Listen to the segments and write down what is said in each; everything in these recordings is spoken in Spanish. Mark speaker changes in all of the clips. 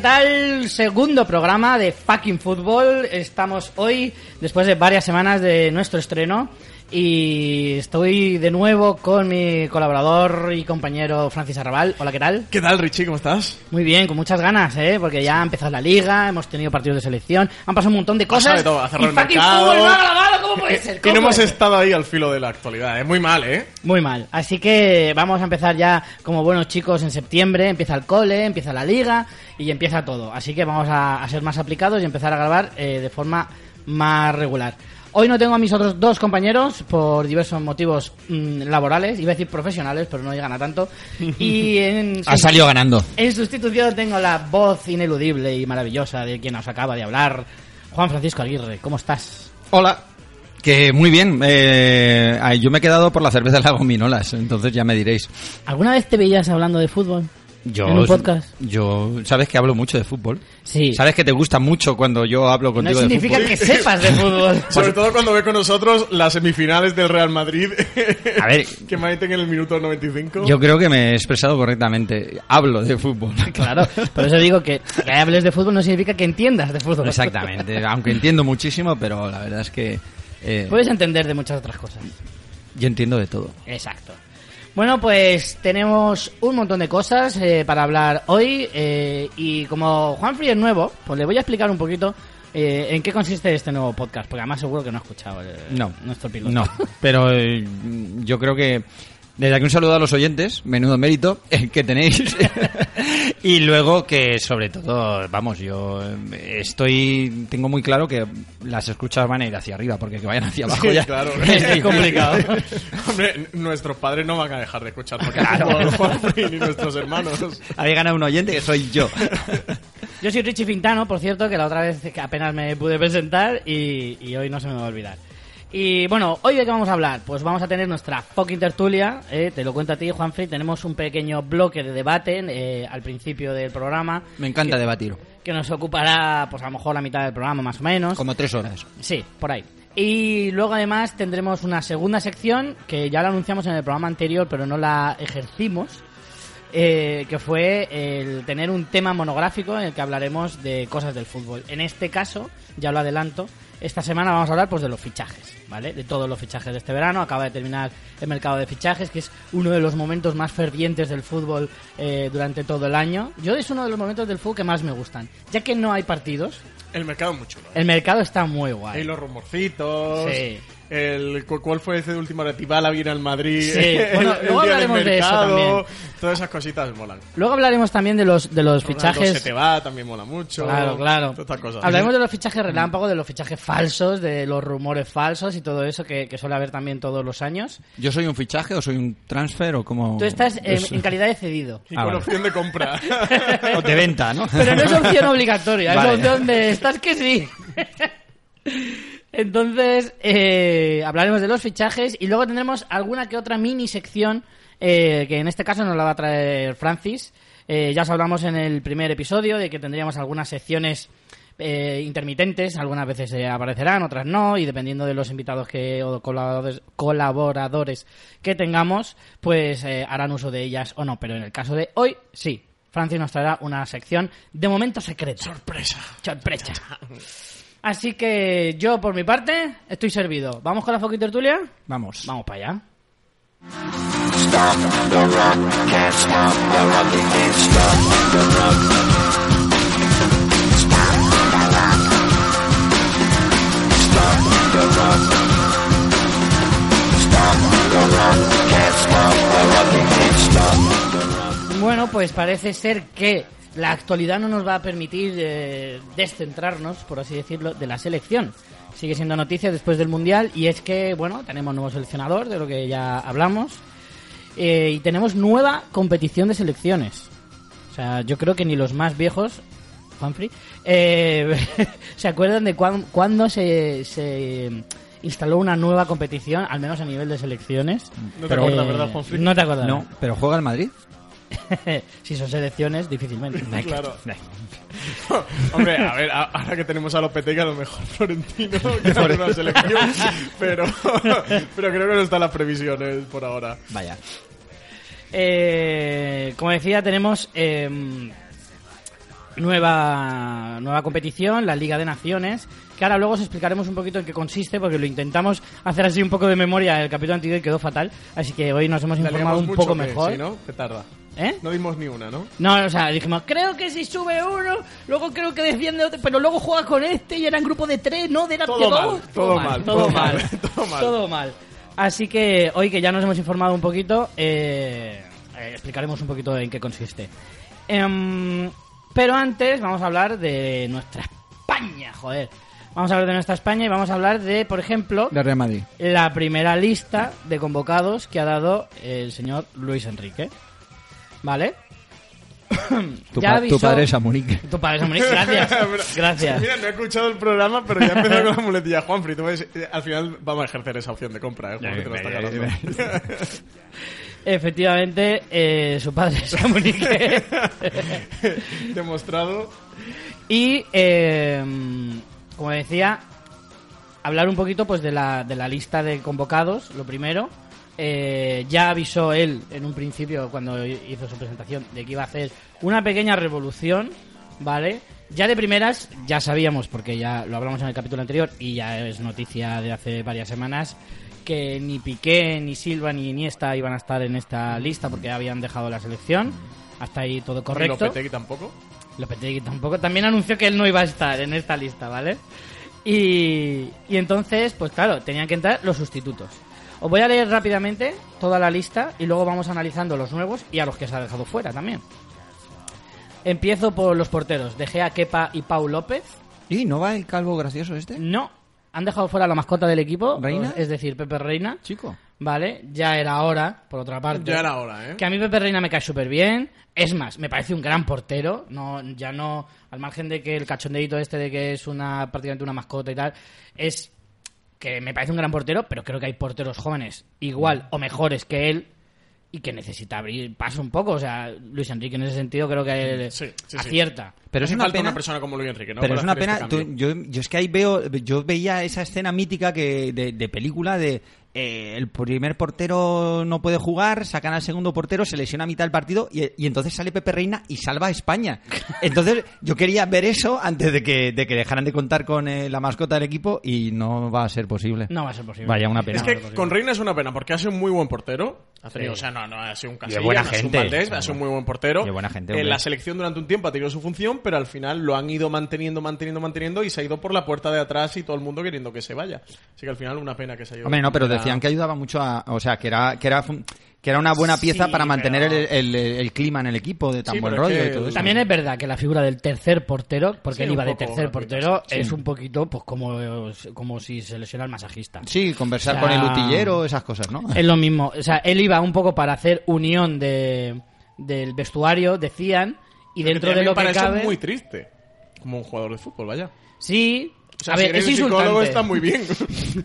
Speaker 1: tal? Segundo programa de Fucking Fútbol. Estamos hoy, después de varias semanas de nuestro estreno, y estoy de nuevo con mi colaborador y compañero Francis Arrabal. Hola, ¿qué tal?
Speaker 2: ¿Qué tal, Richie? ¿Cómo estás?
Speaker 1: Muy bien, con muchas ganas, ¿eh? Porque ya ha empezado la liga, hemos tenido partidos de selección, han pasado un montón de cosas.
Speaker 2: de todo, ha cerrado
Speaker 1: y
Speaker 2: el
Speaker 1: Fucking
Speaker 2: mercado.
Speaker 1: Fútbol, malo, malo, ¿cómo puede ser?
Speaker 2: Que
Speaker 1: ¿Cómo
Speaker 2: no hemos
Speaker 1: puede ser?
Speaker 2: estado ahí al filo de la actualidad, ¿eh? Muy mal, ¿eh?
Speaker 1: Muy mal. Así que vamos a empezar ya como buenos chicos en septiembre. Empieza el cole, empieza la liga y empieza todo. Así que vamos a, a ser más aplicados y empezar a grabar eh, de forma más regular. Hoy no tengo a mis otros dos compañeros por diversos motivos mm, laborales, iba a decir profesionales, pero no llegan a tanto. Y en,
Speaker 3: Ha salido ganando.
Speaker 1: en sustitución tengo la voz ineludible y maravillosa de quien nos acaba de hablar, Juan Francisco Aguirre. ¿Cómo estás?
Speaker 3: Hola. Que muy bien. eh, ay, yo me he quedado por la cerveza de las gominolas, entonces ya me diréis.
Speaker 1: ¿Alguna vez te veías hablando de fútbol?
Speaker 3: Yo,
Speaker 1: en un podcast.
Speaker 3: Yo, sabes que hablo mucho de fútbol.
Speaker 1: Sí.
Speaker 3: Sabes que te gusta mucho cuando yo hablo
Speaker 1: No
Speaker 3: contigo de
Speaker 1: significa
Speaker 3: fútbol.
Speaker 1: que sepas de fútbol.
Speaker 2: Sobre todo cuando ve con nosotros las semifinales del Real Madrid.
Speaker 3: A ver.
Speaker 2: que meten en el minuto 95.
Speaker 3: Yo creo que me he expresado correctamente. Hablo de fútbol.
Speaker 1: Claro, por eso digo que que hables de fútbol no significa que entiendas de fútbol.
Speaker 3: Exactamente. Aunque entiendo muchísimo, pero la verdad es que eh,
Speaker 1: Puedes entender de muchas otras cosas.
Speaker 3: yo entiendo de todo.
Speaker 1: Exacto. Bueno, pues tenemos un montón de cosas eh, para hablar hoy eh, y como Juanfrey es nuevo, pues le voy a explicar un poquito eh, en qué consiste este nuevo podcast, porque además seguro que no ha escuchado el-
Speaker 3: No,
Speaker 1: nuestro piloto.
Speaker 3: No, pero eh, yo creo que desde aquí un saludo a los oyentes, menudo mérito eh, que tenéis. y luego que sobre todo, vamos, yo eh, estoy tengo muy claro que las escuchas van a ir hacia arriba porque que vayan hacia abajo
Speaker 2: Sí,
Speaker 3: ya
Speaker 2: claro.
Speaker 3: es muy complicado.
Speaker 2: Hombre, nuestros padres no van a dejar de escuchar porque
Speaker 3: Claro.
Speaker 2: ni nuestros hermanos.
Speaker 3: Habéis ganado un oyente que soy yo.
Speaker 1: Yo soy Richie Fintano, por cierto, que la otra vez que apenas me pude presentar y, y hoy no se me va a olvidar. Y bueno, hoy de qué vamos a hablar? Pues vamos a tener nuestra fucking tertulia, eh, te lo cuento a ti, Juanfrey, tenemos un pequeño bloque de debate eh, al principio del programa
Speaker 3: Me encanta debatir,
Speaker 1: que nos ocupará pues a lo mejor la mitad del programa más o menos.
Speaker 3: como tres horas.
Speaker 1: Sí, por ahí. Y luego además tendremos una segunda sección que ya la anunciamos en el programa anterior, pero no la ejercimos, eh, que fue el tener un tema monográfico en el que hablaremos de cosas del fútbol. En este caso, ya lo adelanto, esta semana vamos a hablar pues de los fichajes, ¿vale? De todos los fichajes de este verano. Acaba de terminar el mercado de fichajes, que es uno de los momentos más fervientes del fútbol eh, durante todo el año. Yo es uno de los momentos del fútbol que más me gustan, ya que no hay partidos.
Speaker 2: El mercado es muy chulo. ¿eh?
Speaker 1: El mercado está muy guay.
Speaker 2: Hay los rumorcitos.
Speaker 1: Sí.
Speaker 2: El, cu- ¿Cuál fue ese de última hora? Tibala viene al Madrid.
Speaker 1: Sí,
Speaker 2: el-
Speaker 1: bueno,
Speaker 2: el
Speaker 1: luego
Speaker 2: día del
Speaker 1: hablaremos de eso
Speaker 2: mercado.
Speaker 1: también.
Speaker 2: Todas esas cositas molan.
Speaker 1: Luego hablaremos también de los de los
Speaker 2: Ronaldo se
Speaker 1: fichajes.
Speaker 2: te va, también mola mucho.
Speaker 1: Claro, claro.
Speaker 2: Todas estas cosas.
Speaker 1: Hablaremos de los fichajes relámpago, de los fichajes falsos, de los rumores falsos y todo eso que, que suele haber también todos los años.
Speaker 3: ¿Yo soy un fichaje o soy un transfer o como
Speaker 1: Tú estás en,
Speaker 3: es-
Speaker 1: en calidad de cedido.
Speaker 2: Y
Speaker 3: Ah,
Speaker 2: con
Speaker 3: vale.
Speaker 2: opción de compra.
Speaker 3: o de venta, ¿no?
Speaker 1: Pero no es opción obligatoria,
Speaker 3: Vale.
Speaker 1: es opción de estás que sí. Entonces, eh, hablaremos de los fichajes y luego tendremos alguna que otra mini sección eh, que en este caso nos la va a traer Francis. Eh, ya os hablamos en el primer episodio de que tendríamos algunas secciones eh, intermitentes, algunas veces eh, aparecerán, otras no, y dependiendo de los invitados que, o colaboradores, colaboradores que tengamos, pues eh, harán uso de ellas o no. Pero en el caso de hoy, sí, Francis nos traerá una sección de momento secreta.
Speaker 2: Sorpresa.
Speaker 1: Sorpresa. Así que yo, por mi parte, estoy servido. ¿Vamos con la Foki Tertulia?
Speaker 3: Vamos.
Speaker 1: Vamos para allá. Bueno, pues parece ser que la actualidad no nos va a permitir eh, descentrarnos, por así decirlo, de la selección. Sigue siendo noticia después del Mundial y es que, bueno, tenemos nuevo seleccionador, de lo que ya hablamos, eh, y tenemos nueva competición de selecciones. O sea, yo creo que ni los más viejos, Juanfrey, eh, se acuerdan de cuán- cuándo se, se instaló una nueva competición, al menos a nivel de selecciones.
Speaker 2: No te
Speaker 3: Pero-
Speaker 2: acuerdas,
Speaker 1: Eh,
Speaker 2: ¿verdad, Juanfri?
Speaker 1: No te acuerdas.
Speaker 3: No, pero juega el Madrid.
Speaker 1: Eh, si son selecciones, difícilmente.
Speaker 2: Claro. Hombre, a ver, a- ahora que tenemos a Lopetegui, a lo mejor Florentino que es una selección, pero, pero creo que no están las previsiones por ahora.
Speaker 3: Vaya.
Speaker 1: Eh, como decía, tenemos eh, nueva, nueva competición, la Liga de Naciones, que ahora luego os explicaremos un poquito en qué consiste, porque lo intentamos hacer así un poco de memoria el capítulo anterior y quedó fatal, así que hoy nos hemos
Speaker 2: La
Speaker 1: informado
Speaker 2: liamos
Speaker 1: un
Speaker 2: mucho,
Speaker 1: poco
Speaker 2: ¿qué?
Speaker 1: mejor.
Speaker 2: Sí, ¿no? ¿Qué tarda?
Speaker 1: ¿Eh?
Speaker 2: No dimos ni una, ¿no?
Speaker 1: No, o sea, dijimos, creo que si sube uno, luego creo que desciende otro, pero luego juega con este y era en grupo de tres, ¿no? De era
Speaker 2: Todo
Speaker 1: de
Speaker 2: mal,
Speaker 1: dos.
Speaker 2: todo mal,
Speaker 1: todo
Speaker 2: todo
Speaker 1: mal,
Speaker 2: mal, todo mal.
Speaker 1: todo mal. Así que hoy que ya nos hemos informado un poquito, eh, eh, explicaremos un poquito en qué consiste. Em, pero antes vamos a hablar de nuestra España, joder. Vamos a hablar de nuestra España y vamos a hablar de, por ejemplo,
Speaker 3: De Real Madrid.
Speaker 1: la primera lista de convocados que ha dado el señor Luis Enrique. ¿Vale?
Speaker 3: Tu,
Speaker 1: Ya
Speaker 3: pa-
Speaker 1: avisó-
Speaker 3: tu padre es Amunique.
Speaker 1: Tu padre es Amunique, gracias.
Speaker 2: Pero-
Speaker 1: gracias.
Speaker 2: Mira, no he escuchado el programa, pero ya empezó con la muletilla. Juanfri, tú ves, eh, al final vamos a ejercer esa opción de compra, ¿eh? Juanfri, te lo está ganando.
Speaker 1: Efectivamente, eh, su padre es Amunique.
Speaker 2: Demostrado.
Speaker 1: y, eh, como decía, hablar un poquito pues de la, de la lista de convocados, lo primero. Eh, ya avisó él en un principio cuando hizo su presentación de que iba a hacer una pequeña revolución, ¿vale? Ya de primeras, ya sabíamos, porque ya lo hablamos en el capítulo anterior y ya es noticia de hace varias semanas, que ni Piqué, ni Silva, ni Iniesta iban a estar en esta lista porque habían dejado la selección. Hasta ahí todo correcto.
Speaker 2: Lopetegui tampoco.
Speaker 1: Lopetegui tampoco. También anunció que él no iba a estar en esta lista, ¿vale? Y, y entonces, pues claro, tenían que entrar los sustitutos. Os voy a leer rápidamente toda la lista y luego vamos analizando los nuevos y a los que se ha dejado fuera también. Empiezo por los porteros. Dejé a Kepa y Pau López.
Speaker 3: ¿Y no va el calvo gracioso
Speaker 2: Mm.
Speaker 3: este?
Speaker 1: No, han dejado fuera a la mascota del equipo.
Speaker 3: ¿Reina?
Speaker 1: Es decir, Pepe Reina.
Speaker 3: Chico.
Speaker 1: Vale, ya era hora, por otra parte.
Speaker 2: Ya era hora, ¿eh?
Speaker 1: Que a mí Pepe Reina me cae súper bien. Es más, me parece un gran portero. No, ya no, al margen de que el cachondeito este de que es una prácticamente una mascota y tal, es que me parece un gran portero, pero creo que hay porteros jóvenes igual o mejores que él y que necesita abrir paso un poco. O sea, Luis Enrique en ese sentido creo que él
Speaker 2: Sí, sí, sí.
Speaker 1: acierta.
Speaker 3: Pero es
Speaker 2: Hace
Speaker 3: una
Speaker 2: falta
Speaker 3: pena.
Speaker 2: una persona como Luis Enrique, ¿no?
Speaker 3: pero
Speaker 2: Para
Speaker 3: es una
Speaker 2: hacer este
Speaker 3: pena. tú-
Speaker 2: cambio.
Speaker 3: yo, yo es que ahí veo. Yo veía esa escena mítica que de, de película de. eh, el primer portero no puede jugar, sacan al segundo portero, se lesiona a mitad del partido y, y entonces sale Pepe Reina y salva a España. Entonces yo quería ver eso antes de que, de que dejaran de contar con eh, la mascota del equipo y no va a ser posible.
Speaker 1: No va a ser posible.
Speaker 3: Vaya, una pena.
Speaker 2: Es que con Reina es una pena, porque ha sido un muy buen portero. Ha tenido, O sea, no, no ha sido un Casillas,
Speaker 3: buena
Speaker 2: no ha sido un
Speaker 3: gente.
Speaker 2: Valdés, ha sido un muy buen portero.
Speaker 3: Y buena gente,
Speaker 2: En
Speaker 3: hombre.
Speaker 2: la selección durante un tiempo ha tenido su función, pero al final lo han ido manteniendo, manteniendo, manteniendo y se ha ido por la puerta de atrás y todo el mundo queriendo que se vaya. Así que al final una pena que se haya ido.
Speaker 3: Hombre, no, pero
Speaker 2: Era-
Speaker 3: decían que ayudaba mucho a. O sea, que era, que era, fun- que era una buena pieza
Speaker 2: Sí,
Speaker 3: para mantener
Speaker 2: pero-
Speaker 3: el, el- el clima en el equipo, de tan
Speaker 2: Sí,
Speaker 3: buen
Speaker 2: pero es
Speaker 3: rollo
Speaker 2: que-
Speaker 3: y todo eso.
Speaker 1: También es verdad que la figura del tercer portero, porque
Speaker 2: Sí,
Speaker 1: él
Speaker 2: un
Speaker 1: iba de
Speaker 2: poco
Speaker 1: tercer
Speaker 2: gratuita,
Speaker 1: portero, es un poquito pues como, como si se lesiona el masajista.
Speaker 3: Sí, conversar
Speaker 1: O sea,
Speaker 3: con el utillero, esas cosas, ¿no?
Speaker 1: Es lo mismo. O sea, él iba un poco para hacer unión de, del vestuario, decían, y
Speaker 2: Pero que
Speaker 1: dentro de
Speaker 2: también
Speaker 1: lo
Speaker 2: para
Speaker 1: que
Speaker 2: eso
Speaker 1: cabe...
Speaker 2: es muy triste. Como un jugador de fútbol, vaya.
Speaker 1: Sí,
Speaker 2: O sea,
Speaker 1: a
Speaker 2: si
Speaker 1: ver,
Speaker 2: eres
Speaker 1: es
Speaker 2: psicólogo
Speaker 1: insultante.
Speaker 2: está muy bien.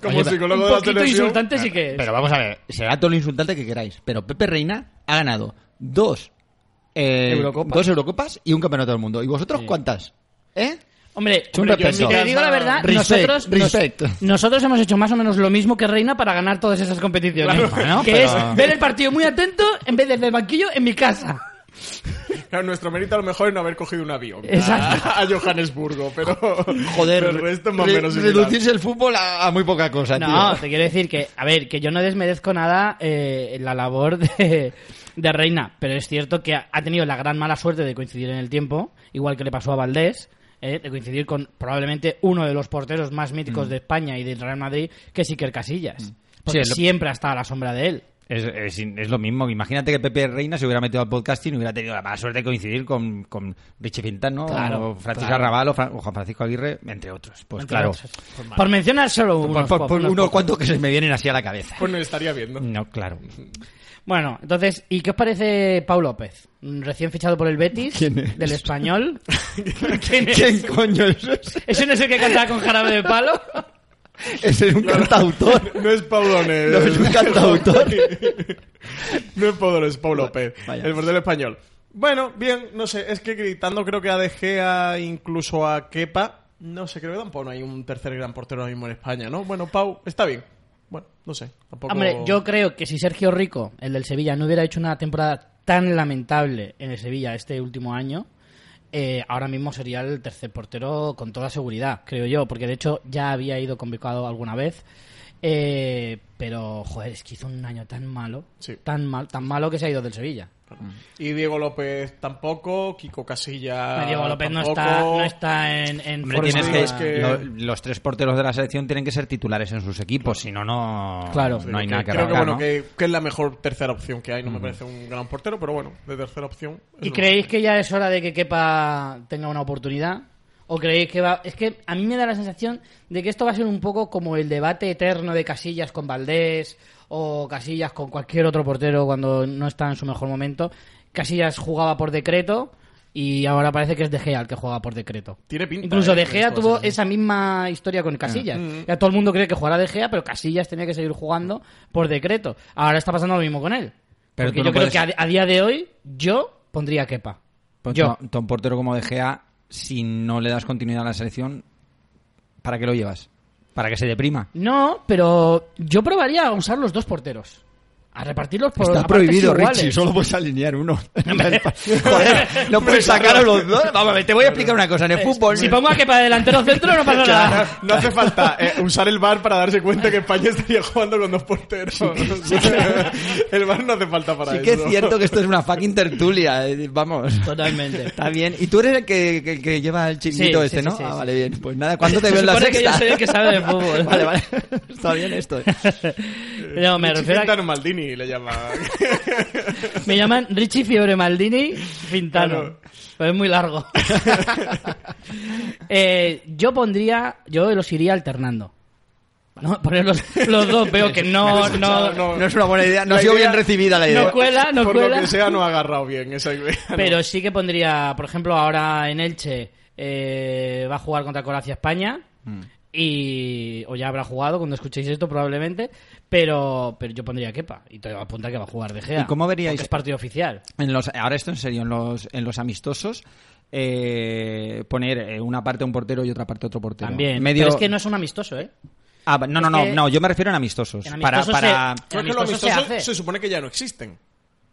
Speaker 2: Como
Speaker 1: Oye,
Speaker 2: psicólogo
Speaker 1: un
Speaker 2: de la
Speaker 1: poquito
Speaker 2: selección.
Speaker 1: insultante sí que es.
Speaker 3: Pero vamos a ver, será todo lo insultante que queráis. Pero Pepe Reina ha ganado dos, eh,
Speaker 1: Eurocopas.
Speaker 3: dos Eurocopas y un Campeonato del Mundo. ¿Y vosotros cuántas? ¿Eh?
Speaker 1: Hombre,
Speaker 3: Es un
Speaker 1: hombre, yo en
Speaker 3: respeto.
Speaker 1: mi- te digo la verdad,
Speaker 3: Respect,
Speaker 1: nosotros, nos-
Speaker 3: respect.
Speaker 1: nosotros hemos hecho más o menos lo mismo que Reina para ganar todas esas competiciones.
Speaker 3: Claro. Bueno,
Speaker 1: que
Speaker 3: pero-
Speaker 1: es ver el partido muy atento en vez de desde el banquillo en mi casa.
Speaker 2: Claro, nuestro mérito a lo mejor es no haber cogido un avión
Speaker 1: Exacto.
Speaker 2: a, a Johannesburgo, pero
Speaker 3: Joder,
Speaker 2: pero el resto es más o
Speaker 3: re-
Speaker 2: menos similar.
Speaker 3: reducirse el fútbol a, a muy poca cosa,
Speaker 1: No,
Speaker 3: tío.
Speaker 1: te quiero decir que, a ver, que yo no desmerezco nada eh, la labor de, de Reina, pero es cierto que ha ha tenido la gran mala suerte de coincidir en el tiempo, igual que le pasó a Valdés, eh, de coincidir con probablemente uno de los porteros más míticos
Speaker 3: Mm.
Speaker 1: de España y del Real Madrid, que es Iker Casillas. Porque
Speaker 3: es lo-
Speaker 1: siempre ha estado a la sombra de él.
Speaker 3: Es, es- es lo mismo. Imagínate que Pepe Reina se hubiera metido al podcasting y hubiera tenido la mala suerte de coincidir con, con Richie Pintano,
Speaker 1: Claro,
Speaker 3: o Francisco
Speaker 1: claro.
Speaker 3: Arrabal o, Fra- o Juan Francisco Aguirre, entre otros. Pues
Speaker 1: Entre
Speaker 3: claro,
Speaker 1: otros. Por mencionar solo
Speaker 3: por,
Speaker 1: unos
Speaker 3: por-
Speaker 1: pocos,
Speaker 3: por
Speaker 1: unos
Speaker 3: unos
Speaker 1: pocos.
Speaker 3: cuantos que se me vienen así a la cabeza.
Speaker 2: Pues no estaría viendo.
Speaker 3: No, claro.
Speaker 1: Bueno, entonces, ¿y qué os parece Pau López? Mm, Recién fichado por el Betis,
Speaker 3: ¿Quién es?
Speaker 1: del español.
Speaker 3: ¿Quién coño es ese?
Speaker 1: ¿Ese no es el que cantaba con jarabe de palo?
Speaker 3: Ese es un cantautor.
Speaker 2: No es Paulone.
Speaker 3: No, es un cantautor.
Speaker 2: No es Paulone, es Pau López.
Speaker 3: Vaya.
Speaker 2: El portero español. Bueno, bien, no sé, es que gritando creo que a De Gea, incluso a Kepa, no sé, creo que tampoco no hay un tercer gran portero ahora mismo en España, ¿no? Bueno, Pau, está bien. Bueno, no sé, tampoco...
Speaker 1: Hombre, yo creo que si Sergio Rico, el del Sevilla, no hubiera hecho una temporada tan lamentable en el Sevilla este último año, eh, ahora mismo sería el tercer portero con toda seguridad, creo yo, porque de hecho ya había ido convocado alguna vez. eh, pero, joder, es que hizo un año tan malo,
Speaker 2: Sí.
Speaker 1: tan mal, tan malo que se ha ido del Sevilla.
Speaker 2: Y Diego López tampoco, Kiko Casilla.
Speaker 1: Diego López no
Speaker 2: Ah,
Speaker 1: está,
Speaker 2: tampoco.
Speaker 1: no está en, en
Speaker 3: Hombre,
Speaker 1: forma-
Speaker 3: tienes que,
Speaker 2: es que-
Speaker 3: lo- los tres porteros de la selección tienen que ser titulares en sus equipos, si no, no,
Speaker 1: Claro.
Speaker 3: no hay
Speaker 2: Que
Speaker 3: nada que
Speaker 2: creo que,
Speaker 3: rascar,
Speaker 2: bueno,
Speaker 3: ¿no? Mm.
Speaker 2: que, que es la mejor tercera opción que hay. No me parece un gran portero, pero bueno, de tercera opción. es
Speaker 1: ¿Y
Speaker 2: lo-
Speaker 1: creéis que ya es hora de que Kepa tenga una oportunidad? ¿O creéis que va.? Es que a mí me da la sensación de que esto va a ser un poco como el debate eterno de Casillas con Valdés o Casillas con cualquier otro portero cuando no está en su mejor momento. Casillas jugaba por decreto y ahora parece que es De Gea el que juega por decreto.
Speaker 2: Tiene pinta.
Speaker 1: Incluso
Speaker 2: ¿eh?
Speaker 1: De Gea
Speaker 2: Esto va a
Speaker 1: tuvo
Speaker 2: ser así.
Speaker 1: esa misma historia con Casillas.
Speaker 2: Mm.
Speaker 1: Ya todo el mundo cree que jugará De Gea, pero Casillas tenía que seguir jugando por decreto. Ahora está pasando lo mismo con él.
Speaker 3: Pero
Speaker 1: Porque
Speaker 3: tú
Speaker 1: yo
Speaker 3: no
Speaker 1: creo
Speaker 3: puedes-
Speaker 1: que a, a día de hoy yo pondría Kepa.
Speaker 3: Pues
Speaker 1: Yo.
Speaker 3: tú a- tú a un portero como De Gea, si no le das continuidad a la selección, ¿para qué lo llevas? ¿Para que se deprima?
Speaker 1: No, pero yo probaría a usar los dos porteros. A repartirlos por a partes iguales.
Speaker 3: puedes alinear uno. Joder, no puedes sacar a los dos. Vamos a ver, te voy a explicar una cosa. En el fútbol,
Speaker 1: Si pongo a Kepa delantero centro no pasa nada.
Speaker 2: No hace falta eh, usar el bar para darse cuenta que España estaría jugando con dos porteros. el bar no hace falta para
Speaker 3: sí
Speaker 2: eso.
Speaker 3: que es cierto que esto es una fucking tertulia. eh, Vamos.
Speaker 1: Totalmente.
Speaker 3: Está bien. Y tú eres el que, que- que lleva el chiquito
Speaker 1: Sí,
Speaker 3: este,
Speaker 1: sí,
Speaker 3: ¿no?
Speaker 1: sí, sí,
Speaker 3: ah,
Speaker 1: sí.
Speaker 3: vale, bien. Pues nada, ¿cuándo te veo
Speaker 1: Se
Speaker 3: en la
Speaker 1: supone que yo
Speaker 3: sexta?
Speaker 1: soy el que sabe de fútbol.
Speaker 3: Vale, vale. Está bien esto.
Speaker 1: No, me refiero a que
Speaker 2: Cintano Maldini le llama.
Speaker 1: me llaman Richie Fiebre Maldini Fintano.
Speaker 2: Claro.
Speaker 1: Pero es muy largo. Eh, yo pondría, yo los iría alternando. No, poner los, los dos, veo que Oh, no, no,
Speaker 2: No,
Speaker 3: No es una buena idea. No
Speaker 2: La
Speaker 3: ha sido
Speaker 2: idea-
Speaker 3: bien recibida la idea.
Speaker 1: no cuela, no
Speaker 2: Por
Speaker 1: cuela.
Speaker 2: lo que sea, no ha agarrado bien esa idea. ¿no?
Speaker 1: Pero sí que pondría, por ejemplo, ahora en Elche eh, va a jugar contra Croacia España.
Speaker 2: Mm.
Speaker 1: Y, o ya habrá jugado cuando escuchéis esto probablemente, pero, pero yo pondría a Kepa y te apunta que va a jugar De Gea.
Speaker 3: ¿Y cómo veríais-
Speaker 1: porque es partido oficial.
Speaker 3: En los, ahora esto en serio, en los, en los amistosos, eh, poner eh, una parte un portero y otra parte otro portero.
Speaker 1: También.
Speaker 3: Medio-
Speaker 1: Pero es que no es un amistoso, ¿eh?
Speaker 3: Ah, no, no,
Speaker 1: es
Speaker 3: no,
Speaker 1: que-
Speaker 3: no, yo me refiero en amistosos.
Speaker 1: En
Speaker 3: para,
Speaker 1: amistosos
Speaker 3: para-
Speaker 1: se-
Speaker 2: Creo
Speaker 1: el
Speaker 2: que los
Speaker 1: amistoso se
Speaker 2: amistosos
Speaker 1: hace.
Speaker 2: se supone que ya no existen.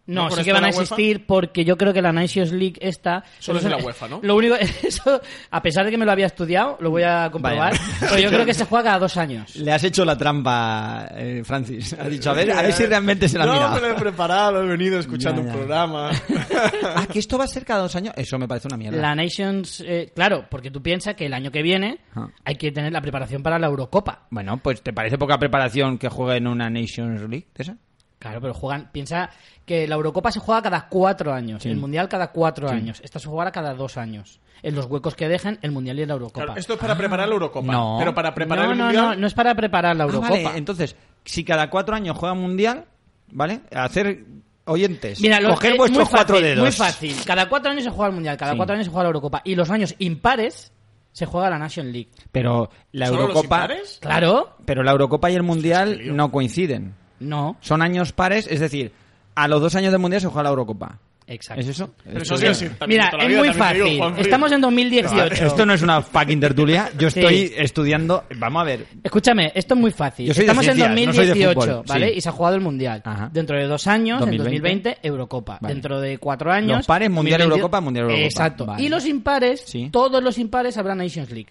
Speaker 1: No,
Speaker 2: ¿No por
Speaker 1: sí que
Speaker 2: estar
Speaker 1: van a
Speaker 2: en la UEFA?
Speaker 1: existir porque yo creo que la Nations League esta...
Speaker 2: Solo es
Speaker 1: eso-
Speaker 2: en la UEFA, ¿no?
Speaker 1: Lo único, eso, a pesar de que me lo había estudiado, lo voy a comprobar,
Speaker 3: Vaya.
Speaker 1: pero yo creo que se juega cada dos años.
Speaker 3: Le has hecho la trampa, eh, Francis. Ha dicho, a ver, a ver si realmente se la ha
Speaker 2: no,
Speaker 3: mirado.
Speaker 2: me lo he preparado, lo he venido escuchando
Speaker 3: Ya, ya.
Speaker 2: un programa.
Speaker 3: Ah, que esto va a ser cada dos años. Eso me parece una mierda.
Speaker 1: La Nations... eh, claro, porque tú piensas que el año que viene
Speaker 3: Ah.
Speaker 1: hay que tener la preparación para la Eurocopa.
Speaker 3: Bueno, pues ¿te parece poca preparación que juegue en una Nations League de esa?
Speaker 1: Claro, pero juegan... Piensa que la Eurocopa se juega cada cuatro años, el Mundial cada cuatro años, esta se jugará cada dos años, en los huecos que dejan el Mundial y la Eurocopa.
Speaker 2: Claro, esto es para preparar la Eurocopa.
Speaker 3: No.
Speaker 2: Pero para
Speaker 1: Ah.
Speaker 2: preparar
Speaker 1: no,
Speaker 2: el
Speaker 1: no,
Speaker 2: Mundial...
Speaker 1: no, no es para preparar la
Speaker 3: Ah,
Speaker 1: Eurocopa.
Speaker 3: vale, entonces, si cada cuatro años juega mundial, ¿vale? Hacer oyentes.
Speaker 1: Mira, lo
Speaker 3: coger
Speaker 1: es
Speaker 3: vuestros
Speaker 1: muy fácil,
Speaker 3: cuatro dedos.
Speaker 1: Muy fácil. Cada cuatro años se juega el Mundial, cada
Speaker 3: Sí.
Speaker 1: cuatro años se juega la Eurocopa. Y los años impares se juega la Nation League.
Speaker 3: Pero la
Speaker 2: ¿Solo los
Speaker 3: Eurocopa.
Speaker 2: impares?
Speaker 1: Claro,
Speaker 3: Pero la Eurocopa y el
Speaker 2: Qué lío.
Speaker 3: mundial no coinciden.
Speaker 1: no.
Speaker 3: Son años pares, es decir, a los dos años de mundial se juega la Eurocopa.
Speaker 1: Exacto.
Speaker 3: ¿Es eso?
Speaker 2: Pero
Speaker 3: Esto
Speaker 2: eso sí,
Speaker 3: ya-
Speaker 2: sí, también
Speaker 1: Mira,
Speaker 2: toda la
Speaker 1: es
Speaker 2: vida,
Speaker 1: muy
Speaker 2: también te
Speaker 1: fácil.
Speaker 2: digo, Juanfri.
Speaker 1: Estamos en 2018.
Speaker 3: Esto no es una fucking tertulia. Yo
Speaker 1: Sí.
Speaker 3: estoy estudiando. Vamos a ver.
Speaker 1: Escúchame, esto es muy fácil.
Speaker 3: Yo soy de
Speaker 1: Estamos en
Speaker 3: ciencias, no soy de
Speaker 1: 2018,
Speaker 3: fútbol,
Speaker 1: ¿vale?
Speaker 3: sí.
Speaker 1: Y se ha jugado el Mundial.
Speaker 3: Ajá.
Speaker 1: Dentro de dos años,
Speaker 3: 2020,
Speaker 1: en 2020, Eurocopa.
Speaker 3: Vale.
Speaker 1: Dentro de cuatro años...
Speaker 3: Los pares, Mundial, Eurocopa, Mundial, Eurocopa.
Speaker 1: Exacto.
Speaker 3: Vale.
Speaker 1: Y los impares,
Speaker 3: Sí.
Speaker 1: todos los impares habrá Nations League.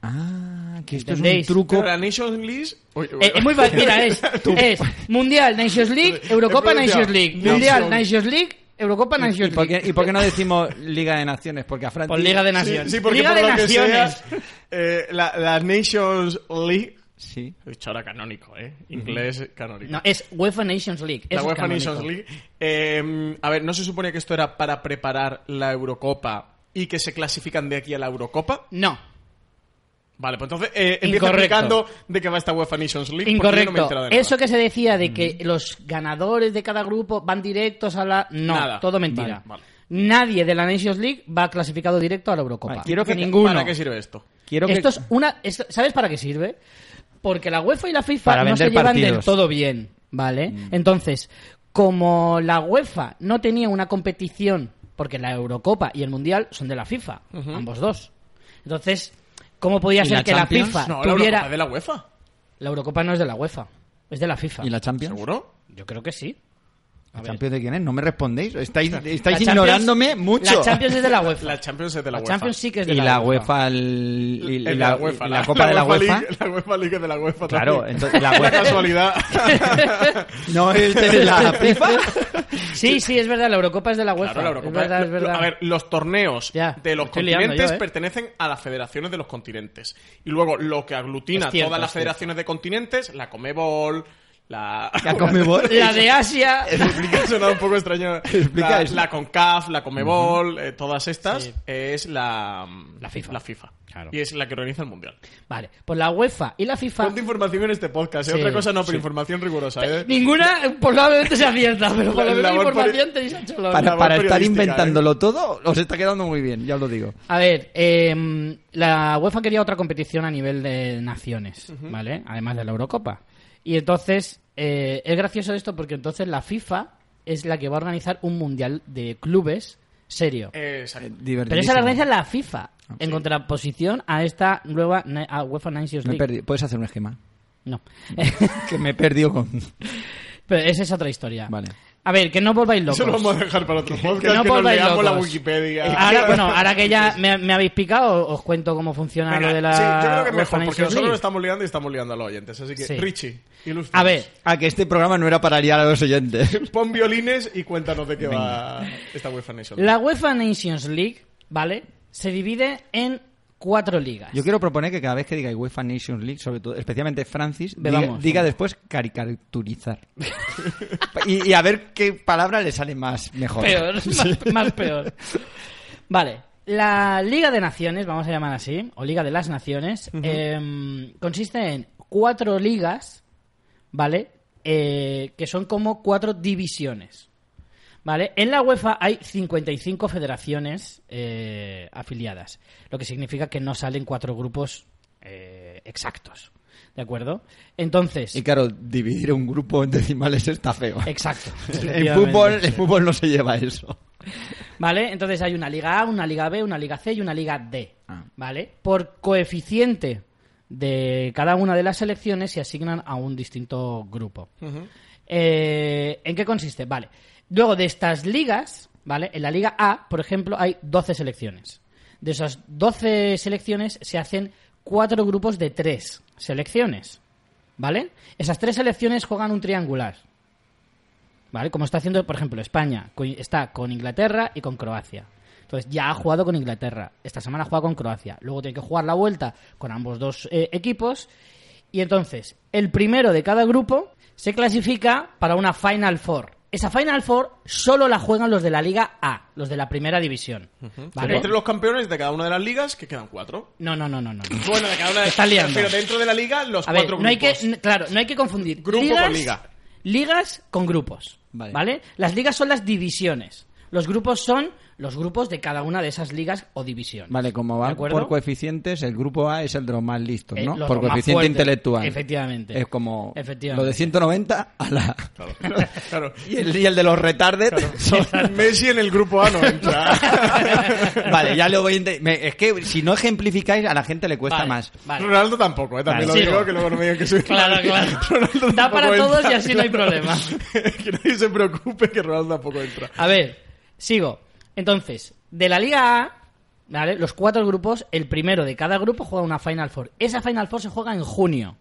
Speaker 3: Ah, que esto
Speaker 1: ¿Entendéis?
Speaker 3: es un truco.
Speaker 2: Pero la Nations League... Oye,
Speaker 1: Eh, es muy fácil, mira, es, es Mundial, Nations League, Eurocopa,
Speaker 2: He pronunciado.
Speaker 1: Nations League,
Speaker 2: Nations.
Speaker 1: Mundial, Nations League, Eurocopa,
Speaker 3: ¿Y
Speaker 1: Nations
Speaker 3: por, qué,
Speaker 1: League.
Speaker 3: y por qué no decimos Liga de Naciones? Porque a Francia.
Speaker 1: Por Liga de
Speaker 2: Sí,
Speaker 1: Naciones.
Speaker 2: sí, porque
Speaker 1: Liga
Speaker 2: por
Speaker 1: de
Speaker 2: lo que
Speaker 1: Naciones.
Speaker 2: sea, eh, la, la Nations League...
Speaker 3: Sí.
Speaker 2: He dicho ahora canónico, ¿eh? Inglés canónico.
Speaker 1: No, es UEFA Nations League.
Speaker 2: la
Speaker 1: eso es
Speaker 2: UEFA
Speaker 1: canónico.
Speaker 2: Nations League. Eh, a ver, ¿no se suponía que esto era para preparar la Eurocopa y que se clasifican de aquí a la Eurocopa?
Speaker 1: No,
Speaker 2: Vale, pues entonces eh, empieza
Speaker 1: Incorrecto.
Speaker 2: explicando de qué va esta UEFA Nations League. porque yo no me he
Speaker 1: incorrecto.
Speaker 2: enterado de nada.
Speaker 1: Eso que se decía de que los ganadores de cada grupo van directos a la... No,
Speaker 2: Nada.
Speaker 1: todo mentira.
Speaker 2: Vale, vale.
Speaker 1: Nadie de la Nations League va clasificado directo a la Eurocopa.
Speaker 3: Vale, quiero que-
Speaker 1: ninguno.
Speaker 2: ¿Para qué sirve esto?
Speaker 3: Quiero que-
Speaker 1: Esto es una. esto- ¿Sabes para qué sirve? Porque la UEFA y la FIFA
Speaker 3: Para
Speaker 1: no se
Speaker 3: vender
Speaker 1: llevan del
Speaker 3: partidos. Mm.
Speaker 1: todo bien, ¿vale? Entonces, como la UEFA no tenía una competición, porque la Eurocopa y el Mundial son de la FIFA, ambos dos. Entonces, ¿cómo podía
Speaker 3: ¿Y
Speaker 1: ser
Speaker 3: la
Speaker 1: que
Speaker 3: Champions?
Speaker 1: la FIFA
Speaker 2: No, la
Speaker 1: Ah, tuviera.
Speaker 2: Eurocopa de la UEFA.
Speaker 1: La Eurocopa no es de la UEFA, es de la FIFA.
Speaker 3: ¿Y la Champions?
Speaker 2: ¿Seguro?
Speaker 1: Yo creo que sí.
Speaker 3: ¿La
Speaker 1: ver.
Speaker 3: Champions de quién es? No me respondéis. Estáis, estáis
Speaker 1: Champions-
Speaker 3: ignorándome mucho.
Speaker 1: La Champions es de la UEFA.
Speaker 2: La Champions es de la,
Speaker 1: La
Speaker 2: UEFA.
Speaker 1: Champions sí que es de
Speaker 3: y
Speaker 1: la,
Speaker 3: la UEFA, el- y, y
Speaker 2: Es de
Speaker 3: la, y la Copa de la UEFA.
Speaker 2: League- la UEFA League es de la UEFA
Speaker 3: Claro,
Speaker 2: también.
Speaker 3: entonces, la UEFA-
Speaker 2: casualidad.
Speaker 3: No es de la FIFA.
Speaker 1: Sí, sí, es verdad, la Eurocopa es de la UEFA.
Speaker 2: Claro, la Eurocopa.
Speaker 1: es verdad, es
Speaker 2: lo- lo-
Speaker 1: verdad.
Speaker 2: A ver, los torneos
Speaker 1: Ya,
Speaker 2: de los
Speaker 1: me estoy liando
Speaker 2: continentes
Speaker 1: yo, ¿eh?
Speaker 2: pertenecen a las federaciones de los continentes. Y luego lo que aglutina
Speaker 1: Es cierto,
Speaker 2: todas las
Speaker 1: es cierto.
Speaker 2: federaciones de continentes, la Comebol, la.
Speaker 3: La Conmebol.
Speaker 1: La de Asia.
Speaker 2: Explica, suena un poco extraño.
Speaker 3: Explica
Speaker 2: la,
Speaker 3: eso.
Speaker 2: la CONCAF, la Comebol, eh, todas estas,
Speaker 1: Sí.
Speaker 2: es la,
Speaker 1: La FIFA. Claro.
Speaker 2: Y es la que organiza el mundial.
Speaker 1: Vale, pues la UEFA y la FIFA.
Speaker 2: Cuánta información en este podcast, ¿eh?
Speaker 1: Sí,
Speaker 2: otra cosa no, pero información rigurosa. ¿eh?
Speaker 1: Ninguna eh, probablemente se acierta, pero por lo
Speaker 2: La-
Speaker 1: menos
Speaker 2: labor
Speaker 1: información
Speaker 2: poli-
Speaker 1: tenéis a cholón.
Speaker 3: Para,
Speaker 2: labor
Speaker 3: para
Speaker 1: ¿eh?
Speaker 3: estar
Speaker 2: periodística,
Speaker 3: inventándolo todo, os está quedando muy bien, ya os lo digo.
Speaker 1: A ver, eh, la UEFA quería otra competición a nivel de naciones, ¿vale? Además de la Eurocopa. Y entonces, eh, es gracioso esto porque entonces la FIFA es la que va a organizar un mundial de clubes serio.
Speaker 2: Eh, Ah, exacto.
Speaker 1: Pero esa
Speaker 3: Divertidísimo.
Speaker 1: la organiza la FIFA, en contraposición a esta nueva na- a UEFA Nations
Speaker 3: Me he
Speaker 1: League.
Speaker 3: perdido. Puedes hacer un esquema.
Speaker 1: No.
Speaker 3: Que me he perdido con.
Speaker 1: Pero esa es otra historia.
Speaker 3: Vale.
Speaker 1: A ver, que no os volváis locos.
Speaker 2: Eso lo vamos a dejar para otro podcast, que,
Speaker 1: Que no
Speaker 2: nos
Speaker 1: volváis
Speaker 2: leamos la
Speaker 1: locos. Eh,
Speaker 2: Wikipedia.
Speaker 1: Ahora, bueno, ahora que ya me, me habéis picado, os cuento cómo funciona
Speaker 2: Venga,
Speaker 1: lo de la.
Speaker 2: sí, yo creo
Speaker 1: UEFA
Speaker 2: que mejor, porque
Speaker 1: Nations
Speaker 2: nosotros
Speaker 1: League.
Speaker 2: lo estamos liando y estamos liando a los oyentes. Así que,
Speaker 1: Sí.
Speaker 2: Richie, ilustra.
Speaker 1: A ver,
Speaker 3: Ah, que este programa no era para liar a los oyentes.
Speaker 2: Pon violines y cuéntanos de qué va esta UEFA Nation.
Speaker 1: la UEFA Nations League, ¿vale? Se divide en cuatro ligas.
Speaker 3: Yo quiero proponer que cada vez que diga UEFA Nations League, sobre todo, especialmente Francis, diga,
Speaker 1: Bebamos.
Speaker 3: diga después caricaturizar. y, y a ver qué palabra le sale más mejor.
Speaker 1: Peor, más, más peor. Vale. La Liga de Naciones, vamos a llamar así, o Liga de las Naciones, em, consiste en cuatro ligas, ¿vale? Eh, que son como cuatro divisiones, ¿vale? En la UEFA hay 55 federaciones eh, afiliadas, lo que significa que no salen cuatro grupos eh, exactos, ¿de acuerdo? Entonces...
Speaker 3: Y claro, dividir un grupo en decimales está feo.
Speaker 1: Exacto.
Speaker 3: En fútbol, en fútbol no se lleva eso.
Speaker 1: ¿Vale? Entonces hay una liga A, una liga B, una liga C y una liga D.
Speaker 3: Ah.
Speaker 1: ¿Vale? Por coeficiente de cada una de las selecciones se asignan a un distinto grupo. Eh, ¿En qué consiste? Vale. Luego de estas ligas, ¿vale? En la liga A, por ejemplo, hay 12 selecciones. De esas 12 selecciones se hacen cuatro grupos de tres selecciones. ¿Vale? Esas tres selecciones juegan un triangular. ¿Vale? Como está haciendo, por ejemplo, España. co- Está con Inglaterra y con Croacia. Entonces ya ha jugado con Inglaterra. Esta semana juega con Croacia. Luego tiene que jugar la vuelta con ambos dos eh, equipos. Y entonces, el primero de cada grupo se clasifica para una Final Four. Esa Final Four solo la juegan los de la Liga A, los de la primera división. ¿Vale?
Speaker 2: Entre los campeones de cada una de las ligas, que quedan cuatro.
Speaker 1: No, no, no, no, no.
Speaker 2: Bueno, de cada una de
Speaker 1: Está liando.
Speaker 2: Pero dentro de la liga, los
Speaker 1: A ver,
Speaker 2: cuatro
Speaker 1: no hay que,
Speaker 2: grupos.
Speaker 1: n- claro, no hay que confundir.
Speaker 2: Grupo con
Speaker 1: ligas,
Speaker 2: liga.
Speaker 1: Ligas con grupos.
Speaker 3: Vale.
Speaker 1: Vale. Las ligas son las divisiones. Los grupos son los grupos de cada una de esas ligas o divisiones.
Speaker 3: Vale, como
Speaker 1: ¿De
Speaker 3: va
Speaker 1: acuerdo?
Speaker 3: por coeficientes, el grupo A es el de los más listos,
Speaker 1: Eh,
Speaker 3: ¿no?
Speaker 1: los
Speaker 3: por
Speaker 1: más
Speaker 3: coeficiente
Speaker 1: fuertes,
Speaker 3: intelectual.
Speaker 1: efectivamente.
Speaker 3: Es como
Speaker 1: Efectivamente.
Speaker 3: lo de 190 a la...
Speaker 2: Claro, claro.
Speaker 3: Y el, y el de los retarded son-
Speaker 2: Messi en el grupo A no entra.
Speaker 3: Vale, ya lo voy a inte- me- Es que si no ejemplificáis, a la gente le cuesta
Speaker 1: Vale,
Speaker 3: más.
Speaker 1: vale.
Speaker 2: Ronaldo tampoco, ¿eh? también
Speaker 1: Claro.
Speaker 2: lo
Speaker 1: Sí.
Speaker 2: digo, que luego no me digan que soy
Speaker 1: Claro, claro.
Speaker 2: Ronaldo
Speaker 1: Da
Speaker 2: tampoco
Speaker 1: para
Speaker 2: entra,
Speaker 1: todos y así no hay problema.
Speaker 2: que nadie se preocupe que Ronaldo tampoco entra.
Speaker 1: A ver, sigo. Entonces, de la Liga A, ¿vale? Los cuatro grupos, el primero de cada grupo juega una Final Four. Esa Final Four se juega en junio.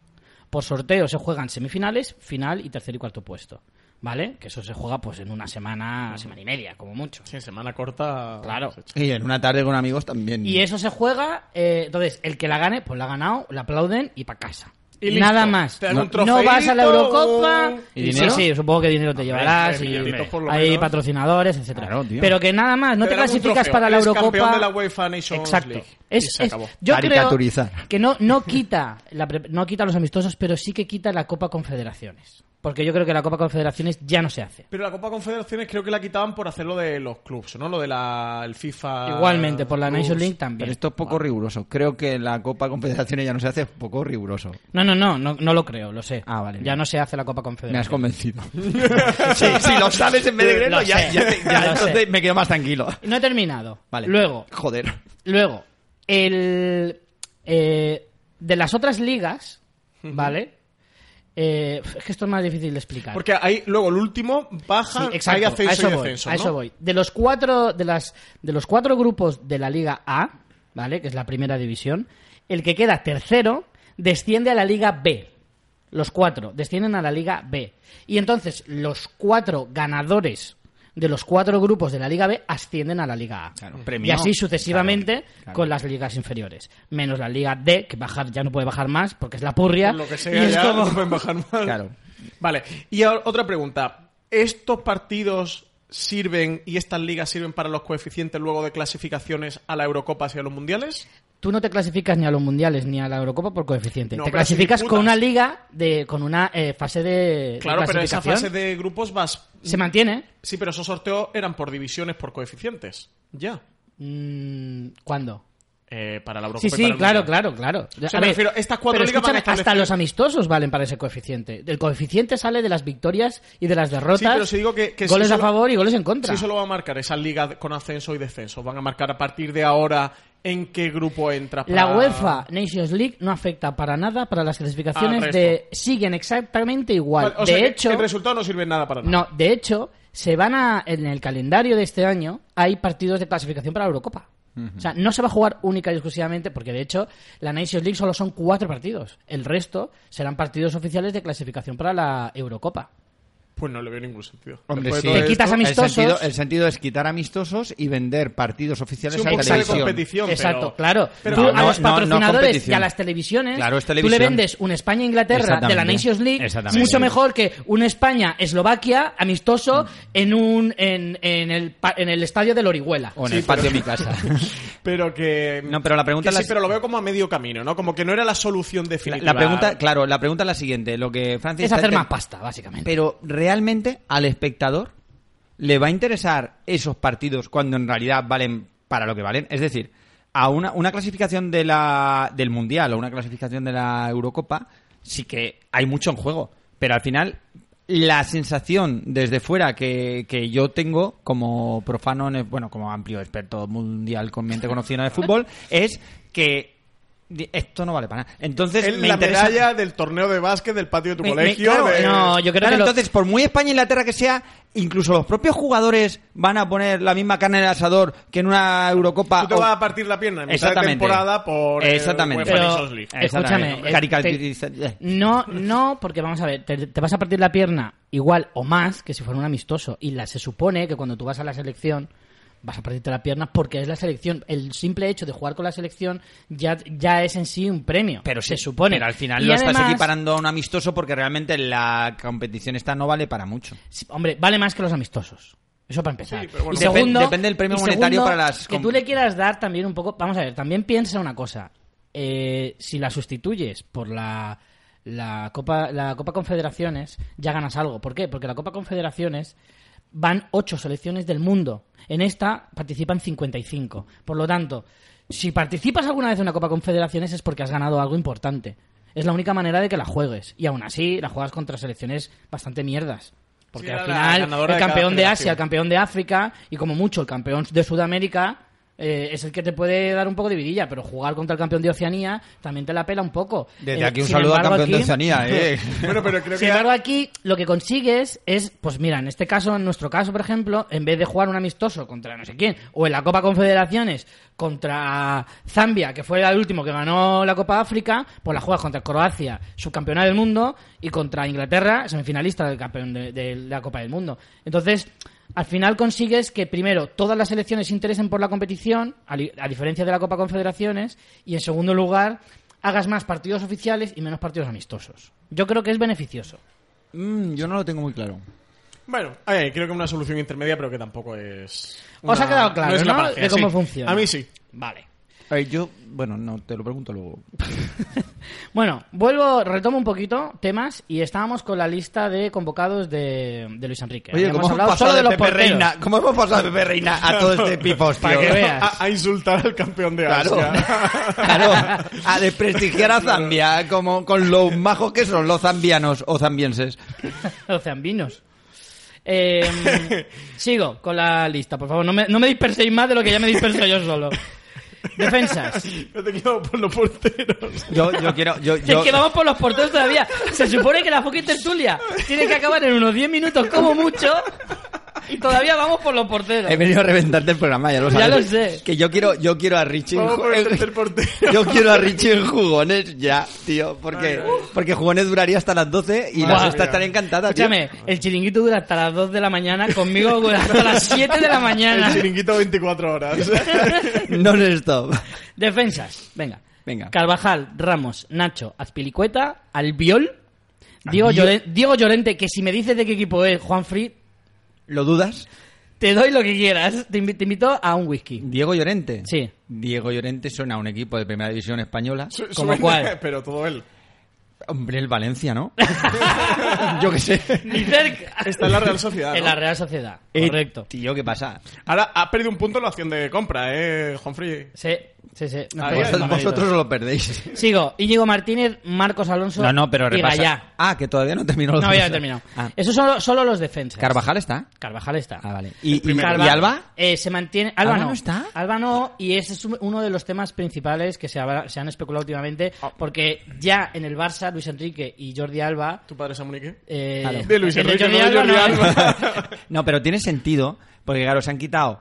Speaker 1: Por sorteo se juegan semifinales, final y tercer y cuarto puesto. ¿Vale? Que eso se juega pues en una semana, semana y media, como mucho.
Speaker 2: Sí, semana corta.
Speaker 1: Claro.
Speaker 3: Y en una tarde con amigos también.
Speaker 2: Mm.
Speaker 1: Y eso se juega, eh, entonces, el que la gane, pues la ha ganado, la aplauden y para casa.
Speaker 2: Y listo.
Speaker 1: Nada más.
Speaker 2: Te dan un
Speaker 1: No, no vas a la
Speaker 2: trofeito,
Speaker 1: Eurocopa.
Speaker 2: un-
Speaker 3: ¿Y dinero?
Speaker 1: Sí, sí, supongo que dinero te llevarás.
Speaker 2: hombre,
Speaker 1: y
Speaker 2: millonitos por lo
Speaker 1: hay
Speaker 2: menos.
Speaker 1: patrocinadores, etcétera.
Speaker 3: Claro, tío.
Speaker 1: Pero que nada más, no
Speaker 2: Te
Speaker 1: te,
Speaker 2: dan un
Speaker 1: clasificas
Speaker 2: trofeo,
Speaker 1: para la
Speaker 2: eres
Speaker 1: Eurocopa.
Speaker 2: campeón de la UEFA Nations
Speaker 1: Exacto.
Speaker 2: League.
Speaker 1: Es,
Speaker 2: Y se
Speaker 1: es-
Speaker 2: acabó.
Speaker 1: yo creo
Speaker 3: Caricaturizar.
Speaker 1: que no, no quita la pre- no quita los amistosos, pero sí que quita la Copa Confederaciones. Porque yo creo que la Copa Confederaciones ya no se hace.
Speaker 2: Pero la Copa Confederaciones creo que la quitaban por hacer lo de los clubs, ¿no? Lo de la el FIFA.
Speaker 1: Igualmente, por la
Speaker 2: clubs.
Speaker 1: Nations League también.
Speaker 3: Pero esto es poco riguroso. Creo que la Copa Confederaciones ya no se hace es poco riguroso.
Speaker 1: No, no, no, no, no lo creo, lo sé.
Speaker 3: Ah, vale.
Speaker 1: Ya no se hace la Copa
Speaker 3: Me has
Speaker 1: Confederaciones.
Speaker 3: convencido. Sí, si lo sabes en vez de creerlo,
Speaker 1: Lo
Speaker 3: ya,
Speaker 1: sé,
Speaker 3: ya te- ya
Speaker 1: lo
Speaker 3: entonces
Speaker 1: sé.
Speaker 3: me quedo más tranquilo.
Speaker 1: No he terminado.
Speaker 3: Vale.
Speaker 1: Luego,
Speaker 3: Joder.
Speaker 1: Luego, el eh, de las otras ligas, ¿vale? eh, es que esto es más difícil de explicar.
Speaker 2: Porque ahí, luego, el último
Speaker 1: Sí,
Speaker 2: baja,
Speaker 1: exacto,
Speaker 2: hay ascenso
Speaker 1: a eso
Speaker 2: y
Speaker 1: voy,
Speaker 2: descenso.
Speaker 1: a eso
Speaker 2: ¿no?
Speaker 1: voy. De los cuatro, de las, de los cuatro grupos de la Liga A, ¿vale? Que es la primera división, el que queda tercero desciende a la Liga B. Los cuatro descienden a la Liga B. Y entonces los cuatro ganadores de los cuatro grupos de la Liga B ascienden a la Liga A.
Speaker 3: Claro,
Speaker 1: y
Speaker 3: premio.
Speaker 1: así sucesivamente
Speaker 3: Claro, claro.
Speaker 1: con las ligas inferiores. Menos la Liga D, que bajar, ya no puede bajar más porque es la purria.
Speaker 2: Lo que
Speaker 1: y
Speaker 2: sea,
Speaker 1: es
Speaker 2: ya
Speaker 1: como-
Speaker 2: no pueden bajar más.
Speaker 3: Claro.
Speaker 2: Vale, y ahora otra pregunta. ¿Estos partidos sirven y estas ligas sirven para los coeficientes luego de clasificaciones a la Eurocopa y a los mundiales?
Speaker 1: tú no te clasificas ni a los mundiales ni a la Eurocopa por coeficiente.
Speaker 2: No,
Speaker 1: te
Speaker 2: pero si
Speaker 1: clasificas
Speaker 2: disputas.
Speaker 1: con una liga de con una eh, fase de, de
Speaker 2: Claro, pero esa
Speaker 1: clasificación.
Speaker 2: fase de grupos vas.
Speaker 1: se mantiene.
Speaker 2: Sí, pero esos sorteos eran por divisiones, por coeficientes. Ya.
Speaker 1: Mm, ¿Cuándo?
Speaker 2: Eh, para la
Speaker 1: Sí,
Speaker 2: Eurocopa. y para
Speaker 1: sí,
Speaker 2: el
Speaker 1: claro,
Speaker 2: Mundial.
Speaker 1: claro, claro.
Speaker 2: O sea, me refiero, estas cuatro
Speaker 1: pero
Speaker 2: ligas van
Speaker 1: escúchame,
Speaker 2: a
Speaker 1: hasta
Speaker 2: establecer-
Speaker 1: los amistosos valen para ese coeficiente. El coeficiente sale de las victorias y de las derrotas.
Speaker 2: Sí, pero si digo que- que si
Speaker 1: goles a
Speaker 2: solo-
Speaker 1: favor y goles en contra.
Speaker 2: Sí, solo va a marcar esas ligas con ascenso y descenso. Van a marcar a partir de ahora en qué grupo entras.
Speaker 1: La
Speaker 2: para-
Speaker 1: UEFA Nations League no afecta para nada para las clasificaciones
Speaker 2: resto.
Speaker 1: de siguen exactamente igual.
Speaker 2: Vale, o
Speaker 1: de
Speaker 2: sea que
Speaker 1: hecho,
Speaker 2: el resultado no sirve nada para nada.
Speaker 1: No, de hecho, se van a en el calendario de este año hay partidos de clasificación para la Eurocopa. O sea, no se va a jugar única y exclusivamente porque de hecho la Nations League solo son cuatro partidos. El resto serán partidos oficiales de clasificación para la Eurocopa.
Speaker 2: Pues no le veo ningún sentido.
Speaker 3: Hombre,
Speaker 2: Después
Speaker 3: sí.
Speaker 2: de todo
Speaker 1: Te quitas
Speaker 2: esto-
Speaker 1: a mí- amistosos.
Speaker 3: El sentido, el sentido es quitar amistosos y vender partidos oficiales
Speaker 2: Sí, un
Speaker 3: a
Speaker 2: poco de
Speaker 3: televisión.
Speaker 2: competición.
Speaker 1: Exacto,
Speaker 2: pero-
Speaker 1: claro.
Speaker 2: pero-
Speaker 1: Tú
Speaker 2: No,
Speaker 1: a
Speaker 2: no,
Speaker 1: los
Speaker 3: no, no
Speaker 1: patrocinadores y
Speaker 3: competición.
Speaker 1: a las televisiones,
Speaker 3: Claro, es
Speaker 1: tú le
Speaker 3: televisión.
Speaker 1: vendes un España-Inglaterra de la
Speaker 3: Exactamente.
Speaker 1: Nations League
Speaker 3: Exactamente.
Speaker 1: mucho
Speaker 3: Sí.
Speaker 1: mejor que un España-Eslovaquia amistoso
Speaker 3: Mm.
Speaker 1: en un en, en el, pa- en el estadio del Orihuela.
Speaker 3: O en el patio de mi casa.
Speaker 2: Pero que.
Speaker 3: No, pero la
Speaker 2: que
Speaker 3: pregunta es la-
Speaker 2: Sí, pero lo veo como a medio camino, ¿no? Como que no era la solución
Speaker 3: La,
Speaker 2: definitiva.
Speaker 3: la pregunta, claro, la pregunta es la siguiente. Lo que Francis
Speaker 1: Es
Speaker 3: está
Speaker 1: hacer
Speaker 3: inten-
Speaker 1: más pasta, básicamente.
Speaker 3: Pero realmente al espectador le va a interesar esos partidos cuando en realidad valen para lo que valen. Es decir, a una, una clasificación de la, del Mundial o una clasificación de la Eurocopa sí que hay mucho en juego. Pero al final la sensación desde fuera que, que yo tengo como profano, en el- bueno, como amplio experto mundial con mente conocida de fútbol, es que di- esto no vale para nada. Entonces
Speaker 2: Es
Speaker 3: me
Speaker 2: la
Speaker 3: interesa-
Speaker 2: medalla del torneo de básquet del patio de tu
Speaker 3: me- me-
Speaker 2: colegio.
Speaker 3: claro,
Speaker 2: de-
Speaker 1: no, yo creo
Speaker 3: Claro,
Speaker 1: que lo-
Speaker 3: entonces, por muy España e Inglaterra que sea, incluso los propios jugadores van a poner la misma carne en el asador que en una Eurocopa.
Speaker 2: Tú te
Speaker 3: o-
Speaker 2: vas a partir la pierna en mitad de
Speaker 3: Exactamente.
Speaker 2: temporada por. eh,
Speaker 3: Exactamente.
Speaker 2: UEFA
Speaker 1: Pero,
Speaker 2: Nations League.
Speaker 1: eh, escúchame,
Speaker 3: Exactamente.
Speaker 1: eh,
Speaker 3: Caricaturiza-
Speaker 1: te- no, no, porque vamos a ver, te, te vas a partir la pierna igual o más que si fuera un amistoso. Y la, se supone que cuando tú vas a la selección vas a partirte la pierna porque es la selección. El simple hecho de jugar con la selección ya, ya es en sí un premio.
Speaker 3: Pero
Speaker 1: se
Speaker 3: sí,
Speaker 1: supone.
Speaker 3: Pero al final
Speaker 1: Y
Speaker 3: lo estás
Speaker 1: además-
Speaker 3: equiparando a un amistoso porque realmente la competición esta no vale para mucho.
Speaker 1: Sí, Hombre, vale más que los amistosos. Eso para empezar.
Speaker 2: Sí, pero bueno.
Speaker 1: y
Speaker 3: Depen-
Speaker 1: segundo,
Speaker 3: depende del premio
Speaker 1: y
Speaker 3: monetario
Speaker 1: segundo,
Speaker 3: para las
Speaker 1: Que
Speaker 3: com-
Speaker 1: tú le quieras dar también un poco. Vamos a ver, también piensa una cosa. Eh, si la sustituyes por la, la, Copa, la Copa Confederaciones, ya ganas algo. ¿Por qué? Porque la Copa Confederaciones van ocho selecciones del mundo. En esta participan 55. Por lo tanto, si participas alguna vez en una Copa Confederaciones es porque has ganado algo importante. Es la única manera de que la juegues. Y aún así, la juegas contra selecciones bastante mierdas. Porque
Speaker 2: Sí,
Speaker 1: al
Speaker 2: era la
Speaker 1: final
Speaker 2: ganadora
Speaker 1: el
Speaker 2: de cada
Speaker 1: campeón de Asia,
Speaker 2: federación.
Speaker 1: el campeón de África y como mucho el campeón de Sudamérica eh, es el que te puede dar un poco de vidilla, pero jugar contra el campeón de Oceanía también te la pela un poco.
Speaker 3: Desde
Speaker 1: Eh,
Speaker 3: aquí un
Speaker 1: sin
Speaker 3: saludo al
Speaker 1: embargo,
Speaker 3: campeón de
Speaker 1: aquí-
Speaker 3: Oceanía. ¿eh?
Speaker 2: Bueno, pero creo que.
Speaker 1: sin embargo, aquí lo que consigues es, pues mira, en este caso, en nuestro caso, por ejemplo, en vez de jugar un amistoso contra no sé quién, o en la Copa Confederaciones contra Zambia, que fue el último que ganó la Copa África, pues la juegas contra Croacia, subcampeona del mundo, y contra Inglaterra, semifinalista del campeón de, de la Copa del Mundo. Entonces, al final consigues que primero todas las selecciones se interesen por la competición, a, li- a diferencia de la Copa Confederaciones, y en segundo lugar hagas más partidos oficiales y menos partidos amistosos. Yo creo que es beneficioso.
Speaker 3: Mm, yo no lo tengo muy claro.
Speaker 2: Bueno, ay, creo que una solución intermedia, pero que tampoco es.
Speaker 1: ¿Os
Speaker 2: una-
Speaker 1: ha quedado claro,
Speaker 2: es la
Speaker 1: no?
Speaker 2: panacea,
Speaker 1: de cómo
Speaker 2: sí.
Speaker 1: funciona?
Speaker 2: A mí sí.
Speaker 1: Vale.
Speaker 3: A ver, yo, bueno, no, te lo pregunto luego.
Speaker 1: Bueno, vuelvo, retomo un poquito temas y estábamos con la lista de convocados de, de Luis Enrique.
Speaker 3: Oye,
Speaker 1: Habíamos
Speaker 3: ¿cómo hemos,
Speaker 1: hablado
Speaker 3: pasado
Speaker 1: solo
Speaker 3: de
Speaker 1: de los
Speaker 3: Pepe
Speaker 1: porteros.
Speaker 3: Reina, ¿cómo hemos pasado de Pepe Reina a todo este pifos,
Speaker 1: Para
Speaker 3: tío?
Speaker 1: que veas.
Speaker 2: A, a insultar al campeón de
Speaker 3: Claro,
Speaker 2: Asia.
Speaker 3: claro, a desprestigiar a Zambia como con lo majos que son los zambianos o zambienses.
Speaker 1: Los zambinos. Em, Eh, sigo con la lista, por favor. No me, no me disperséis más de lo que ya me disperso yo solo. Defensas.
Speaker 2: Yo te quiero por los porteros.
Speaker 3: Yo, yo quiero. Yo,
Speaker 1: Si
Speaker 3: yo-
Speaker 1: Es que vamos por los porteros todavía. Se supone que la fucking tertulia tiene que acabar en unos 10 minutos como mucho y todavía vamos por los porteros.
Speaker 3: He venido a reventarte el programa, ya lo
Speaker 1: Ya lo
Speaker 3: sabes.
Speaker 1: sé.
Speaker 3: Que yo quiero, yo quiero a Richie. en
Speaker 2: Vamos
Speaker 3: ju-
Speaker 2: por el
Speaker 3: en-
Speaker 2: tercer portero.
Speaker 3: Yo quiero a Richie en jugones ya, tío. Porque,
Speaker 2: Ay, ay.
Speaker 3: porque jugones duraría hasta las 12 y la
Speaker 1: Madre
Speaker 3: sexta
Speaker 2: mía.
Speaker 3: estaría encantada, tío.
Speaker 1: Escúchame, el chiringuito dura hasta las 2 de la mañana, conmigo dura hasta las 7 de la mañana.
Speaker 2: El chiringuito 24 horas.
Speaker 3: Non stop.
Speaker 1: Defensas, venga.
Speaker 3: Venga.
Speaker 1: Carvajal, Ramos, Nacho, Azpilicueta, Albiol, Diego,
Speaker 3: Albiol.
Speaker 1: Lloren- Diego Llorente, que si me dices de qué equipo es Juanfri,
Speaker 3: ¿Lo dudas?
Speaker 1: te doy lo que quieras. Te, invi- te invito a un whisky.
Speaker 3: Diego Llorente.
Speaker 1: Sí.
Speaker 3: Diego Llorente suena a un equipo de primera división española.
Speaker 2: Su-
Speaker 1: ¿Cómo
Speaker 2: suena,
Speaker 1: cuál?
Speaker 2: Pero todo él.
Speaker 3: Hombre, el Valencia, ¿no? yo qué sé.
Speaker 1: Ni cerca.
Speaker 2: Está en la Real Sociedad.
Speaker 1: En
Speaker 2: ¿no?
Speaker 1: la Real Sociedad,
Speaker 3: Eh,
Speaker 1: correcto.
Speaker 3: Tío, ¿qué pasa?
Speaker 2: Ahora has perdido un punto en la opción de compra, eh, Humphrey.
Speaker 1: Sí, sí, sí. No,
Speaker 2: Ahí
Speaker 1: pero-
Speaker 2: es,
Speaker 3: Vosotros,
Speaker 2: Manolito.
Speaker 3: Ah, vosotros lo perdéis.
Speaker 1: Sigo. Íñigo Martínez, Marcos Alonso
Speaker 3: No, no, pero
Speaker 1: y
Speaker 3: repasa.
Speaker 1: Gallá.
Speaker 3: Ah, que todavía no terminó.
Speaker 1: No había terminado. Esos son solo los defensas.
Speaker 3: Ah, Carvajal está.
Speaker 1: Carvajal está.
Speaker 3: Ah, vale. ¿Y, y-
Speaker 1: Carva-
Speaker 3: y Alba?
Speaker 1: eh, se mantiene. Alba,
Speaker 3: ¿Alba
Speaker 1: no
Speaker 3: no está?
Speaker 1: Alba no, y ese es un- uno de los temas principales que se, habla- se han especulado últimamente, porque ya en el Barça, Luis Enrique y Jordi Alba.
Speaker 2: ¿Tu padre es Amunique?
Speaker 1: eh,
Speaker 3: Claro.
Speaker 2: De Luis
Speaker 1: el
Speaker 2: Enrique, no de Jordi
Speaker 3: Este
Speaker 2: Alba.
Speaker 3: No, pero tiene sentido, porque claro, se han quitado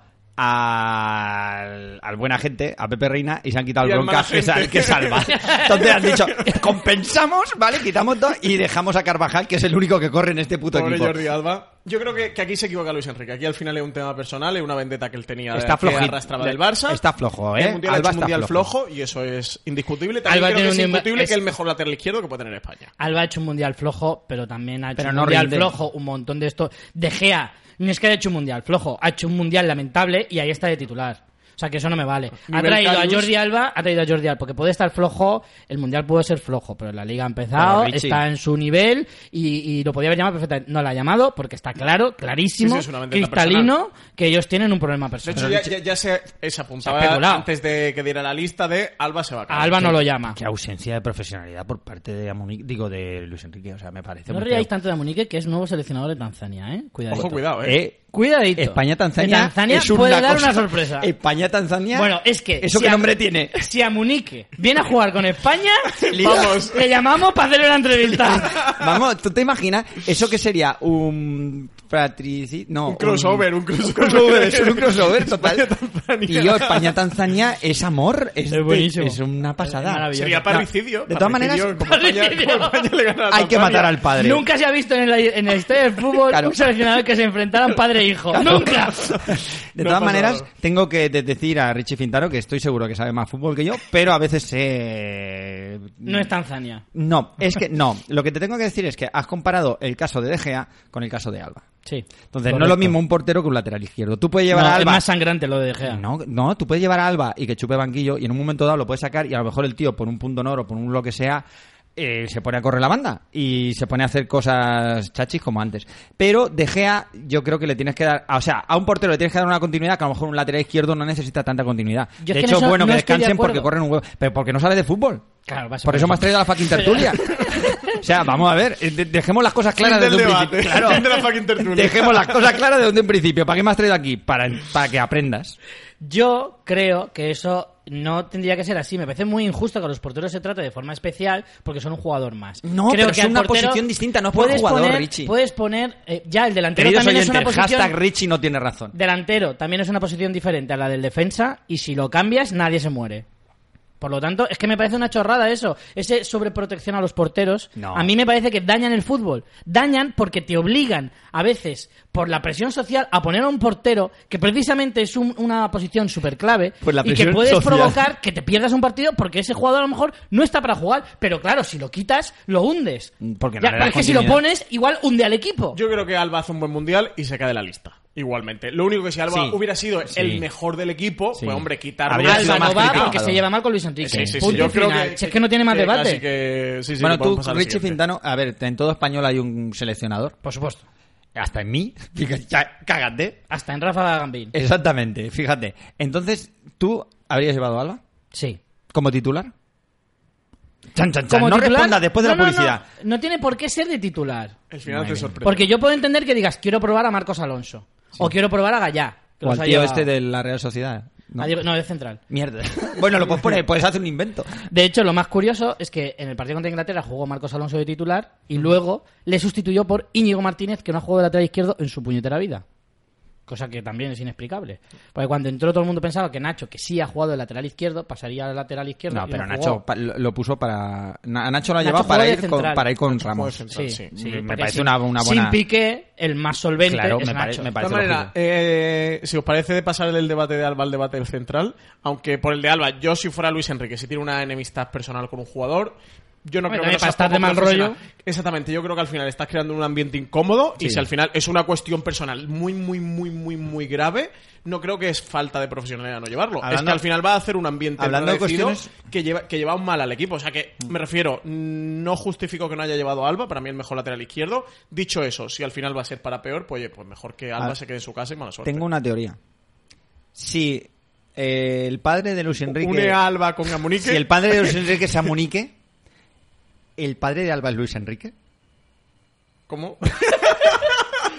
Speaker 3: al, al buen agente, a Pepe Reina, y se han quitado
Speaker 2: Y
Speaker 3: al
Speaker 2: al
Speaker 3: bronca
Speaker 2: mal
Speaker 3: que, sal-
Speaker 2: agente.
Speaker 3: que salva. Entonces han dicho, compensamos, ¿vale? Quitamos dos y dejamos a Carvajal, que es el único que corre en este puto
Speaker 2: Pobre
Speaker 3: equipo.
Speaker 2: Jordi Alba. Yo creo que, que aquí se equivoca Luis Enrique. Aquí al final es un tema personal, es una vendetta que él tenía de-
Speaker 3: Está
Speaker 2: que
Speaker 3: flojito.
Speaker 2: arrastraba del Barça.
Speaker 3: Está flojo,
Speaker 2: El
Speaker 3: ¿eh?
Speaker 2: mundial
Speaker 3: Alba
Speaker 2: ha hecho un
Speaker 3: está
Speaker 2: mundial
Speaker 3: flojo.
Speaker 2: flojo. y eso es indiscutible. También
Speaker 1: Alba
Speaker 2: creo
Speaker 1: tiene
Speaker 2: que es
Speaker 1: un inva-
Speaker 2: indiscutible
Speaker 1: es-
Speaker 2: que es el mejor lateral izquierdo que puede tener España.
Speaker 1: Alba ha hecho un mundial flojo, pero también ha hecho
Speaker 3: Pero
Speaker 1: un
Speaker 3: no
Speaker 1: mundial
Speaker 3: rinde.
Speaker 1: flojo, un montón de esto. De Gea, ni es que haya hecho un mundial flojo, ha hecho un mundial lamentable y ahí está de titular. O sea que eso no me vale. Ha
Speaker 2: Nivel
Speaker 1: traído a
Speaker 2: Carius.
Speaker 1: Jordi Alba, ha traído a Jordi Alba, porque puede estar flojo, el mundial puede ser flojo, pero la liga ha empezado,
Speaker 3: Pero, Richie.
Speaker 1: está en su nivel y, y lo podía haber llamado perfectamente. No la ha llamado porque está claro, clarísimo,
Speaker 2: Sí, sí, es una vendetta
Speaker 1: cristalino, que ellos tienen un problema
Speaker 2: De
Speaker 1: personal.
Speaker 2: hecho, ya, ya- ya se, eh, se apuntaba
Speaker 1: Se ha especulado.
Speaker 2: antes de que diera la lista de Alba se va a
Speaker 1: a
Speaker 2: caer.
Speaker 1: Alba no lo
Speaker 2: Ah.
Speaker 1: llama.
Speaker 3: Qué ausencia de profesionalidad por parte de Amunic, digo, de Luis Enrique, o sea, me parece...
Speaker 1: No
Speaker 3: muy
Speaker 1: reáis
Speaker 3: feo.
Speaker 1: tanto de Munique, que es nuevo seleccionador de Tanzania, ¿eh? Cuidadito.
Speaker 2: Ojo, cuidado, eh.
Speaker 3: Eh,
Speaker 1: Cuidadito.
Speaker 3: España-Tanzania
Speaker 1: Que Tanzania
Speaker 3: es una
Speaker 1: puede dar
Speaker 3: cosa-
Speaker 1: una sorpresa.
Speaker 3: España-Tanzania...
Speaker 1: Bueno, es que
Speaker 3: ¿Eso
Speaker 1: si
Speaker 3: qué
Speaker 1: a-
Speaker 3: nombre tiene?
Speaker 1: Si a Munique viene a jugar con España,
Speaker 3: lía.
Speaker 1: vamos, le llamamos para hacerle una entrevista.
Speaker 3: Vamos, ¿tú te imaginas eso que sería un fratricid? No,
Speaker 2: Un crossover, un crossover.
Speaker 3: crossover, es un crossover total.
Speaker 2: España-Tanzania.
Speaker 3: Tío, España-Tanzania es amor, es,
Speaker 1: Es buenísimo.
Speaker 3: es una
Speaker 1: Es
Speaker 3: pasada.
Speaker 1: maravilloso.
Speaker 2: Sería
Speaker 1: No,
Speaker 2: parricidio.
Speaker 3: de todas maneras,
Speaker 2: parricidio, como España-
Speaker 1: parricidio.
Speaker 2: como España le gana a
Speaker 3: Hay que
Speaker 2: Tanzania.
Speaker 3: matar al padre.
Speaker 1: Nunca se ha visto en la, en la historia del fútbol
Speaker 3: Claro.
Speaker 1: un seleccionador que se enfrentaran padre e hijo. ¡Nunca!
Speaker 3: De
Speaker 2: No pasa
Speaker 3: todas maneras,
Speaker 2: nada.
Speaker 3: tengo que de- decir a Richie Fintaro que estoy seguro que sabe más fútbol que yo, pero a veces se...
Speaker 1: No es Tanzania.
Speaker 3: No, es que no. Lo que te tengo que decir es que has comparado el caso de De Gea con el caso de Alba.
Speaker 1: Sí.
Speaker 3: Entonces, no es lo mismo un portero que un lateral izquierdo. Tú puedes llevar a
Speaker 1: No, es
Speaker 3: Alba
Speaker 1: más sangrante lo de De Gea.
Speaker 3: No, no, tú puedes llevar a Alba y que chupe banquillo y en un momento dado lo puedes sacar y a lo mejor el tío por un punto honor o por un lo que sea eh, se pone a correr la banda y se pone a hacer cosas chachis como antes. Pero De Gea yo creo que le tienes que dar, o sea, a un portero le tienes que dar una continuidad que a lo mejor un lateral izquierdo no necesita tanta continuidad.
Speaker 1: Yo es
Speaker 3: de
Speaker 1: que en
Speaker 3: hecho,
Speaker 1: eso
Speaker 3: bueno
Speaker 1: no
Speaker 3: que
Speaker 1: estoy de
Speaker 3: descansen porque
Speaker 1: acuerdo.
Speaker 3: corren un huevo, pero porque no sabe de fútbol.
Speaker 1: Claro, va a ser
Speaker 3: Por eso
Speaker 1: por
Speaker 3: me has traído a la fucking tertulia. O sea, vamos a ver, eh, de- dejemos las cosas claras
Speaker 2: Fin del
Speaker 3: desde un
Speaker 2: debate.
Speaker 3: principio. Claro.
Speaker 2: Fin de la fucking tertulia.
Speaker 3: Dejemos las cosas claras desde un principio. ¿Para qué me has traído aquí? Para, para que aprendas.
Speaker 1: Yo creo que eso no tendría que ser así. Me parece muy injusto que a los porteros se trate de forma especial porque son un jugador más.
Speaker 3: No,
Speaker 1: creo
Speaker 3: pero
Speaker 1: que
Speaker 3: es
Speaker 1: al
Speaker 3: una
Speaker 1: portero
Speaker 3: posición distinta, no es por
Speaker 1: puedes
Speaker 3: jugador,
Speaker 1: poner-
Speaker 3: Richie.
Speaker 1: Puedes poner... eh, ya, el delantero
Speaker 3: Queridos
Speaker 1: también
Speaker 3: oyentes,
Speaker 1: es una posición...
Speaker 3: hashtag Richie no tiene razón.
Speaker 1: Delantero también es una posición diferente a la del defensa y si lo cambias nadie se muere. Por lo tanto, es que me parece una chorrada eso, ese sobreprotección a los porteros.
Speaker 3: No.
Speaker 1: A mí me parece que dañan el fútbol. Dañan porque te obligan a veces, por la presión social, a poner a un portero que precisamente es un- una posición súper clave
Speaker 3: Por Pues la
Speaker 1: y que
Speaker 3: presión
Speaker 1: puedes
Speaker 3: social.
Speaker 1: provocar que te pierdas un partido porque ese jugador a lo mejor no está para jugar. Pero claro, si lo quitas, lo hundes.
Speaker 3: Porque no
Speaker 1: Ya,
Speaker 3: le
Speaker 1: pero
Speaker 3: das
Speaker 1: es que si lo
Speaker 3: continuidad.
Speaker 1: pones, igual hunde al equipo.
Speaker 2: Yo creo que Alba hace un buen mundial y se cae de la lista. Igualmente. Lo único que si Alba
Speaker 3: Sí.
Speaker 2: hubiera sido
Speaker 3: Sí.
Speaker 2: el mejor del equipo,
Speaker 3: Sí.
Speaker 2: pues hombre, quitarlo.
Speaker 3: Habría
Speaker 2: hubiera
Speaker 3: sido
Speaker 1: Alba
Speaker 2: sido
Speaker 3: más
Speaker 1: no va
Speaker 3: criticado.
Speaker 1: porque se lleva mal con Luis Enrique.
Speaker 2: Sí, sí, sí.
Speaker 1: Punto
Speaker 2: Yo creo
Speaker 1: final.
Speaker 2: que,
Speaker 1: Si es que no tiene más
Speaker 2: que
Speaker 1: debate.
Speaker 2: casi que- sí, sí,
Speaker 3: bueno,
Speaker 2: podemos
Speaker 3: tú,
Speaker 2: pasar al
Speaker 3: Richie
Speaker 2: siguiente.
Speaker 3: Fintano, a ver, en todo español hay un seleccionador.
Speaker 1: Por supuesto.
Speaker 3: Hasta en mí. Fíjate, ya, cágate.
Speaker 1: Hasta en Rafa Gambín.
Speaker 3: Exactamente, fíjate. Entonces, ¿tú habrías llevado a Alba
Speaker 1: Sí.
Speaker 3: como titular? Chan, chan, chan. no respondas después de
Speaker 1: No,
Speaker 3: la
Speaker 1: no, no.
Speaker 3: publicidad.
Speaker 1: No, tiene por qué ser de titular.
Speaker 2: El final
Speaker 3: Madre
Speaker 2: te
Speaker 3: mía.
Speaker 2: sorprende.
Speaker 1: Porque yo puedo entender que digas, quiero probar a Marcos Alonso. O quiero probar a Gallá. que
Speaker 3: O
Speaker 1: los
Speaker 3: al
Speaker 1: ha
Speaker 3: tío
Speaker 1: llevado.
Speaker 3: este de la Real Sociedad.
Speaker 1: No, ah, digo- no, es central.
Speaker 3: Mierda. Bueno, lo puedes poner, puedes hacer un invento.
Speaker 1: De hecho, lo más curioso es que en el partido contra Inglaterra jugó Marcos Alonso de titular y luego le sustituyó por Íñigo Martínez, que no ha jugado de lateral izquierdo en su puñetera vida. Cosa que también es inexplicable. Porque cuando entró todo el mundo pensaba que Nacho, que sí ha jugado de lateral izquierdo, pasaría al lateral izquierdo.
Speaker 3: No,
Speaker 1: y
Speaker 3: pero
Speaker 1: jugó.
Speaker 3: Nacho pa- lo lo puso para. Na- a Nacho lo
Speaker 1: Nacho
Speaker 3: ha llevado
Speaker 1: juega
Speaker 3: para
Speaker 1: de
Speaker 3: ir, con,
Speaker 1: central.
Speaker 3: para ir con
Speaker 2: Nacho juega de
Speaker 3: Ramos.
Speaker 2: central.
Speaker 1: Sí,
Speaker 2: Sí,
Speaker 1: sí,
Speaker 3: me
Speaker 1: porque
Speaker 3: parece
Speaker 1: sin-
Speaker 3: una- una
Speaker 1: Sin
Speaker 3: buena-
Speaker 1: Piqué, el más solvente
Speaker 3: Claro,
Speaker 1: es
Speaker 3: me pare-
Speaker 1: Nacho.
Speaker 3: me
Speaker 2: De
Speaker 3: parece
Speaker 2: todas maneras,
Speaker 3: lógico.
Speaker 2: eh, si os parece de pasar del debate de Alba al debate del central, aunque por el de Alba, yo si fuera Luis Enrique, si tiene una enemistad personal con un jugador, yo no
Speaker 1: Hombre,
Speaker 2: creo
Speaker 1: también
Speaker 2: que
Speaker 1: para
Speaker 2: no seas
Speaker 1: estar
Speaker 2: poco
Speaker 1: de mal
Speaker 2: profesional.
Speaker 1: rollo.
Speaker 2: Exactamente, yo creo que al final estás creando un ambiente incómodo y
Speaker 3: Sí.
Speaker 2: si al final es una cuestión personal muy, muy, muy, muy, muy grave, no creo que es falta de profesionalidad no llevarlo. es
Speaker 3: Hablando-
Speaker 2: que al final va a hacer un ambiente
Speaker 3: Hablando de
Speaker 2: enrarecido
Speaker 3: cuestiones-
Speaker 2: que lleva, que lleva un mal al equipo. O sea que,
Speaker 3: Mm.
Speaker 2: me refiero, no justifico que no haya llevado a Alba, para mí el mejor lateral izquierdo. Dicho eso, si al final va a ser para peor, pues oye, pues mejor que Alba
Speaker 3: Ah.
Speaker 2: se quede en su casa y mala suerte.
Speaker 3: Tengo una teoría. Si eh, el padre de Luis Enrique.
Speaker 2: Une a Alba con Gamunique.
Speaker 3: Si el padre de Luis Enrique se amunique, ¿el padre de Alba es Luis Enrique?
Speaker 2: ¿Cómo?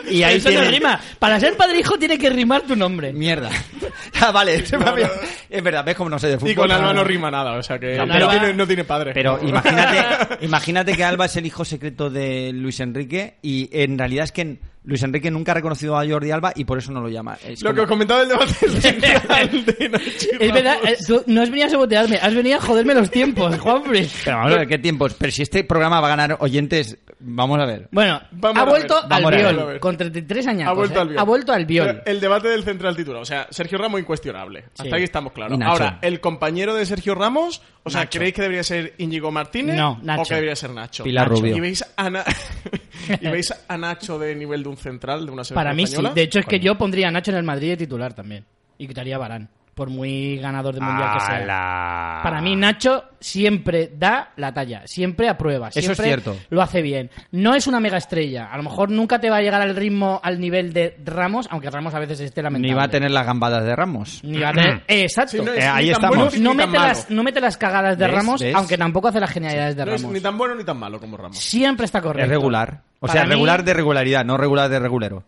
Speaker 3: Y ahí
Speaker 1: Eso no
Speaker 3: tiene-
Speaker 1: rima. Para ser padre hijo tiene que rimar tu nombre.
Speaker 3: Mierda. Ah, vale. se me ha olvidado. Es verdad, ves cómo no sé de fútbol.
Speaker 2: Y con Alba no rima nada, o sea que
Speaker 1: Con
Speaker 2: no,
Speaker 1: Alba-
Speaker 2: tiene, no tiene padre.
Speaker 3: Pero
Speaker 2: No.
Speaker 3: imagínate, imagínate que Alba es el hijo secreto de Luis Enrique y en realidad es que Luis Enrique nunca ha reconocido a Jordi Alba y por eso no lo llama. Es
Speaker 2: Lo que
Speaker 3: como-
Speaker 2: os comentaba el debate central de Nacho y
Speaker 1: Es verdad,
Speaker 2: Ramos.
Speaker 1: eh, tú no has venido a sabotearme, has venido a joderme los tiempos, Juanfrey.
Speaker 3: Pero vamos a ver qué tiempos. Pero si este programa va a ganar oyentes, vamos a ver.
Speaker 1: Bueno,
Speaker 2: Vamos
Speaker 1: ha
Speaker 2: a ver,
Speaker 1: vuelto
Speaker 2: vamos
Speaker 1: al
Speaker 3: a
Speaker 2: Vamos
Speaker 3: ver.
Speaker 2: a
Speaker 1: viol,
Speaker 2: ver.
Speaker 1: con 33 años.
Speaker 2: Ha vuelto al viol.
Speaker 1: pues, ¿eh?
Speaker 2: ¿Eh?
Speaker 1: Ha vuelto al viol.
Speaker 2: Pero El debate del central titular. O sea, Sergio Ramos incuestionable.
Speaker 1: Sí.
Speaker 2: Hasta ahí estamos claros.
Speaker 3: Y Nacho.
Speaker 2: Ahora, el compañero de Sergio Ramos, o sea,
Speaker 1: Nacho.
Speaker 2: ¿creéis que debería ser Íñigo Martínez?
Speaker 1: No, Nacho.
Speaker 2: ¿O que debería ser Nacho?
Speaker 3: Pilar
Speaker 2: Nacho.
Speaker 3: Rubio.
Speaker 2: ¿Y veis, a Na- ¿Y veis a Nacho de nivel de un central, de una selección
Speaker 1: Para mí sí.
Speaker 2: española?
Speaker 1: De hecho, es que yo pondría a Nacho en el Madrid de titular también. Y quitaría a Barán, por muy ganador de mundial que sea.
Speaker 3: ¡Hala!
Speaker 1: Para mí, Nacho siempre da la talla, siempre aprueba,
Speaker 3: Eso es
Speaker 1: siempre
Speaker 3: cierto.
Speaker 1: lo hace bien. No es una mega estrella. A lo mejor nunca te va a llegar al ritmo, al nivel de Ramos, aunque Ramos a veces esté lamentable.
Speaker 3: Ni va a tener las gambadas de Ramos.
Speaker 1: Ni va a tener- Exacto.
Speaker 2: Sí, no es
Speaker 3: Eh,
Speaker 2: ni
Speaker 3: ahí
Speaker 2: tan
Speaker 3: estamos.
Speaker 2: bueno ni
Speaker 1: no,
Speaker 2: tan
Speaker 1: mete
Speaker 2: malo.
Speaker 1: las, no mete las cagadas de
Speaker 3: ¿Ves?
Speaker 1: Ramos,
Speaker 3: ¿Ves?
Speaker 1: aunque tampoco hace las genialidades de
Speaker 2: No es
Speaker 1: Ramos.
Speaker 2: ni tan bueno ni tan malo como Ramos.
Speaker 1: Siempre está correcto.
Speaker 3: Es regular. O
Speaker 1: Para
Speaker 3: sea,
Speaker 1: mí-
Speaker 3: regular de regularidad, no regular de regulero.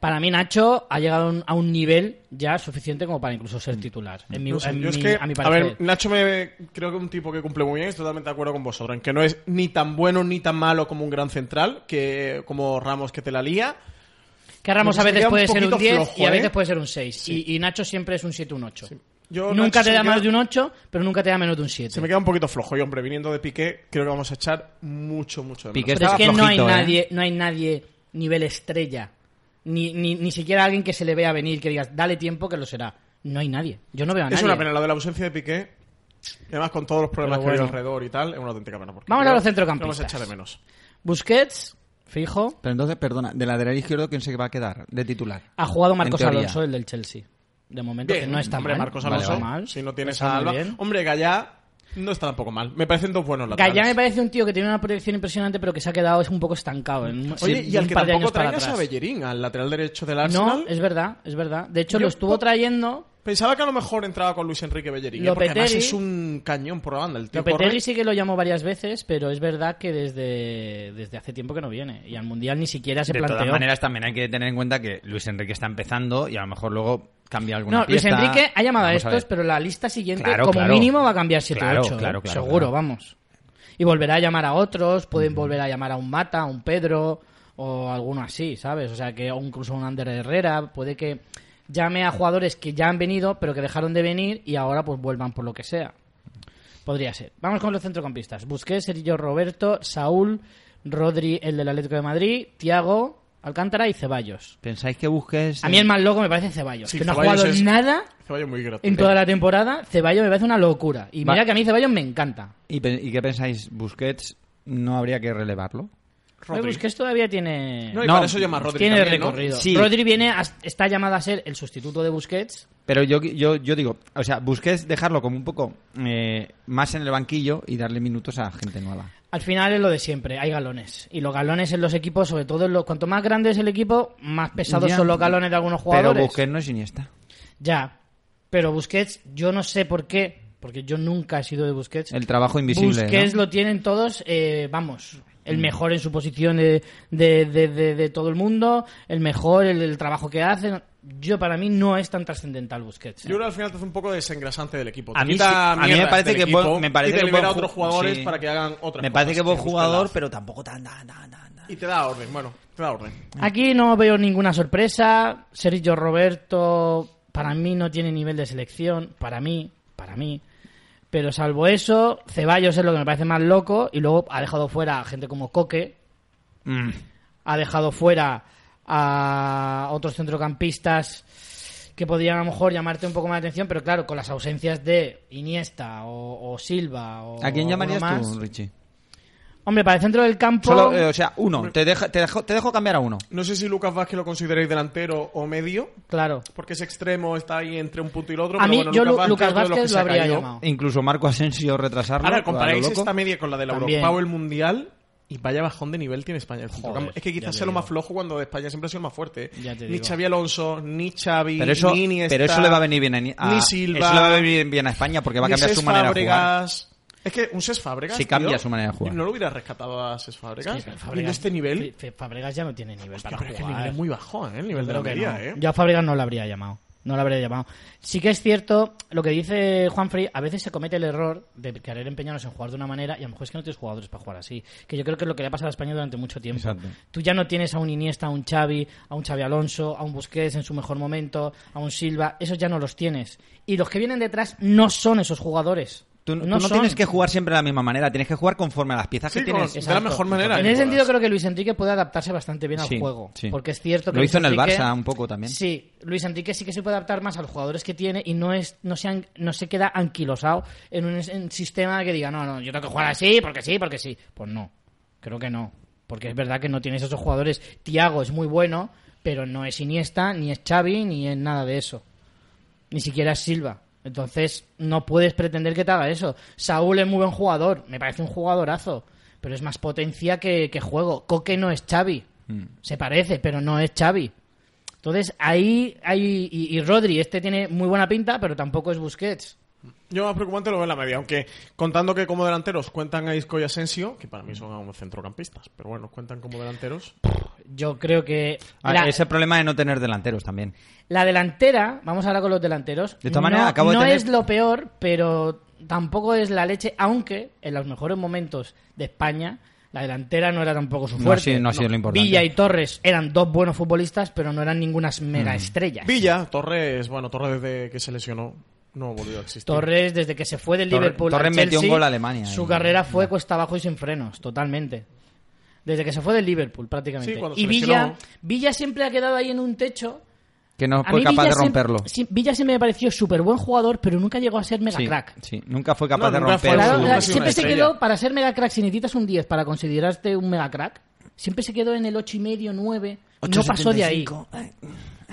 Speaker 1: Para mí, Nacho ha llegado a un, a un nivel ya suficiente como para incluso ser titular. En mi,
Speaker 2: No sé,
Speaker 1: en
Speaker 2: yo es
Speaker 1: mi-
Speaker 2: que,
Speaker 1: a mi
Speaker 2: a
Speaker 1: parecer.
Speaker 2: ver, Nacho me creo que es un tipo que cumple muy bien, estoy totalmente de acuerdo con vosotros, en que no es ni tan bueno ni tan malo como un gran central, que como Ramos que te la lía.
Speaker 1: que Ramos
Speaker 2: me
Speaker 1: a veces
Speaker 2: sería un
Speaker 1: puede ser un
Speaker 2: poquito
Speaker 1: 10 y
Speaker 2: flojo,
Speaker 1: a
Speaker 2: ¿eh?
Speaker 1: veces puede ser un 6. Y, y Nacho siempre es un 7, un 8.
Speaker 2: Yo,
Speaker 1: nunca
Speaker 2: Nacho,
Speaker 1: te da
Speaker 2: se me
Speaker 1: más de
Speaker 2: queda-
Speaker 1: un 8, pero nunca te da menos de un
Speaker 2: Se
Speaker 1: 7.
Speaker 2: me queda un poquito flojo y hombre, viniendo de Piqué, creo que vamos a echar mucho mucho de menos.
Speaker 3: Piqué
Speaker 1: Pero es
Speaker 3: Estaba
Speaker 1: que no, hay
Speaker 3: flojito, ¿eh?
Speaker 1: nadie, no hay nadie nivel estrella. Ni, ni, ni siquiera alguien que se le vea venir, que digas, dale tiempo que lo será. No hay nadie. Yo no veo a nadie.
Speaker 2: es una pena lo de la ausencia de Piqué. y Además, con todos los problemas
Speaker 1: Pero
Speaker 2: que hay
Speaker 1: bueno.
Speaker 2: alrededor y tal, es una auténtica pena. porque
Speaker 1: Vamos a
Speaker 2: creo
Speaker 1: los
Speaker 2: que
Speaker 1: centrocampistas.
Speaker 2: Vamos a echar de menos.
Speaker 1: Busquets, fijo,
Speaker 3: Pero entonces, perdona, de lateral izquierdo, ¿quién se va a quedar de titular?
Speaker 1: ha jugado Marcos
Speaker 3: En teoría.
Speaker 1: Alonso, el del Chelsea. De momento,
Speaker 2: Bien,
Speaker 1: que no está
Speaker 2: hombre,
Speaker 1: mal.
Speaker 2: Marcos
Speaker 1: Vale,
Speaker 2: Alonso,
Speaker 1: va mal.
Speaker 2: si no tienes
Speaker 1: Está muy
Speaker 2: a Alba.
Speaker 1: bien.
Speaker 2: Hombre, Gallá no está tampoco mal. Me parecen dos bunos laterales.
Speaker 1: Gallá me parece un tío que tiene una proyección impresionante, pero que se ha quedado es un poco estancado. en-
Speaker 2: Oye,
Speaker 1: en
Speaker 2: y al
Speaker 1: un
Speaker 2: que
Speaker 1: par de
Speaker 2: tampoco
Speaker 1: años para
Speaker 2: traigas a
Speaker 1: atrás.
Speaker 2: Bellerín, al lateral derecho del
Speaker 1: No,
Speaker 2: Arsenal.
Speaker 1: es verdad, es verdad. De hecho,
Speaker 2: Yo
Speaker 1: lo estuvo
Speaker 2: po-
Speaker 1: trayendo.
Speaker 2: Pensaba que a lo mejor entraba con Luis Enrique Bellerín, ¿eh? porque además
Speaker 1: Lopetegui-
Speaker 2: es un cañón por la banda. El tío corre.
Speaker 1: Lopetegui sí que lo llamó varias veces, pero es verdad que desde, desde hace tiempo que no viene. Y al Mundial ni siquiera se
Speaker 3: de
Speaker 1: planteó.
Speaker 3: todas maneras, también hay que tener en cuenta que Luis Enrique está empezando y a lo mejor luego cambia alguna
Speaker 1: no, Luis
Speaker 3: pieza.
Speaker 1: Enrique ha llamado a
Speaker 3: Vamos
Speaker 1: estos,
Speaker 3: ver.
Speaker 1: pero la lista siguiente,
Speaker 3: Claro,
Speaker 1: como
Speaker 3: claro.
Speaker 1: mínimo, va a cambiar 7
Speaker 3: Claro,
Speaker 1: 8.
Speaker 3: claro, claro,
Speaker 1: seguro,
Speaker 3: claro.
Speaker 1: vamos. Y volverá a llamar a otros, pueden volver a llamar a un Mata, a un Pedro o alguno así, ¿sabes? O sea, que o incluso un Ander Herrera, puede que llame a jugadores que ya han venido, pero que dejaron de venir y ahora pues vuelvan por lo que sea. Podría ser. Vamos con los centrocampistas. Busquets, Sergio Roberto, Saúl, Rodri, el del Atlético de Madrid, Tiago, Alcántara y Ceballos.
Speaker 3: ¿Pensáis que busques...?
Speaker 1: A mí el más loco me parece Ceballos,
Speaker 2: Sí,
Speaker 1: que no ha
Speaker 2: Ceballos
Speaker 1: jugado
Speaker 2: es-
Speaker 1: nada
Speaker 2: Ceballos muy grato.
Speaker 1: en toda la temporada, Ceballos me parece una locura. Y mira
Speaker 3: Va.
Speaker 1: que a mí Ceballos me encanta.
Speaker 3: ¿Y, pe- y qué pensáis? ¿busquets no habría que relevarlo?
Speaker 2: Rodri.
Speaker 1: Pero Busquets pues todavía tiene,
Speaker 2: No, y
Speaker 3: No,
Speaker 2: para eso llama a Rodri
Speaker 1: tiene
Speaker 2: también, ¿no?
Speaker 1: recorrido.
Speaker 3: Sí.
Speaker 1: Rodri viene a- está llamado a ser el sustituto de Busquets.
Speaker 3: Pero yo, yo, yo digo, o sea, busques dejarlo como un poco eh, más en el banquillo y darle minutos a gente nueva.
Speaker 1: Al final es lo de siempre, hay galones. Y los galones en los equipos, sobre todo, en los, cuanto más grande es el equipo, más pesados
Speaker 3: Ya.
Speaker 1: son los galones de algunos jugadores.
Speaker 3: Pero Busquets no es Iniesta.
Speaker 1: Ya, pero Busquets, yo no sé por qué, porque yo nunca he sido de Busquets.
Speaker 3: El trabajo invisible,
Speaker 1: Busquets
Speaker 3: ¿no? Mm.
Speaker 1: lo tienen todos, eh, vamos, el mejor en su posición de, de- de- de- de todo el mundo, el mejor, el, el trabajo que hace. yo para mí no es tan trascendental Busquets. ¿eh?
Speaker 2: Yo creo que al final te hace un poco desengrasante del equipo. Te
Speaker 3: A mí
Speaker 2: quita
Speaker 3: sí- a mí me
Speaker 2: mierdas
Speaker 3: parece
Speaker 2: del
Speaker 3: que buen-
Speaker 2: equipo
Speaker 3: me parece
Speaker 2: y te
Speaker 3: que
Speaker 2: libera a
Speaker 3: buen ju-
Speaker 2: otros jugadores
Speaker 3: sí.
Speaker 2: para que hagan otras
Speaker 3: Me parece que
Speaker 2: cosas
Speaker 3: buen
Speaker 2: busquen
Speaker 3: jugador,
Speaker 2: las-
Speaker 3: pero tampoco tan, tan, tan, tan, tan.
Speaker 2: Y te da orden, bueno, te da orden.
Speaker 1: Aquí no veo ninguna sorpresa. Sergio Roberto para mí no tiene nivel de selección, para mí, para mí. Pero salvo eso, Ceballos es lo que me parece más loco y luego ha dejado fuera a gente como Coque,
Speaker 3: Mm.
Speaker 1: ha dejado fuera a otros centrocampistas que podrían a lo mejor llamarte un poco más la atención, pero claro, con las ausencias de Iniesta o, o Silva o
Speaker 3: ¿A quién llamarías
Speaker 1: alguno más.
Speaker 3: tú, Richie?
Speaker 1: Hombre, para el centro del campo
Speaker 3: Solo, eh, o sea, uno. Te, deja- te, dejo, te dejo cambiar a uno.
Speaker 2: No sé si Lucas Vázquez lo consideráis delantero o medio,
Speaker 1: claro.
Speaker 2: porque ese extremo está ahí entre un punto y el otro.
Speaker 1: A
Speaker 2: pero
Speaker 1: mí,
Speaker 2: bueno,
Speaker 1: yo Lu- Lucas
Speaker 2: Lucas Vázquez, es de los que
Speaker 1: Vázquez
Speaker 2: se
Speaker 1: lo
Speaker 2: ha
Speaker 1: habría
Speaker 2: caído.
Speaker 1: llamado.
Speaker 3: Incluso Marco Asensio retrasarlo. a
Speaker 2: Ahora,
Speaker 3: lo
Speaker 2: comparáis
Speaker 3: loco.
Speaker 2: esta media con la de la
Speaker 1: También.
Speaker 2: Eurocopa o el Mundial y vaya bajón de nivel tiene España. El centrocampo. es que
Speaker 1: ya
Speaker 2: quizás
Speaker 1: te
Speaker 2: sea lo
Speaker 1: digo.
Speaker 2: más flojo cuando de España siempre ha sido el más fuerte. ¿eh?
Speaker 1: Ya te
Speaker 2: Ni
Speaker 1: digo.
Speaker 2: Xavi Alonso, ni Xavi,
Speaker 3: Pero eso,
Speaker 2: ni Iniesta,
Speaker 3: pero eso le va a venir bien a, Ni- a-
Speaker 2: ni Silva,
Speaker 3: eso le va a venir bien a España porque va a
Speaker 2: ni
Speaker 3: cambiar su
Speaker 2: Cesc
Speaker 3: manera de jugar.
Speaker 2: Fábregas. Es que un Cesc Fábregas,
Speaker 3: Sí, cambia
Speaker 2: tío,
Speaker 3: su manera de jugar.
Speaker 2: ¿No lo hubiera rescatado a Cesc Fábregas?
Speaker 1: Sí, pero
Speaker 2: Viendo este nivel.
Speaker 1: Fe- Fe- Fabregas ya no tiene nivel
Speaker 2: Hostia,
Speaker 1: para
Speaker 2: pero es que el
Speaker 1: jugar.
Speaker 2: nivel es muy bajo, ¿eh? El nivel de la
Speaker 1: Creo que
Speaker 2: media,
Speaker 1: no.
Speaker 2: ¿eh?
Speaker 1: Yo a Fabregas no lo habría llamado. No lo habría llamado. Sí que es cierto lo que dice Juanfrey, a veces se comete el error de querer empeñarnos en jugar de una manera y a lo mejor es que no tienes jugadores para jugar así. Que yo creo que es lo que le ha pasado a España durante mucho tiempo.
Speaker 3: Exacto.
Speaker 1: Tú ya no tienes a un Iniesta, a un Xavi, a un Xavi Alonso, a un Busquets en su mejor momento, a un Silva, esos ya no los tienes. Y los que vienen detrás no son esos jugadores.
Speaker 3: Tú tú no,
Speaker 1: son.
Speaker 3: tienes que jugar siempre de la misma manera, tienes que jugar conforme a las piezas
Speaker 2: Sí,
Speaker 3: que
Speaker 2: con-
Speaker 3: tienes.
Speaker 2: de la mejor manera.
Speaker 1: En
Speaker 2: que
Speaker 1: ese
Speaker 2: puedas.
Speaker 1: sentido creo que Luis Enrique puede adaptarse bastante bien
Speaker 3: Sí,
Speaker 1: al juego.
Speaker 3: sí.
Speaker 1: Porque es cierto que
Speaker 3: Lo
Speaker 1: Luis
Speaker 3: hizo en el
Speaker 1: Enrique-
Speaker 3: Barça un poco también.
Speaker 1: Sí, Luis Enrique sí que se puede adaptar más a los jugadores que tiene y no es no se, an- no se queda anquilosado en un en un sistema que diga, no, no, yo tengo que jugar así, porque sí, porque sí. Pues no, creo que no. Porque es verdad que no tienes esos jugadores. Tiago es muy bueno, pero no es Iniesta, ni es Xavi, ni es nada de eso. Ni siquiera es Silva. Entonces, no puedes pretender que te haga eso. Saúl es muy buen jugador, me parece un jugadorazo, pero es más potencia que, que juego. Coque no es Xavi. Se parece, pero no es Xavi. Entonces, ahí hay. Y, y Rodri, este tiene muy buena pinta, pero tampoco es Busquets.
Speaker 2: Yo más preocupante lo veo en la media, aunque contando que como delanteros cuentan a Isco y Asensio, que para mí son aún centrocampistas, pero bueno, cuentan como delanteros.
Speaker 1: Yo creo que.
Speaker 3: Ah,
Speaker 1: La,
Speaker 3: Ese problema de no tener delanteros también.
Speaker 1: la delantera, vamos ahora con los delanteros.
Speaker 3: De todas
Speaker 1: no,
Speaker 3: maneras, acabo de
Speaker 1: no
Speaker 3: tener-
Speaker 1: es lo peor, pero tampoco es la leche, aunque en los mejores momentos de España. La delantera no era tampoco su
Speaker 3: No ha
Speaker 1: fuerte.
Speaker 3: sido- no ha sido lo importante.
Speaker 1: Villa y Torres eran dos buenos futbolistas, pero no eran ninguna
Speaker 3: Mm.
Speaker 1: mega estrellas.
Speaker 2: Villa, Torres, bueno, Torres desde que se lesionó no volvió a existir.
Speaker 1: Torres, desde que se fue del
Speaker 3: Torre-
Speaker 1: Liverpool al
Speaker 3: Torres metió
Speaker 1: Chelsea,
Speaker 3: un gol a Alemania
Speaker 1: Su
Speaker 3: y-
Speaker 1: carrera fue cuesta abajo y sin frenos, totalmente. Desde que se fue del Liverpool, prácticamente.
Speaker 2: Sí, cuando se
Speaker 1: y Villa,
Speaker 2: lesionó.
Speaker 1: Villa siempre ha quedado ahí en un techo.
Speaker 3: Que no
Speaker 1: A
Speaker 3: fue
Speaker 1: mí
Speaker 3: capaz
Speaker 1: Villa
Speaker 3: de
Speaker 1: siem-
Speaker 3: romperlo.
Speaker 1: sí, Villa siempre me pareció súper buen jugador, pero nunca llegó a ser mega
Speaker 3: Sí,
Speaker 1: crack.
Speaker 3: sí, nunca fue capaz
Speaker 2: No,
Speaker 3: de
Speaker 2: nunca fue
Speaker 3: romper.
Speaker 1: Claro,
Speaker 2: sí,
Speaker 1: claro,
Speaker 2: nunca ha sido
Speaker 1: siempre
Speaker 2: una
Speaker 1: se
Speaker 2: estrella.
Speaker 1: quedó, para ser mega crack, si necesitas un 10 para considerarte un mega crack, siempre se quedó en el 8,5, 9. No pasó de ahí.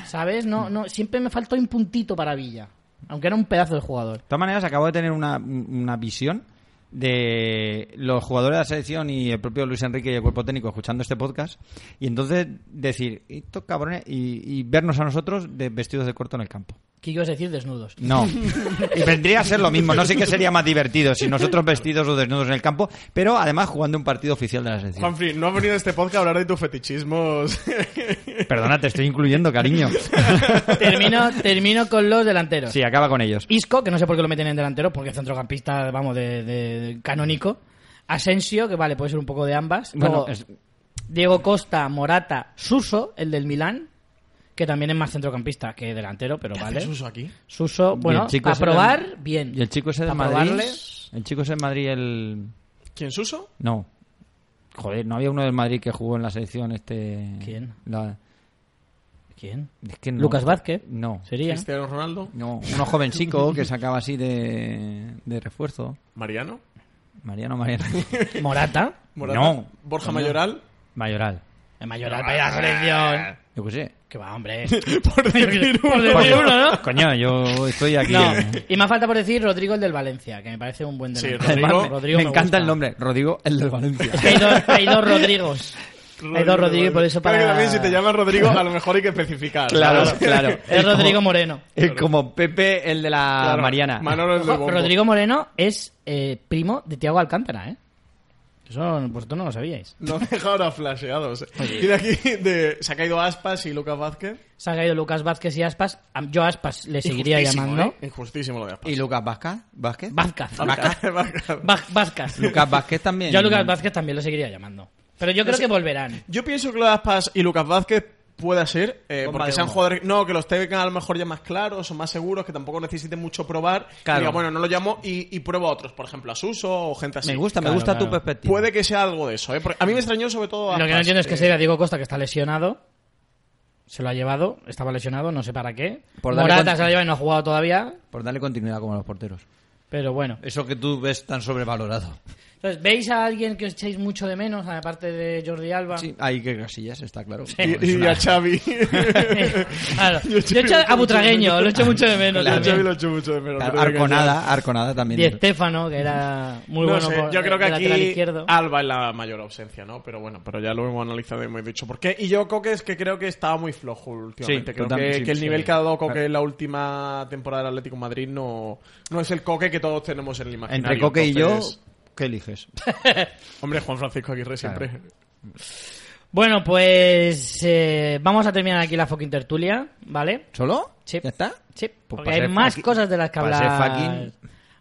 Speaker 1: ¿Sabes? No, no, siempre me faltó un puntito para Villa. Aunque era un pedazo de jugador.
Speaker 3: De todas maneras, acabo de tener una, una visión de los jugadores de la selección y el propio Luis Enrique y el cuerpo técnico escuchando este podcast y entonces decir, estos cabrones, y, y vernos a nosotros de vestidos de corto en el campo.
Speaker 1: ¿Qué ibas a decir? Desnudos.
Speaker 3: No, y vendría a ser lo mismo, no sé qué sería más divertido si nosotros vestidos o desnudos en el campo, pero además jugando un partido oficial de la selección.
Speaker 2: Juanfri, no has venido a este podcast a hablar de tus fetichismos.
Speaker 3: Perdona, te estoy incluyendo, cariño.
Speaker 1: termino, termino con los delanteros.
Speaker 3: Sí, acaba con ellos.
Speaker 1: Isco, que no sé por qué lo meten en delantero, porque es centrocampista, vamos, de, de- canónico. Asensio, que vale, puede ser un poco de ambas.
Speaker 3: Bueno,
Speaker 1: Luego,
Speaker 3: es-
Speaker 1: Diego Costa, Morata, Suso, el del Milán, que también es más centrocampista que delantero, pero
Speaker 2: ¿Qué
Speaker 1: vale.
Speaker 2: haces uso aquí?
Speaker 1: Suso, bueno,
Speaker 3: chico
Speaker 1: a
Speaker 3: ese del-
Speaker 1: probar, bien.
Speaker 3: y el chico ese de
Speaker 1: Pa'
Speaker 3: Madrid,
Speaker 1: probarle.
Speaker 3: el chico ese de Madrid, el...
Speaker 2: ¿Quién Suso?
Speaker 3: No. Joder, no había uno del Madrid que jugó en la selección este.
Speaker 1: ¿Quién?
Speaker 3: La-
Speaker 1: ¿Quién?
Speaker 3: es que no.
Speaker 1: ¿Lucas Vázquez?
Speaker 3: No.
Speaker 1: Sería.
Speaker 2: Cristiano Ronaldo,
Speaker 3: No, uno jovencico que sacaba así de, de refuerzo.
Speaker 2: Mariano,
Speaker 3: Mariano, Mariano. este.
Speaker 1: Morata.
Speaker 2: Morata,
Speaker 3: No.
Speaker 2: Borja Mayoral.
Speaker 3: Mayoral.
Speaker 1: El mayoral para ir a la selección.
Speaker 3: Yo qué sé.
Speaker 1: Que va, hombre.
Speaker 2: Por decir uno.
Speaker 1: Por decir uno, ¿no?
Speaker 3: Coño, yo estoy aquí.
Speaker 1: No, y me falta por decir Rodrigo el del Valencia, que me parece un buen
Speaker 2: Sí,
Speaker 1: delantero.
Speaker 3: Además,
Speaker 2: Rodrigo-
Speaker 3: me,
Speaker 1: Rodrigo
Speaker 3: me encanta
Speaker 1: gusta.
Speaker 3: el nombre. Rodrigo, el del Valencia.
Speaker 1: Es que hay dos, hay dos Rodrigos. hay dos Rodrigo y por eso
Speaker 2: Claro
Speaker 1: para...
Speaker 2: que también si te llamas Rodrigo, a lo mejor hay que especificar.
Speaker 3: claro,
Speaker 2: ¿sabes?
Speaker 3: claro.
Speaker 1: Es Rodrigo Moreno.
Speaker 3: Es como Pepe, el de la
Speaker 2: Claro,
Speaker 3: Mariana.
Speaker 2: Manolo el del
Speaker 1: Ojo,
Speaker 2: bombo.
Speaker 1: Rodrigo Moreno es eh, primo de Tiago Alcántara, ¿eh? Eso vosotros no lo sabíais.
Speaker 2: Lo han dejado ahora flasheados. eh. Tiene aquí de, se ha caído Aspas y Lucas Vázquez.
Speaker 1: Se ha caído Lucas Vázquez y Aspas. Am- Yo a Aspas le seguiría
Speaker 2: Injustísimo,
Speaker 1: llamando.
Speaker 2: ¿eh? Injustísimo lo de Aspas.
Speaker 3: ¿Y Lucas Vázquez? ¿Vázquez?
Speaker 1: Vázquez.
Speaker 2: Vázquez, Vázquez.
Speaker 1: Vaz- Vázquez.
Speaker 3: Lucas Vázquez también.
Speaker 1: Yo a Lucas Vázquez también lo seguiría llamando. Pero yo creo que volverán.
Speaker 2: Yo pienso que lo de Aspas y Lucas Vázquez pueda ser, eh,
Speaker 3: Bomba
Speaker 2: porque
Speaker 3: de
Speaker 2: sean
Speaker 3: humo.
Speaker 2: jugadores, no, que los tengan a lo mejor ya más claros o más seguros, que tampoco necesiten mucho probar. Y
Speaker 3: Claro.
Speaker 2: diga, bueno, no lo llamo y, y pruebo a otros, por ejemplo, a Suso o gente así.
Speaker 3: Me gusta,
Speaker 1: Claro,
Speaker 3: me gusta
Speaker 1: claro.
Speaker 3: tu perspectiva.
Speaker 2: Puede que sea algo de eso, ¿eh? Porque a mí me extrañó sobre todo.
Speaker 1: Lo que no
Speaker 2: Aspas,
Speaker 1: entiendo es
Speaker 2: eh,
Speaker 1: que sea Diego Costa, que está lesionado. Se lo ha llevado. Estaba lesionado, no sé para qué.
Speaker 3: Por darle
Speaker 1: Morata
Speaker 3: con-
Speaker 1: se lo ha llevado y no ha jugado todavía.
Speaker 3: Por darle continuidad como a los porteros.
Speaker 1: Pero bueno.
Speaker 3: Eso que tú ves tan sobrevalorado.
Speaker 1: Entonces, ¿veis a alguien que os echéis mucho de menos, aparte de Jordi Alba?
Speaker 3: Sí, ahí que Casillas está claro.
Speaker 2: Y, y a Xavi.
Speaker 1: Claro. Yo
Speaker 2: Yo
Speaker 1: he hecho a Butragueño, lo he hecho mucho de menos.
Speaker 2: a Xavi
Speaker 1: también.
Speaker 2: lo echo mucho de menos.
Speaker 3: Claro,
Speaker 2: pero venga, ya.
Speaker 3: Arconada, Arconada también.
Speaker 1: Y Estefano, que era muy
Speaker 2: No
Speaker 1: bueno.
Speaker 2: sé,
Speaker 1: por-
Speaker 2: yo creo que
Speaker 1: de lateral
Speaker 2: aquí
Speaker 1: izquierdo.
Speaker 2: Alba es la mayor ausencia, ¿no? Pero bueno, pero ya lo hemos analizado y hemos dicho por qué. Y yo Coque es que creo que estaba muy flojo últimamente.
Speaker 3: Sí,
Speaker 2: creo
Speaker 3: totalmente,
Speaker 2: que,
Speaker 3: sí,
Speaker 2: que el
Speaker 3: sí.
Speaker 2: nivel que ha dado Coque
Speaker 3: Claro.
Speaker 2: en la última temporada del Atlético de Madrid no, no es el Coque que todos tenemos en el imaginario.
Speaker 3: Entre Coque y yo,
Speaker 2: Entonces,
Speaker 3: ¿qué eliges?
Speaker 2: Hombre, Juan Francisco Aguirre
Speaker 3: Claro.
Speaker 2: siempre.
Speaker 1: Bueno, pues eh, vamos a terminar aquí la fucking tertulia, ¿vale?
Speaker 3: ¿Solo?
Speaker 1: Sí.
Speaker 3: ¿Ya está?
Speaker 1: Sí, porque
Speaker 3: Pues para
Speaker 1: hay
Speaker 3: ser
Speaker 1: más
Speaker 3: fucking-
Speaker 1: cosas de las que
Speaker 3: para ser
Speaker 1: hablar.
Speaker 3: fucking-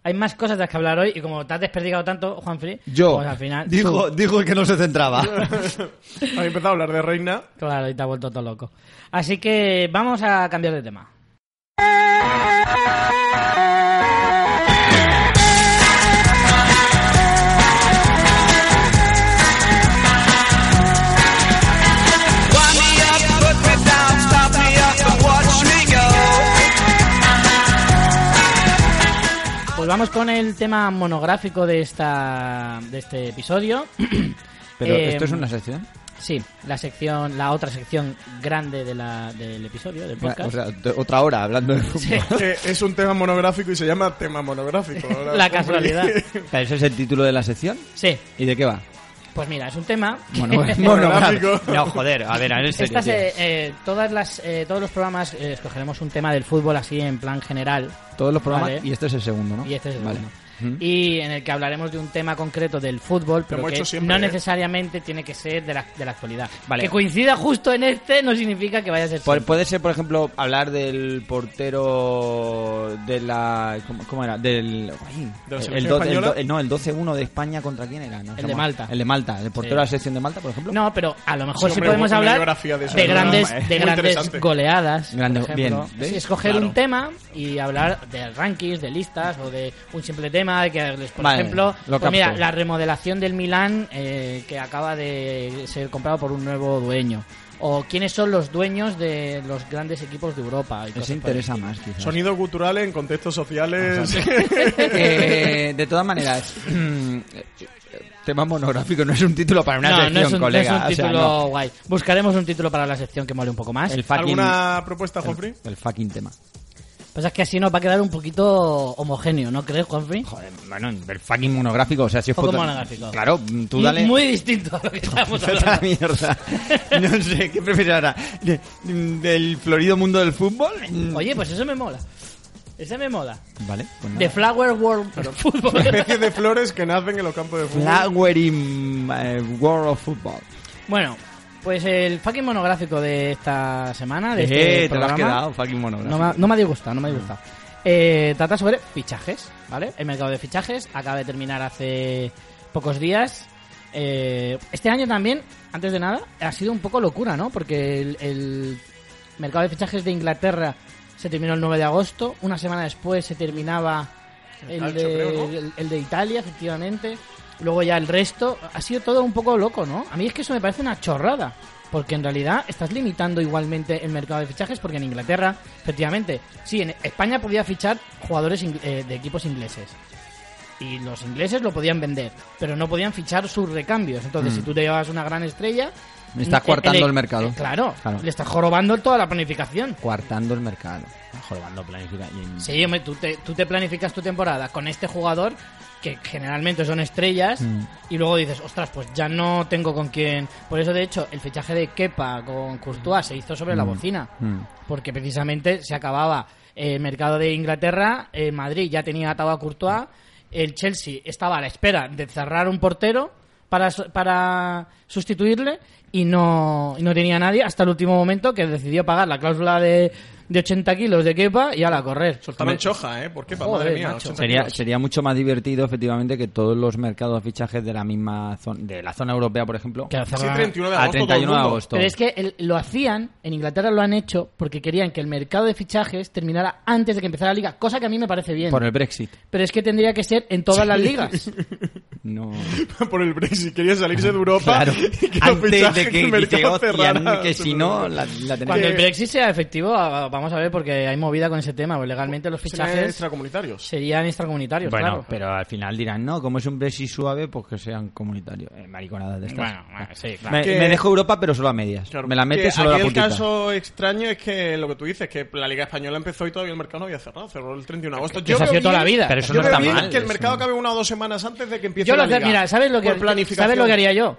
Speaker 1: Hay más cosas de las que hablar hoy y como te has desperdigado tanto, Juanfri,
Speaker 3: Yo.
Speaker 1: pues al final...
Speaker 3: dijo,
Speaker 1: tú.
Speaker 3: dijo el que no se centraba.
Speaker 2: Habéis empezado a hablar de Reina.
Speaker 1: Claro, y te ha vuelto todo loco. Así que vamos a cambiar de tema.
Speaker 4: Wind me up, put me down, stop me up and watch me go.
Speaker 1: Pues vamos con el tema monográfico de, esta, de este episodio.
Speaker 3: Pero
Speaker 1: Eh,
Speaker 3: esto es una sección.
Speaker 1: Sí, la sección, la otra sección grande de la- del episodio, del podcast.
Speaker 3: O sea, t- otra hora hablando de fútbol.
Speaker 1: Sí.
Speaker 2: que es un tema monográfico y se llama tema monográfico. ¿verdad?
Speaker 1: La casualidad.
Speaker 3: ¿Ese es el título de la sección?
Speaker 1: Sí,
Speaker 3: ¿Y de qué va?
Speaker 1: pues mira, es un tema.
Speaker 3: Bueno,
Speaker 2: Monográfico.
Speaker 3: No, joder, a ver, a ver. en serio,
Speaker 1: Estas,
Speaker 3: tío.
Speaker 1: eh, eh, todas las, eh, todos los programas eh, escogeremos un tema del fútbol así en plan general.
Speaker 3: Todos los programas.
Speaker 1: Vale.
Speaker 3: Y este es el segundo, ¿no?
Speaker 1: Y este es el
Speaker 3: Vale.
Speaker 1: segundo.
Speaker 3: Ujú.
Speaker 1: Y en el que hablaremos de un tema concreto del fútbol, pero
Speaker 2: hemos
Speaker 1: que
Speaker 2: hecho siempre,
Speaker 1: no
Speaker 2: ¿eh?
Speaker 1: necesariamente tiene que ser de la, de la actualidad.
Speaker 3: Vale.
Speaker 1: Que coincida justo en este no significa que vaya a ser.
Speaker 3: Pu-
Speaker 1: siempre.
Speaker 3: Puede ser, por ejemplo, hablar del portero de la. ¿Cómo, cómo era? Del. ay,
Speaker 2: ¿De la
Speaker 3: el-
Speaker 2: selección
Speaker 3: el, do- el do-
Speaker 2: española?
Speaker 3: el- no, el 12-1 de España contra quién era. No,
Speaker 1: de
Speaker 3: llama-
Speaker 1: Malta.
Speaker 3: El de Malta. El
Speaker 1: Sí.
Speaker 3: portero de la selección de Malta, por ejemplo.
Speaker 1: No, pero a lo mejor
Speaker 2: Sí,
Speaker 1: sí,
Speaker 2: hombre,
Speaker 1: podemos
Speaker 2: una
Speaker 1: hablar
Speaker 2: biografía de eso.
Speaker 1: de
Speaker 2: No,
Speaker 1: grandes,
Speaker 2: no, no,
Speaker 1: de
Speaker 2: muy
Speaker 1: grandes
Speaker 2: interesante.
Speaker 1: goleadas.
Speaker 3: Grande-
Speaker 1: por ejemplo.
Speaker 3: bien, ¿ves?
Speaker 1: Sí, escoger
Speaker 2: Claro.
Speaker 1: un tema y hablar de rankings, de listas o de un simple tema. de que, por
Speaker 3: Vale,
Speaker 1: ejemplo,
Speaker 3: lo
Speaker 1: pues mira,
Speaker 3: capto.
Speaker 1: la remodelación del Milán eh, que acaba de ser comprado por un nuevo dueño. O quiénes son los dueños de los grandes equipos de Europa. y cosas
Speaker 3: Ese interesa más, quizás.
Speaker 2: Sonido cultural en contextos sociales.
Speaker 3: Eh, de todas maneras, tema monográfico no es un título para
Speaker 1: por-
Speaker 3: una
Speaker 1: No,
Speaker 3: sección,
Speaker 1: no es un, no es
Speaker 3: colega.
Speaker 1: un
Speaker 3: o sea,
Speaker 1: título
Speaker 3: no.
Speaker 1: guay. Buscaremos un título para la sección que mole un poco más.
Speaker 3: El fucking,
Speaker 2: ¿Alguna propuesta, Jofri?
Speaker 3: el, el fucking tema.
Speaker 1: Pasa es que así nos va a quedar un poquito homogéneo, ¿no crees, Juanfrey?
Speaker 3: Joder, bueno, el fucking monográfico. O sea, si es
Speaker 1: Poco
Speaker 3: foto-
Speaker 1: monográfico.
Speaker 3: Claro, tú dale.
Speaker 1: Muy distinto a lo que estábamos
Speaker 3: Esta
Speaker 1: hablando.
Speaker 3: mierda. No sé, ¿qué prefieres ahora? ¿De- ¿Del florido mundo del fútbol?
Speaker 1: Oye, pues eso me mola. Ese me mola.
Speaker 3: Vale, pues
Speaker 1: The
Speaker 3: nada.
Speaker 1: Flower World Football.
Speaker 2: Especies de flores que nacen en los campos de fútbol.
Speaker 3: Flowering eh, World of Football.
Speaker 1: bueno, pues el fucking monográfico de esta semana, de
Speaker 3: eh,
Speaker 1: este
Speaker 3: te lo has
Speaker 1: programa,
Speaker 3: quedado, fucking monográfico.
Speaker 1: No me, ha- no me ha disgustado, no me ha disgustado. Eh, trata sobre fichajes, ¿vale? El mercado de fichajes acaba de terminar hace pocos días. Eh, este año también, antes de nada, ha sido un poco locura, ¿no? Porque el, el mercado de fichajes de Inglaterra se terminó el 9 de agosto, una semana después se terminaba el,
Speaker 2: calcio,
Speaker 1: de,
Speaker 2: creo, ¿no?
Speaker 1: el- el de Italia, efectivamente. Luego ya el resto. Ha sido todo un poco loco, ¿no? A mí es que eso me parece una chorrada. Porque en realidad estás limitando igualmente el mercado de fichajes. Porque en Inglaterra, efectivamente, sí, en España podía fichar jugadores ing- eh, de equipos ingleses. Y los ingleses lo podían vender. Pero no podían fichar sus recambios. Entonces, si tú te llevas una gran estrella.
Speaker 3: Me estás
Speaker 1: eh,
Speaker 3: coartando Mm. el mercado.
Speaker 1: eh, claro,
Speaker 3: Claro.
Speaker 1: le estás jorobando toda la planificación.
Speaker 3: Cuartando el mercado. Jorobando planificación.
Speaker 1: Sí, hombre, tú te, tú te planificas tu temporada con este jugador, que generalmente son estrellas, y luego dices, ostras, pues ya no tengo con quién. Por eso, de hecho, el fichaje de Kepa con Courtois se hizo sobre la bocina,
Speaker 3: Mm.
Speaker 1: porque precisamente se acababa eh, el mercado de Inglaterra, eh, Madrid ya tenía atado a Courtois, el Chelsea estaba a la espera de cerrar un portero. para, su- para sustituirle y no, y no tenía nadie hasta el último momento que decidió pagar la cláusula de, de 80 kilos de Kepa y ala, a correr.
Speaker 2: Soltaban choja, ¿eh? ¿Por qué? Pa,
Speaker 1: Joder,
Speaker 2: madre mía,
Speaker 1: macho.
Speaker 2: 80
Speaker 3: Sería,
Speaker 2: kilos.
Speaker 3: sería mucho más divertido, efectivamente, que todos los mercados de fichajes de la misma zona, de la zona europea, por ejemplo,
Speaker 1: Que
Speaker 2: Sí,
Speaker 1: cerraba-
Speaker 2: 31 de
Speaker 3: a
Speaker 2: agosto.
Speaker 3: 31 de
Speaker 2: todo el mundo.
Speaker 3: agosto.
Speaker 1: Pero es que el- lo hacían, en Inglaterra lo han hecho, porque querían que el mercado de fichajes terminara antes de que empezara la liga, cosa que a mí me parece bien.
Speaker 3: Por el Brexit.
Speaker 1: Pero es que tendría que ser en todas las ligas.
Speaker 3: No.
Speaker 2: Por el Brexit, quería salirse de Europa.
Speaker 3: Claro.
Speaker 2: y que los
Speaker 3: Antes
Speaker 2: fichajes
Speaker 3: de que,
Speaker 2: del mercado
Speaker 3: que hostia,
Speaker 2: cerraran.
Speaker 3: que si no, la, la tenemos
Speaker 1: Cuando
Speaker 2: Que-
Speaker 1: el Brexit sea efectivo, a- vamos a ver, porque hay movida con ese tema. pues legalmente los
Speaker 2: Serían
Speaker 1: fichajes
Speaker 2: extracomunitarios.
Speaker 1: serían extracomunitarios,
Speaker 3: Bueno,
Speaker 1: claro.
Speaker 3: pero al final dirán, no, como es un Brexit suave, pues que sean comunitarios. Eh, mariconadas de estas.
Speaker 1: Bueno, bueno, sí, claro.
Speaker 3: me,
Speaker 2: Que-
Speaker 3: me dejo Europa, pero solo a medias.
Speaker 2: Claro,
Speaker 3: me la mete
Speaker 2: que
Speaker 3: solo a
Speaker 2: aquí
Speaker 3: la
Speaker 2: el
Speaker 3: puntita.
Speaker 2: caso extraño es que lo que tú dices, que la Liga Española empezó y todavía el mercado no había cerrado. Cerró el 31 de agosto.
Speaker 1: que se
Speaker 2: veo
Speaker 1: hacía toda
Speaker 2: bien-
Speaker 1: la vida.
Speaker 3: Pero eso
Speaker 2: yo
Speaker 3: no
Speaker 2: veo
Speaker 3: está
Speaker 2: bien
Speaker 3: mal.
Speaker 2: que el
Speaker 3: eso
Speaker 2: mercado
Speaker 3: no.
Speaker 2: acabe una o dos semanas antes de que empiece
Speaker 1: Yo lo
Speaker 2: la
Speaker 1: hacía-
Speaker 2: Liga.
Speaker 1: mira, ¿sabes lo, que,
Speaker 2: Por planificación.
Speaker 1: ¿sabes lo que haría yo?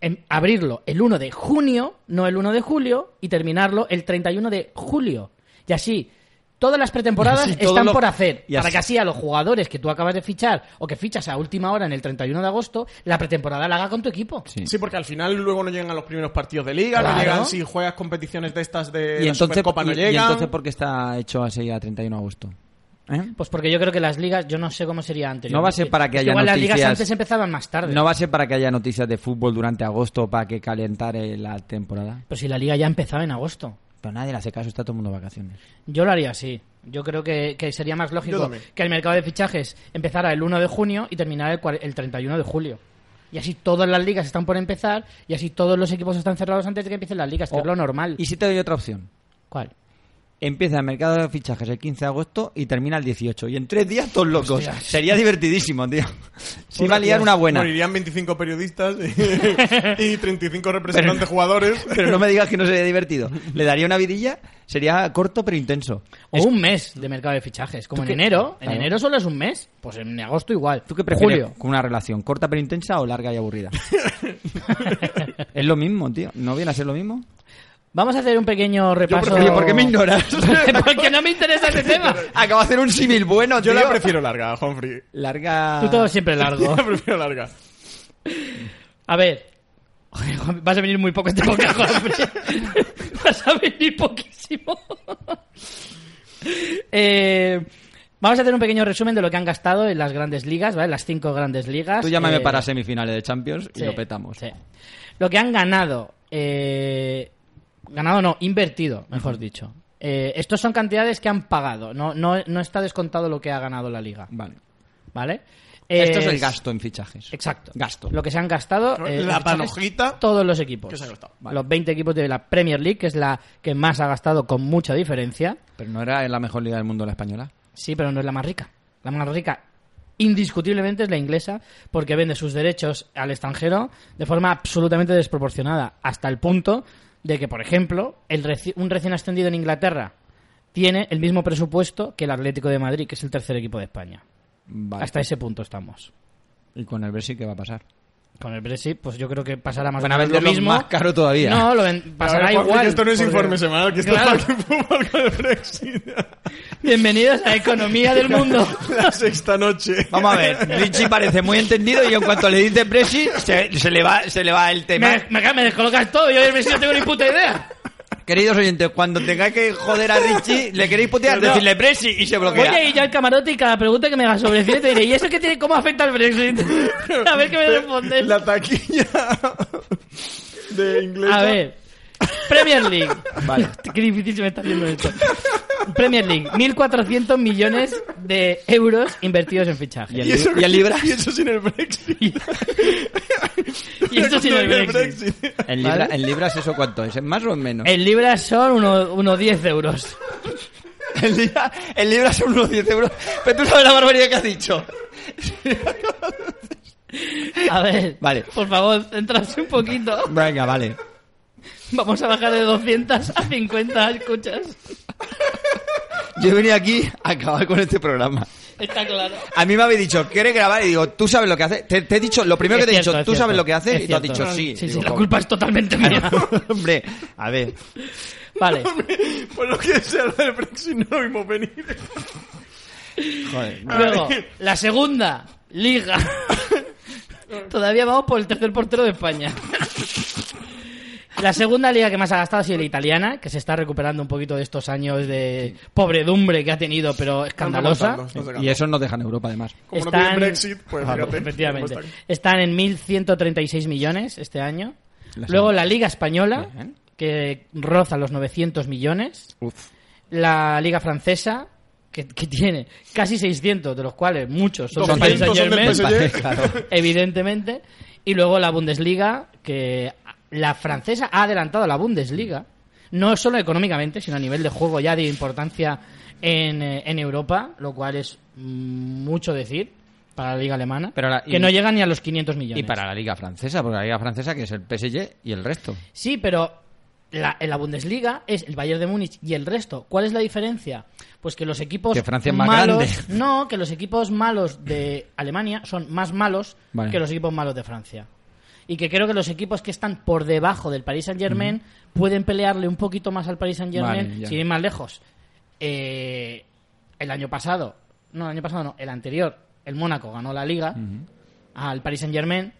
Speaker 1: En- abrirlo el 1 de junio, no el 1 de julio, y terminarlo el 31 de julio. Y así, todas las pretemporadas
Speaker 3: Y así todos
Speaker 1: están
Speaker 3: los-
Speaker 1: por hacer.
Speaker 3: y
Speaker 1: Para
Speaker 3: así-
Speaker 1: que así a los jugadores que tú acabas de fichar o que fichas a última hora en el 31 de agosto, la pretemporada la haga con tu equipo.
Speaker 3: Sí.
Speaker 2: Sí, porque al final luego no llegan a los primeros partidos de Liga,
Speaker 1: Claro.
Speaker 2: no llegan si juegas competiciones de estas de
Speaker 3: Y
Speaker 2: la
Speaker 3: entonces,
Speaker 2: Supercopa no
Speaker 3: y- y
Speaker 2: llegan.
Speaker 3: entonces, ¿por qué está hecho así a 31 de agosto? ¿Eh?
Speaker 1: Pues porque yo creo que las ligas, yo no sé cómo sería antes.
Speaker 3: No va a ser para que haya
Speaker 1: Igual las ligas
Speaker 3: noticias.
Speaker 1: antes empezaban más tarde.
Speaker 3: No va a ser para que haya noticias de fútbol durante agosto para que calentar eh, la temporada.
Speaker 1: Pero si la liga ya empezaba en agosto.
Speaker 3: Pero nadie le hace caso, está todo el mundo de vacaciones.
Speaker 1: Yo lo haría así. Yo creo que, que sería más
Speaker 2: Yo
Speaker 1: lógico
Speaker 2: también.
Speaker 1: que el mercado de fichajes empezara el 1 de junio y terminara el, cua- el 31 de julio. Y así todas las ligas están por empezar y así todos los equipos están cerrados antes de que empiecen las ligas, que
Speaker 3: O-
Speaker 1: es lo normal.
Speaker 3: Y si te doy otra opción.
Speaker 1: ¿Cuál?
Speaker 3: Empieza el mercado de fichajes el 15 de agosto y termina el 18. Y en tres días, todos locos.
Speaker 1: Hostias.
Speaker 3: Sería divertidísimo, tío. Si va a liar una buena.
Speaker 2: Morirían 25 periodistas y, y 35 representantes
Speaker 3: Pero-
Speaker 2: jugadores.
Speaker 3: Pero no me digas que no sería divertido. Le daría una vidilla, sería corto pero intenso.
Speaker 1: O un mes de mercado de fichajes, como en
Speaker 3: qué-
Speaker 1: enero. En
Speaker 3: Claro.
Speaker 1: enero solo es un mes, pues en agosto igual.
Speaker 3: ¿Tú qué prefieres
Speaker 1: Julio.
Speaker 3: con una relación? ¿Corta pero intensa o larga y aburrida? es lo mismo, tío. ¿No viene a ser lo mismo?
Speaker 1: Vamos a hacer un pequeño repaso.
Speaker 3: Oye, ¿por qué me ignoras?
Speaker 1: Porque no me interesa ese tema.
Speaker 3: Acabo de hacer un símil bueno,
Speaker 2: Yo
Speaker 3: tío.
Speaker 2: la prefiero larga, Humphrey.
Speaker 3: Larga...
Speaker 1: Tú todo siempre
Speaker 2: Yo
Speaker 1: largo.
Speaker 2: la prefiero larga.
Speaker 1: A ver. Joder, Juan, Vas a venir muy poco este podcast, Juan, hombre. Vas a venir poquísimo. Eh, vamos a hacer un pequeño resumen de lo que han gastado en las grandes ligas, ¿vale? Las cinco grandes ligas.
Speaker 3: Tú llámame
Speaker 1: Eh,
Speaker 3: para semifinales de Champions y
Speaker 1: sí,
Speaker 3: lo petamos.
Speaker 1: sí. Lo que han ganado. eh, ganado no, invertido, mejor dicho. Eh, estos son cantidades que han pagado. No, no, no está descontado lo que ha ganado la liga,
Speaker 3: Vale.
Speaker 1: ¿vale?
Speaker 3: Esto es
Speaker 1: Eh,
Speaker 3: el gasto en fichajes.
Speaker 1: Exacto.
Speaker 3: Gasto.
Speaker 1: Lo que se han gastado. eh,
Speaker 2: La
Speaker 1: fichajes,
Speaker 2: panojita
Speaker 1: Todos los equipos.
Speaker 2: que se han gastado.
Speaker 3: Vale.
Speaker 1: Los 20 equipos de la Premier League, que es la que más ha gastado con mucha diferencia.
Speaker 3: Pero no era la mejor liga del mundo la española.
Speaker 1: Sí, pero no es la más rica. La más rica, indiscutiblemente, es la inglesa, porque vende sus derechos al extranjero de forma absolutamente desproporcionada, hasta el punto de que, por ejemplo, el reci- un recién ascendido en Inglaterra tiene el mismo presupuesto que el Atlético de Madrid, que es el tercer equipo de España.
Speaker 3: Vale.
Speaker 1: Hasta ese punto estamos.
Speaker 3: Y con el Brexit, ¿qué va a pasar?
Speaker 1: Con el Brexit, pues yo creo que pasará más o
Speaker 3: Van a
Speaker 1: menos lo
Speaker 3: venderlo
Speaker 1: mismo.
Speaker 3: más caro todavía.
Speaker 1: No, lo ven- pasará
Speaker 2: A ver, Juanfrey,
Speaker 1: igual.
Speaker 2: que Esto no es
Speaker 1: porque-
Speaker 2: informe semanal, que esto es
Speaker 1: Claro.
Speaker 2: Parque Fútbol con el Brexit.
Speaker 1: Bienvenidos a Economía del Mundo.
Speaker 2: La sexta noche.
Speaker 3: Vamos a ver, Richie parece muy entendido y en cuanto le dice Brexit, se, se le, va, se le va el tema.
Speaker 1: me, me, me descolocas todo, yo del Brexit no tengo ni puta idea.
Speaker 3: Queridos oyentes, cuando tengáis que joder a Richie, le queréis putear,
Speaker 1: No.
Speaker 3: decirle Brexit y se
Speaker 1: Voy
Speaker 3: bloquea.
Speaker 1: a ir yo al camarote y cada pregunta que me hagas sobre ciencia diré, ¿y eso qué tiene, cómo afecta el Brexit? A ver qué me respondes.
Speaker 2: La taquilla de inglés.
Speaker 1: A ver. Premier League.
Speaker 3: Vale.
Speaker 1: Qué difícil se me está haciendo esto. Premier League, 1.400 millones de euros invertidos en fichajes.
Speaker 3: Y el, li- y el Libra,
Speaker 2: Y eso sin el Brexit.
Speaker 1: Y esto sin el
Speaker 2: Con
Speaker 1: Brexit.
Speaker 3: el Libra,
Speaker 1: ¿Vale?
Speaker 3: el Libras, ¿eso cuánto es? ¿Es ¿Más o es menos?
Speaker 1: En libras son unos uno 10 euros.
Speaker 3: El, Libra, el Libra son unos 10 euros. Pero tú sabes la barbaridad que has dicho.
Speaker 1: A ver,
Speaker 3: Vale.
Speaker 1: por favor, centrarse un poquito.
Speaker 3: Venga, vale.
Speaker 1: Vamos a bajar de 200 a 50 escuchas.
Speaker 3: Yo he venido aquí a acabar con este programa.
Speaker 1: Está claro.
Speaker 3: A mí me habéis dicho, ¿quieres grabar? Y digo, ¿tú sabes lo que haces? Te, te he dicho, lo primero
Speaker 1: Es
Speaker 3: que te he
Speaker 1: cierto,
Speaker 3: dicho,
Speaker 1: es
Speaker 3: ¿tú
Speaker 1: cierto.
Speaker 3: sabes lo que haces?
Speaker 1: Es
Speaker 3: Y tú has
Speaker 1: cierto.
Speaker 3: dicho, sí.
Speaker 1: Sí, sí,
Speaker 3: Digo,
Speaker 1: la
Speaker 3: "Joder".
Speaker 1: culpa es totalmente mía.
Speaker 3: Hombre, a ver.
Speaker 1: Vale.
Speaker 2: Por lo que sea del Brexit, no lo vimos venir.
Speaker 3: Joder.
Speaker 1: Luego, la segunda liga Todavía vamos por el tercer portero de España. La segunda liga que más ha gastado ha sido la italiana, que se está recuperando un poquito de estos años de pobredumbre que ha tenido, pero escandalosa.
Speaker 2: Están remontando, están
Speaker 3: Y
Speaker 2: sacando.
Speaker 3: eso nos deja en Europa, además.
Speaker 2: Como no
Speaker 1: Están-
Speaker 2: tienen Brexit, pues
Speaker 3: Claro,
Speaker 2: fíjate.
Speaker 1: Efectivamente.
Speaker 2: cómo están.
Speaker 1: Están en 1.136 millones este año.
Speaker 3: La
Speaker 1: Luego
Speaker 3: segunda.
Speaker 1: la Liga Española,
Speaker 3: Bien.
Speaker 1: que roza los 900 millones.
Speaker 3: Uf.
Speaker 1: La Liga Francesa, que, que tiene casi 600, de los cuales muchos son, del Paris
Speaker 2: 200 son
Speaker 1: Saint-Germain,
Speaker 2: del PSG.
Speaker 1: evidentemente. Y luego la Bundesliga, que la francesa ha adelantado a la Bundesliga. No solo económicamente, sino a nivel de juego ya de importancia en, eh, en Europa, lo cual es mm, mucho decir para la liga alemana,
Speaker 3: Pero ahora- y-
Speaker 1: que no llega ni a los 500 millones.
Speaker 3: Y para la Liga Francesa, porque la Liga Francesa que es el PSG y el resto.
Speaker 1: Sí, pero la, en la Bundesliga es el Bayern de Múnich y el resto. ¿Cuál es la diferencia? Pues que los equipos
Speaker 3: Que Francia es más
Speaker 1: malos,
Speaker 3: grande.
Speaker 1: no, que los equipos malos de Alemania son más malos
Speaker 3: Vale.
Speaker 1: que los equipos malos de Francia. Y que creo que los equipos que están por debajo del Paris Saint Germain pueden pelearle un poquito más al Paris Saint Germain
Speaker 3: Vale, ya.
Speaker 1: sin ir más lejos. Eh, el año pasado, no, el año pasado no, el anterior, el Mónaco ganó la liga al Paris Saint Germain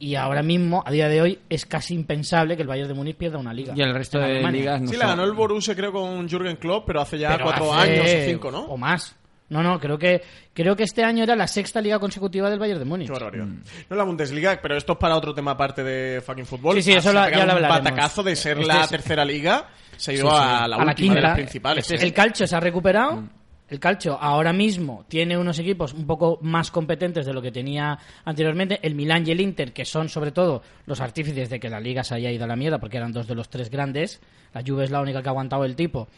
Speaker 1: y ahora mismo, a día de hoy, es casi impensable que el Bayern de Múnich pierda una liga.
Speaker 3: Y el resto
Speaker 1: En
Speaker 3: de
Speaker 1: Alemania.
Speaker 3: ligas no
Speaker 2: Sí, la
Speaker 3: son-
Speaker 2: ganó el Borussia, creo, con Jürgen Klopp, pero hace ya
Speaker 1: Pero
Speaker 2: cuatro
Speaker 1: hace-
Speaker 2: años o cinco, ¿no?
Speaker 1: O más. No, no, creo que, creo que este año era la sexta liga consecutiva del Bayern de Múnich.
Speaker 2: Qué barbaridad. No la Bundesliga, pero esto es para otro tema aparte de fucking fútbol.
Speaker 1: Sí, sí, eso
Speaker 2: Se
Speaker 1: lo-
Speaker 2: ha pegado
Speaker 1: ya lo
Speaker 2: un
Speaker 1: hablaremos.
Speaker 2: batacazo de ser
Speaker 1: Este
Speaker 2: la
Speaker 1: es-
Speaker 2: tercera liga, se ha ido
Speaker 1: Sí, sí.
Speaker 2: a la última de las principales.
Speaker 1: Este-
Speaker 2: ¿eh? Mm.
Speaker 1: El calcio se ha recuperado. El calcio ahora mismo tiene unos equipos un poco más competentes de lo que tenía anteriormente. El Milan y el Inter, que son sobre todo los artífices de que la liga se haya ido a la mierda, porque eran dos de los tres grandes. La Juve es la única que ha aguantado el tipo.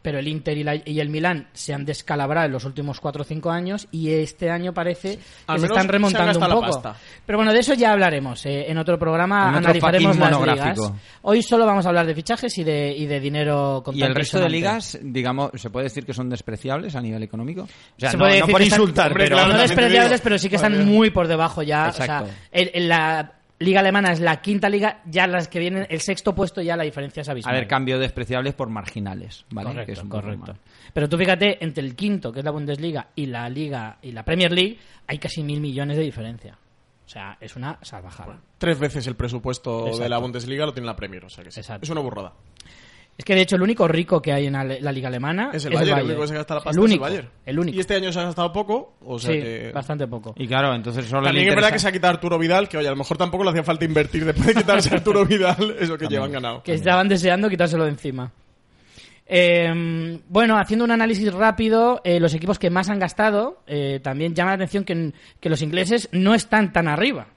Speaker 1: Pero el Inter y, la- y el Milan se han descalabrado en los últimos cuatro o cinco años y este año parece que
Speaker 2: Al
Speaker 1: se
Speaker 2: menos
Speaker 1: están
Speaker 2: se han
Speaker 1: remontando un
Speaker 2: gastado la
Speaker 1: poco.
Speaker 2: pasta.
Speaker 1: Pero bueno, de eso ya hablaremos. eh, en otro programa
Speaker 3: En otro
Speaker 1: analizaremos
Speaker 3: fucking
Speaker 1: las
Speaker 3: monográfico.
Speaker 1: ligas. Hoy solo vamos a hablar de fichajes y de, y de dinero
Speaker 3: Y el
Speaker 1: contante
Speaker 3: resto de
Speaker 1: sonante.
Speaker 3: ligas, digamos, se puede decir que son despreciables a nivel económico. O sea,
Speaker 1: Se
Speaker 3: no,
Speaker 1: puede
Speaker 3: no
Speaker 1: decir
Speaker 3: por
Speaker 1: que están-
Speaker 3: insultar,
Speaker 2: hombre,
Speaker 3: pero
Speaker 2: claro,
Speaker 1: no
Speaker 2: también te
Speaker 1: despreciables,
Speaker 2: digo.
Speaker 1: pero sí que están
Speaker 2: Vale.
Speaker 1: muy por debajo ya.
Speaker 3: Exacto.
Speaker 1: O sea, el- el- la liga alemana es la quinta liga, ya las que vienen, el sexto puesto ya la diferencia es
Speaker 3: a
Speaker 1: abismal.
Speaker 3: ver, cambio despreciables por marginales, ¿vale?
Speaker 1: Correcto,
Speaker 3: Que es un poco
Speaker 1: correcto.
Speaker 3: más.
Speaker 1: Pero tú fíjate, entre el quinto, que es la Bundesliga, y la Liga y la Premier League, hay casi mil millones de diferencia. O sea, es una salvajada.
Speaker 2: Tres veces el presupuesto de
Speaker 1: Exacto.
Speaker 2: la Bundesliga lo tiene la Premier, o sea que sí.
Speaker 1: Exacto.
Speaker 2: Es una burrada.
Speaker 1: Es que de hecho el único rico que hay en ale- la Liga Alemana
Speaker 2: Es el Bayern, el único que se gasta la pasta
Speaker 1: el único,
Speaker 2: es el Bayern.
Speaker 1: el único.
Speaker 2: Y este año se ha gastado poco, o sea
Speaker 1: sí,
Speaker 2: que...
Speaker 1: bastante poco.
Speaker 3: Y claro, entonces solo le
Speaker 2: También es verdad que se
Speaker 3: interesa-
Speaker 2: ha quitado Arturo Vidal, que oye, a lo mejor tampoco le hacía falta invertir después de quitarse a Arturo Vidal, eso que llevan ganado.
Speaker 1: Que estaban deseando quitárselo de encima. Eh, bueno, haciendo un análisis rápido, eh, los equipos que más han gastado, eh, también llama la atención que, que los ingleses no están tan arriba.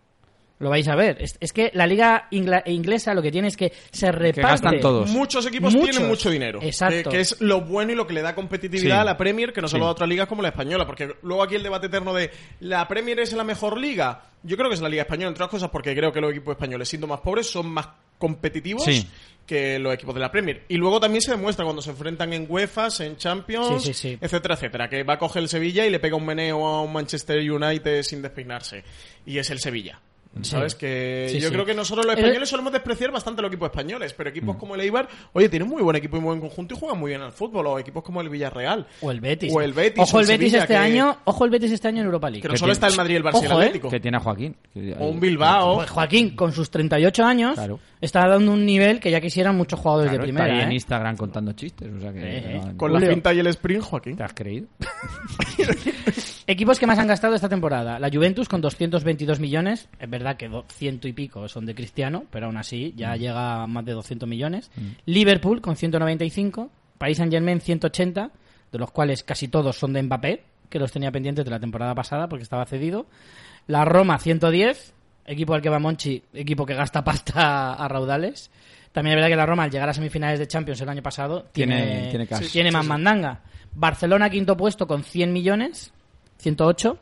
Speaker 1: Lo vais a ver. Es, es que la liga ingla- inglesa lo que tiene es que se reparte.
Speaker 3: gastan todos.
Speaker 2: Muchos equipos
Speaker 1: Muchos.
Speaker 2: tienen mucho dinero.
Speaker 1: Exacto.
Speaker 2: Que, que es lo bueno y lo que le da competitividad
Speaker 3: Sí.
Speaker 2: a la Premier, que no solo
Speaker 3: Sí.
Speaker 2: a otras ligas como la española. Porque luego aquí el debate eterno de la Premier es la mejor liga. Yo creo que es la liga española, entre otras cosas, porque creo que los equipos españoles, siendo más pobres, son más competitivos
Speaker 3: Sí.
Speaker 2: que los equipos de la Premier. Y luego también se demuestra cuando se enfrentan en UEFA, en Champions,
Speaker 1: Sí, sí, sí.
Speaker 2: etcétera, etcétera. Que va a coger el Sevilla y le pega un meneo a un Manchester United sin despeinarse. Y es el Sevilla. ¿Sabes? Que
Speaker 1: Sí,
Speaker 2: yo
Speaker 1: sí.
Speaker 2: creo que nosotros los
Speaker 1: Eh,
Speaker 2: españoles solemos despreciar bastante los equipos españoles, pero equipos como el Eibar, oye, tienen muy buen equipo y muy buen conjunto y juegan muy bien al fútbol, o equipos como el Villarreal.
Speaker 1: O el Betis.
Speaker 2: O el Betis.
Speaker 1: Ojo
Speaker 2: o
Speaker 1: el Betis
Speaker 2: Sevilla,
Speaker 1: este
Speaker 2: que-
Speaker 1: año. Ojo el Betis este año en Europa League.
Speaker 2: Que no solo está el Madrid, el Barça y el
Speaker 1: Ojo, ¿eh?
Speaker 2: Atlético.
Speaker 3: que tiene a Joaquín. que-
Speaker 2: O un Bilbao.
Speaker 1: Pues Joaquín, con sus 38 años,
Speaker 3: Claro.
Speaker 1: está dando un nivel que ya quisieran muchos jugadores
Speaker 3: Claro,
Speaker 1: de primera.
Speaker 3: está ahí en
Speaker 1: ¿eh?
Speaker 3: Instagram contando chistes, o sea que...
Speaker 1: Eh, eh.
Speaker 2: Con la
Speaker 1: Julio.
Speaker 2: pinta y el sprint, Joaquín.
Speaker 3: ¿Te has creído?
Speaker 1: Equipos que más han gastado esta temporada. La Juventus con 222 millones. Es verdad que do- ciento y pico son de Cristiano, pero aún así
Speaker 3: Mm.
Speaker 1: ya llega a más de 200 millones. Liverpool con 195. Paris Saint-Germain 180, de los cuales casi todos son de Mbappé, que los tenía pendientes de la temporada pasada porque estaba cedido. La Roma 110, equipo al que va Monchi, equipo que gasta pasta a raudales. También es verdad que la Roma al llegar a semifinales de Champions el año pasado tiene,
Speaker 3: Tiene- tiene cash. Sí,
Speaker 1: tiene más mandanga. Barcelona quinto puesto con 100 millones, 108.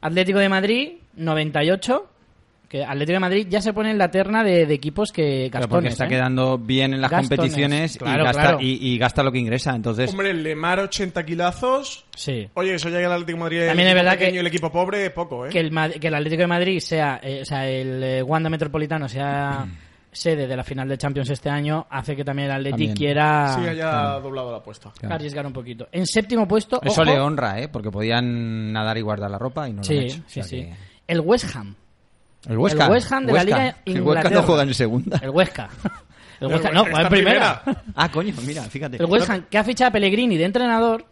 Speaker 1: Atlético de Madrid 98. Que Atlético de Madrid ya se pone en la terna de, de equipos que
Speaker 3: Pero
Speaker 1: gastones,
Speaker 3: porque está
Speaker 1: ¿eh?
Speaker 3: quedando bien en las
Speaker 1: Gastones.
Speaker 3: competiciones
Speaker 1: Claro,
Speaker 3: y, gasta,
Speaker 1: claro.
Speaker 3: y- y gasta lo que ingresa, entonces...
Speaker 2: Hombre, Lemar 80 kilazos.
Speaker 1: Sí.
Speaker 2: Oye, eso llega al Atlético de Madrid. el
Speaker 1: También es
Speaker 2: equipo
Speaker 1: verdad que-
Speaker 2: pequeño y el equipo pobre, poco, ¿eh?
Speaker 1: que el, Mad- que el Atlético de Madrid sea, eh, o sea, el eh, Wanda Metropolitano
Speaker 3: Mm.
Speaker 1: sea sede de la final de Champions este año, hace que también el Atlético
Speaker 3: También.
Speaker 1: quiera
Speaker 2: Sí, haya doblado la apuesta.
Speaker 3: Claro.
Speaker 1: arriesgar un poquito. En séptimo puesto,
Speaker 3: Eso
Speaker 1: ojo,
Speaker 3: le honra, ¿eh? Porque podían nadar y guardar la ropa y no lo han
Speaker 1: sí,
Speaker 3: hecho. O
Speaker 1: sí,
Speaker 3: sea
Speaker 1: sí.
Speaker 3: que-
Speaker 1: El West Ham
Speaker 3: El Huesca.
Speaker 1: El West Ham de la
Speaker 3: Huesca.
Speaker 1: Liga
Speaker 3: El Huesca
Speaker 1: Inglaterra.
Speaker 3: no juega en segunda.
Speaker 1: El Huesca. El Huesca,
Speaker 2: El
Speaker 1: no, juega
Speaker 2: Huesca
Speaker 1: en
Speaker 2: está en
Speaker 1: primera.
Speaker 2: primera.
Speaker 3: Ah, coño, mira, fíjate.
Speaker 1: El West Ham, que ha fichado a Pellegrini de entrenador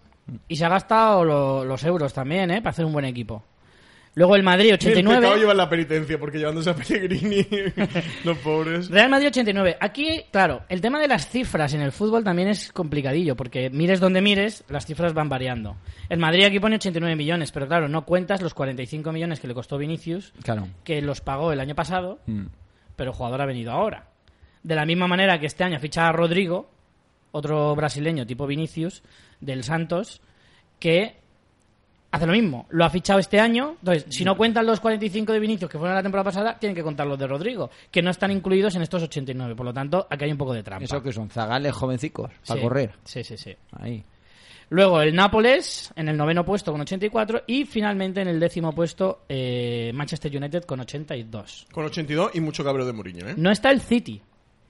Speaker 1: y se ha gastado lo- los euros también, ¿eh? Para hacer un buen equipo. Luego el Madrid,
Speaker 2: El pecado
Speaker 1: 89.
Speaker 2: lleva en la penitencia porque llevándose a Pellegrini los pobres.
Speaker 1: Real Madrid 89. Aquí, claro, el tema de las cifras en el fútbol también es complicadillo, porque mires donde mires, las cifras van variando. El Madrid aquí pone 89 millones, pero claro, no cuentas los 45 millones que le costó Vinicius,
Speaker 3: Claro.
Speaker 1: que los pagó el año pasado,
Speaker 3: Mm.
Speaker 1: pero el jugador ha venido ahora. De la misma manera que este año ficha a Rodrigo, otro brasileño tipo Vinicius, del Santos, que hace lo mismo. Lo ha fichado este año. Entonces, si no cuentan los 45 de Vinicius que fueron la temporada pasada, tienen que contar los de Rodrigo, que no están incluidos en estos 89. Por lo tanto, aquí hay un poco de trampa.
Speaker 3: Eso que son zagales jovencicos para
Speaker 1: Sí.
Speaker 3: correr.
Speaker 1: Sí, sí, sí.
Speaker 3: Ahí.
Speaker 1: Luego el Nápoles en el noveno puesto con 84 y finalmente en el décimo puesto eh, Manchester United con 82.
Speaker 2: Con 82 y mucho cabreo de Mourinho, ¿eh?
Speaker 1: No está el City.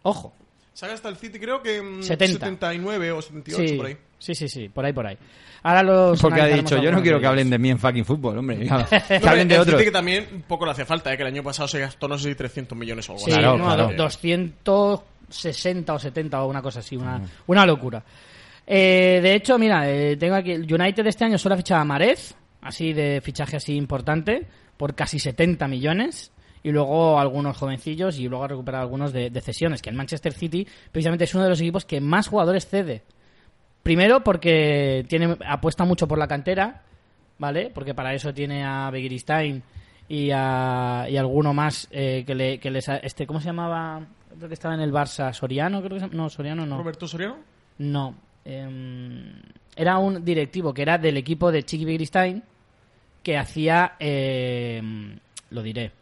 Speaker 1: Ojo.
Speaker 2: Saca hasta el City creo que mm,
Speaker 1: 70.
Speaker 2: 79 o 78
Speaker 1: sí,
Speaker 2: por ahí.
Speaker 1: sí, sí, sí, por ahí, por ahí. Ahora los.
Speaker 3: Porque ha dicho, yo no quiero que hablen de mí en fucking fútbol, hombre. que hablen de
Speaker 2: el
Speaker 3: otro.
Speaker 2: City que también un poco le hace falta, ¿eh? que el año pasado se gastó no sé si 300 millones o algo
Speaker 1: Sí,
Speaker 2: así.
Speaker 3: Claro,
Speaker 1: no,
Speaker 3: claro.
Speaker 1: do- 260 o 70 o una cosa así,
Speaker 3: Ah.
Speaker 1: una, una locura. Eh, de hecho, mira, eh, tengo aquí, el United este año solo ha fichado a Marez, así de fichaje así importante, por casi 70 millones. Y luego algunos jovencillos y luego ha recuperado algunos de, de cesiones, que el Manchester City precisamente es uno de los equipos que más jugadores cede. Primero porque tiene apuesta mucho por la cantera, ¿vale? Porque para eso tiene a Begiristain y a y alguno más eh, que, le, que les ha- este ¿cómo se llamaba? Creo que estaba en el Barça, Soriano, creo que se- no, Soriano no.
Speaker 2: Roberto Soriano.
Speaker 1: No. em, era un directivo que era del equipo de Chiqui Begiristain que hacía em, lo diré.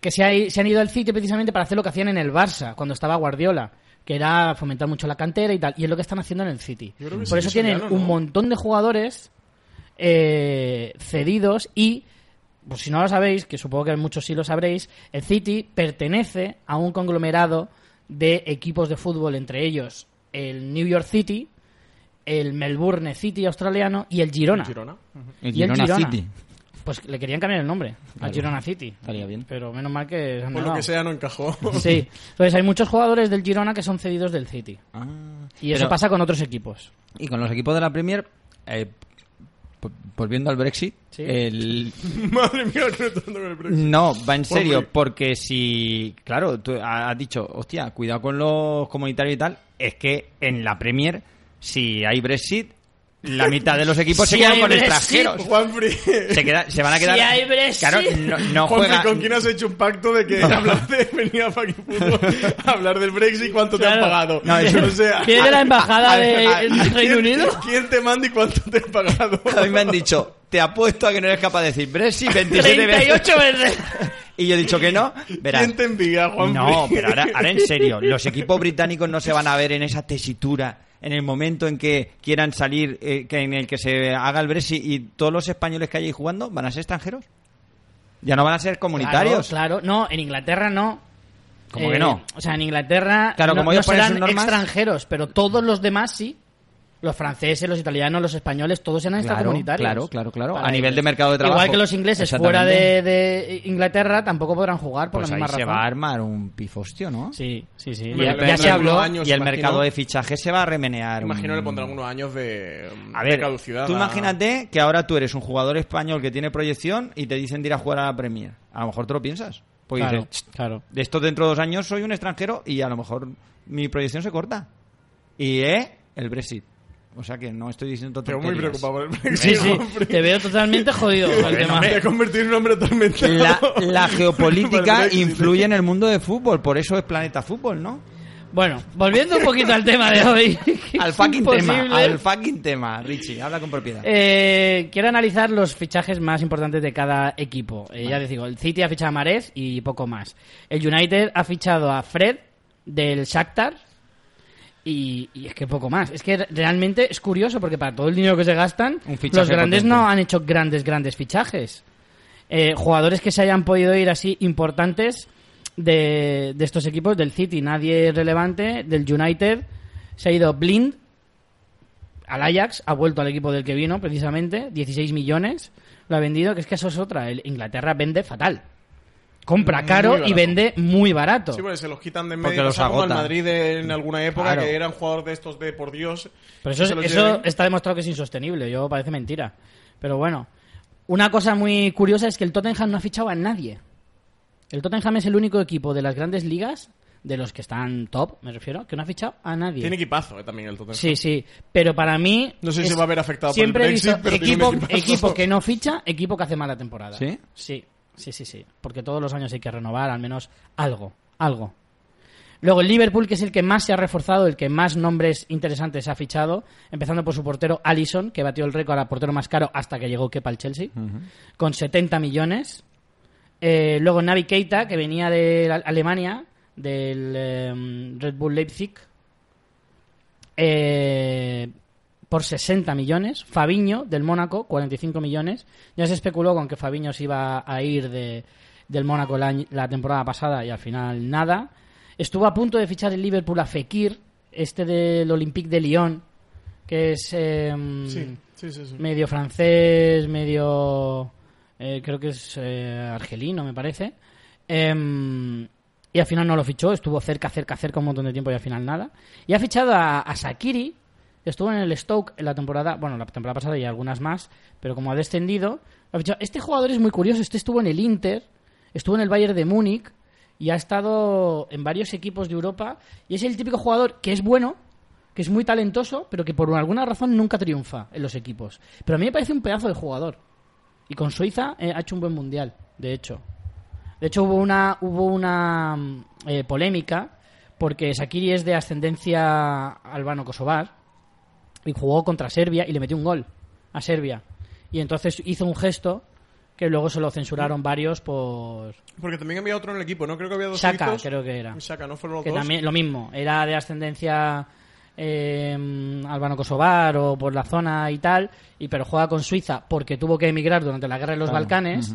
Speaker 1: Que se, ha- se han ido al sitio precisamente para hacer lo que hacían en el Barça cuando estaba Guardiola que era fomentar mucho la cantera y tal, y es lo que están haciendo en el City.
Speaker 2: Yo creo
Speaker 1: Por
Speaker 2: que sí,
Speaker 1: eso tienen
Speaker 2: Soriano, ¿no?
Speaker 1: un montón de jugadores eh, cedidos y, pues si no lo sabéis, que supongo que muchos sí lo sabréis, el City pertenece a un conglomerado de equipos de fútbol, entre ellos el New York City, el Melbourne City australiano y el Girona.
Speaker 2: Girona.
Speaker 3: El
Speaker 1: Y el
Speaker 3: Girona
Speaker 1: Girona.
Speaker 3: City.
Speaker 1: Pues le querían cambiar el nombre al
Speaker 3: Claro.
Speaker 1: Girona City.
Speaker 3: Estaría bien.
Speaker 1: Pero menos mal que... se han
Speaker 2: Por lo
Speaker 1: negado.
Speaker 2: que sea no encajó.
Speaker 1: Sí. Entonces hay muchos jugadores del Girona que son cedidos del City.
Speaker 3: Ah.
Speaker 1: Y eso
Speaker 3: Pero-
Speaker 1: pasa con otros equipos.
Speaker 3: Y con los equipos de la Premier, eh, po- volviendo al Brexit,
Speaker 1: Sí.
Speaker 3: el,
Speaker 2: Madre mía, no estoy dando con el Brexit.
Speaker 3: No, va en serio,
Speaker 1: pues-
Speaker 2: Hombre.
Speaker 3: porque si, claro, tú ha- has dicho, hostia, cuidado con los comunitarios y tal, es que en la Premier, si hay Brexit, la mitad de los equipos
Speaker 1: Si
Speaker 3: se quedan
Speaker 1: hay
Speaker 3: con
Speaker 1: Brexit,
Speaker 3: extranjeros.
Speaker 2: Juanfri.
Speaker 3: Se, queda- se van a quedar.
Speaker 1: Si hay Brexit.
Speaker 3: Claro, no, no
Speaker 2: Juanfri,
Speaker 3: juega.
Speaker 2: ¿con quién has hecho un pacto de que hablar de venir a fucking fútbol a hablar del Brexit cuánto te
Speaker 1: Claro.
Speaker 2: han pagado?
Speaker 3: No, eso-
Speaker 2: o sea,
Speaker 1: ¿Quién de la embajada
Speaker 3: a- a-
Speaker 1: del
Speaker 2: ¿quién-
Speaker 1: Reino Unido?
Speaker 2: ¿Quién te manda y cuánto te han pagado?
Speaker 3: A mí me han dicho, te apuesto a que no eres capaz de decir Brexit 27 veces.
Speaker 1: 38 veces.
Speaker 3: Y yo he dicho que no. Verás.
Speaker 2: ¿Quién te envía, Juanfri?
Speaker 3: No, pero ahora, ahora en serio, los equipos británicos no se van a ver en esa tesitura, en el momento en que quieran salir, eh, que en el que se haga el Brexit y todos los españoles que hay ahí jugando van a ser extranjeros. Ya no van a ser comunitarios.
Speaker 1: Claro, claro. no, en Inglaterra no. Eh,
Speaker 3: ¿Cómo que no?
Speaker 1: O sea, en Inglaterra
Speaker 3: Claro,
Speaker 1: no,
Speaker 3: como
Speaker 1: no
Speaker 3: ellos ponen sus
Speaker 1: serán
Speaker 3: normas.
Speaker 1: extranjeros, pero todos los demás sí. Los franceses, los italianos, los españoles, todos serán
Speaker 3: Claro,
Speaker 1: extracomunitarios.
Speaker 3: claro, claro, claro.
Speaker 1: Para
Speaker 3: A nivel
Speaker 1: ellos.
Speaker 3: de mercado de
Speaker 1: Igual
Speaker 3: trabajo.
Speaker 1: que los ingleses fuera de, de Inglaterra tampoco podrán jugar por
Speaker 3: Pues
Speaker 1: la
Speaker 3: ahí
Speaker 1: misma
Speaker 3: se
Speaker 1: razón.
Speaker 3: va a armar un pifostio, ¿no?
Speaker 1: Sí, sí, sí. Ya-
Speaker 2: Bueno, le
Speaker 1: ya
Speaker 2: pondrán
Speaker 1: se habló.
Speaker 2: unos años,
Speaker 3: y el
Speaker 2: imagino.
Speaker 3: mercado de fichaje se va a remenear. un-
Speaker 2: Imagino le pondrán unos años de,
Speaker 3: A
Speaker 2: de
Speaker 3: ver,
Speaker 2: caducidad.
Speaker 3: tú
Speaker 2: a-
Speaker 3: imagínate que ahora tú eres un jugador español que tiene proyección y te dicen de ir a jugar a la Premier. A lo mejor te lo piensas. Porque
Speaker 1: Claro,
Speaker 3: dices,
Speaker 1: claro.
Speaker 3: de esto dentro de dos años soy un extranjero y a lo mejor mi proyección se corta. Y es el Brexit. O sea que no estoy diciendo
Speaker 2: Estoy muy
Speaker 3: tonterías.
Speaker 2: preocupado por el
Speaker 1: Sí,
Speaker 2: Brexit.
Speaker 1: sí.
Speaker 2: Juanfri.
Speaker 1: Te veo totalmente jodido con el
Speaker 2: Me
Speaker 1: tema.
Speaker 2: voy a convertir en un hombre atormentado.
Speaker 3: La, la
Speaker 2: Para
Speaker 3: geopolítica
Speaker 2: el Brexit.
Speaker 3: influye en el mundo de fútbol, por eso es Planeta Fútbol, ¿no?
Speaker 1: Bueno, volviendo un poquito al tema de hoy. que
Speaker 3: Al
Speaker 1: es
Speaker 3: fucking tema,
Speaker 1: imposible.
Speaker 3: al fucking tema, Richie, habla con propiedad.
Speaker 1: Eh, quiero analizar los fichajes más importantes de cada equipo. Eh, Ya les digo, el City ha fichado a Marez y poco más. El United ha fichado a Fred del Shakhtar y, y es que poco más. Es que re- realmente es curioso porque para todo el dinero que se gastan,
Speaker 3: Un fichaje
Speaker 1: los grandes
Speaker 3: potente.
Speaker 1: no han hecho grandes, grandes fichajes. Eh, jugadores que se hayan podido ir así importantes de, de estos equipos, del City, nadie relevante, del United, se ha ido Blind, al Ajax, ha vuelto al equipo del que vino, precisamente, 16 millones, lo ha vendido, que es que eso es otra, el Inglaterra vende fatal. compra
Speaker 2: Muy
Speaker 1: caro y
Speaker 2: barato.
Speaker 1: vende muy barato.
Speaker 2: Sí, porque se los quitan de en
Speaker 3: Porque
Speaker 2: medio.
Speaker 3: los
Speaker 2: pasa como al
Speaker 3: agotan.
Speaker 2: Madrid en alguna época
Speaker 3: Claro.
Speaker 2: que era un jugador de estos de por Dios.
Speaker 1: Pero eso,
Speaker 2: que se los
Speaker 1: eso
Speaker 2: lleven.
Speaker 1: está demostrado que es insostenible, yo parece mentira. Pero bueno, una cosa muy curiosa es que el Tottenham no ha fichado a nadie. El Tottenham es el único equipo de las grandes ligas, de los que están top, me refiero, que no ha fichado a nadie.
Speaker 2: Tiene equipazo eh, también el Tottenham.
Speaker 1: Sí, sí, pero para mí...
Speaker 2: No sé si
Speaker 1: es-
Speaker 2: va a ver afectado por
Speaker 1: siempre
Speaker 2: el
Speaker 1: he
Speaker 2: Brexit,
Speaker 1: visto
Speaker 2: pero tiene
Speaker 1: equipo,
Speaker 2: un equipazo.
Speaker 1: equipo que no ficha, equipo que hace mala temporada.
Speaker 3: ¿Sí?
Speaker 1: Sí, sí, sí, sí. Porque todos los años hay que renovar al menos algo, algo. Luego el Liverpool, que es el que más se ha reforzado, el que más nombres interesantes ha fichado, empezando por su portero Allison, que batió el récord a portero más caro hasta que llegó Kepa al Chelsea, con 70 millones. Eh, luego Navi Keita, que venía de la- Alemania, del eh, Red Bull Leipzig, eh, por 60 millones. Fabiño, del Mónaco, 45 millones. Ya se especuló con que Fabiño se iba a ir de, del Mónaco el año- la, temporada pasada y al final nada. Estuvo a punto de fichar el Liverpool a Fekir, este del Olympique de Lyon, que es... em,
Speaker 2: Sí, sí, sí. sí.
Speaker 1: medio francés, medio. eh, creo que es eh, argelino, me parece. Em, y al final no lo fichó, estuvo cerca, cerca, cerca un montón de tiempo y al final nada. Y ha fichado a, a Sakiri, que estuvo en el Stoke en la temporada, bueno, la temporada pasada y algunas más, pero como ha descendido, lo ha fichado. Este jugador es muy curioso, este estuvo en el Inter, estuvo en el Bayern de Múnich y ha estado en varios equipos de Europa y es el típico jugador que es bueno, que es muy talentoso, pero que por alguna razón nunca triunfa en los equipos. Pero a mí me parece un pedazo de jugador. Y con Suiza eh, ha hecho un buen mundial, de hecho. De hecho, hubo una, hubo una mm, eh, polémica porque Sakiri es de ascendencia albano-kosovar y jugó contra Serbia y le metió un gol a Serbia. Y entonces hizo un gesto que luego se lo censuraron varios por
Speaker 2: Porque también había otro en el equipo, ¿no? Creo que había dos
Speaker 1: Saka,
Speaker 2: suizos.
Speaker 1: creo que era.
Speaker 2: Saka, ¿no? Fueron los
Speaker 1: Que
Speaker 2: dos.
Speaker 1: también, lo mismo, era de ascendencia eh, albano-kosovar o por la zona y tal, y pero juega con Suiza porque tuvo que emigrar durante la guerra de los Balcanes,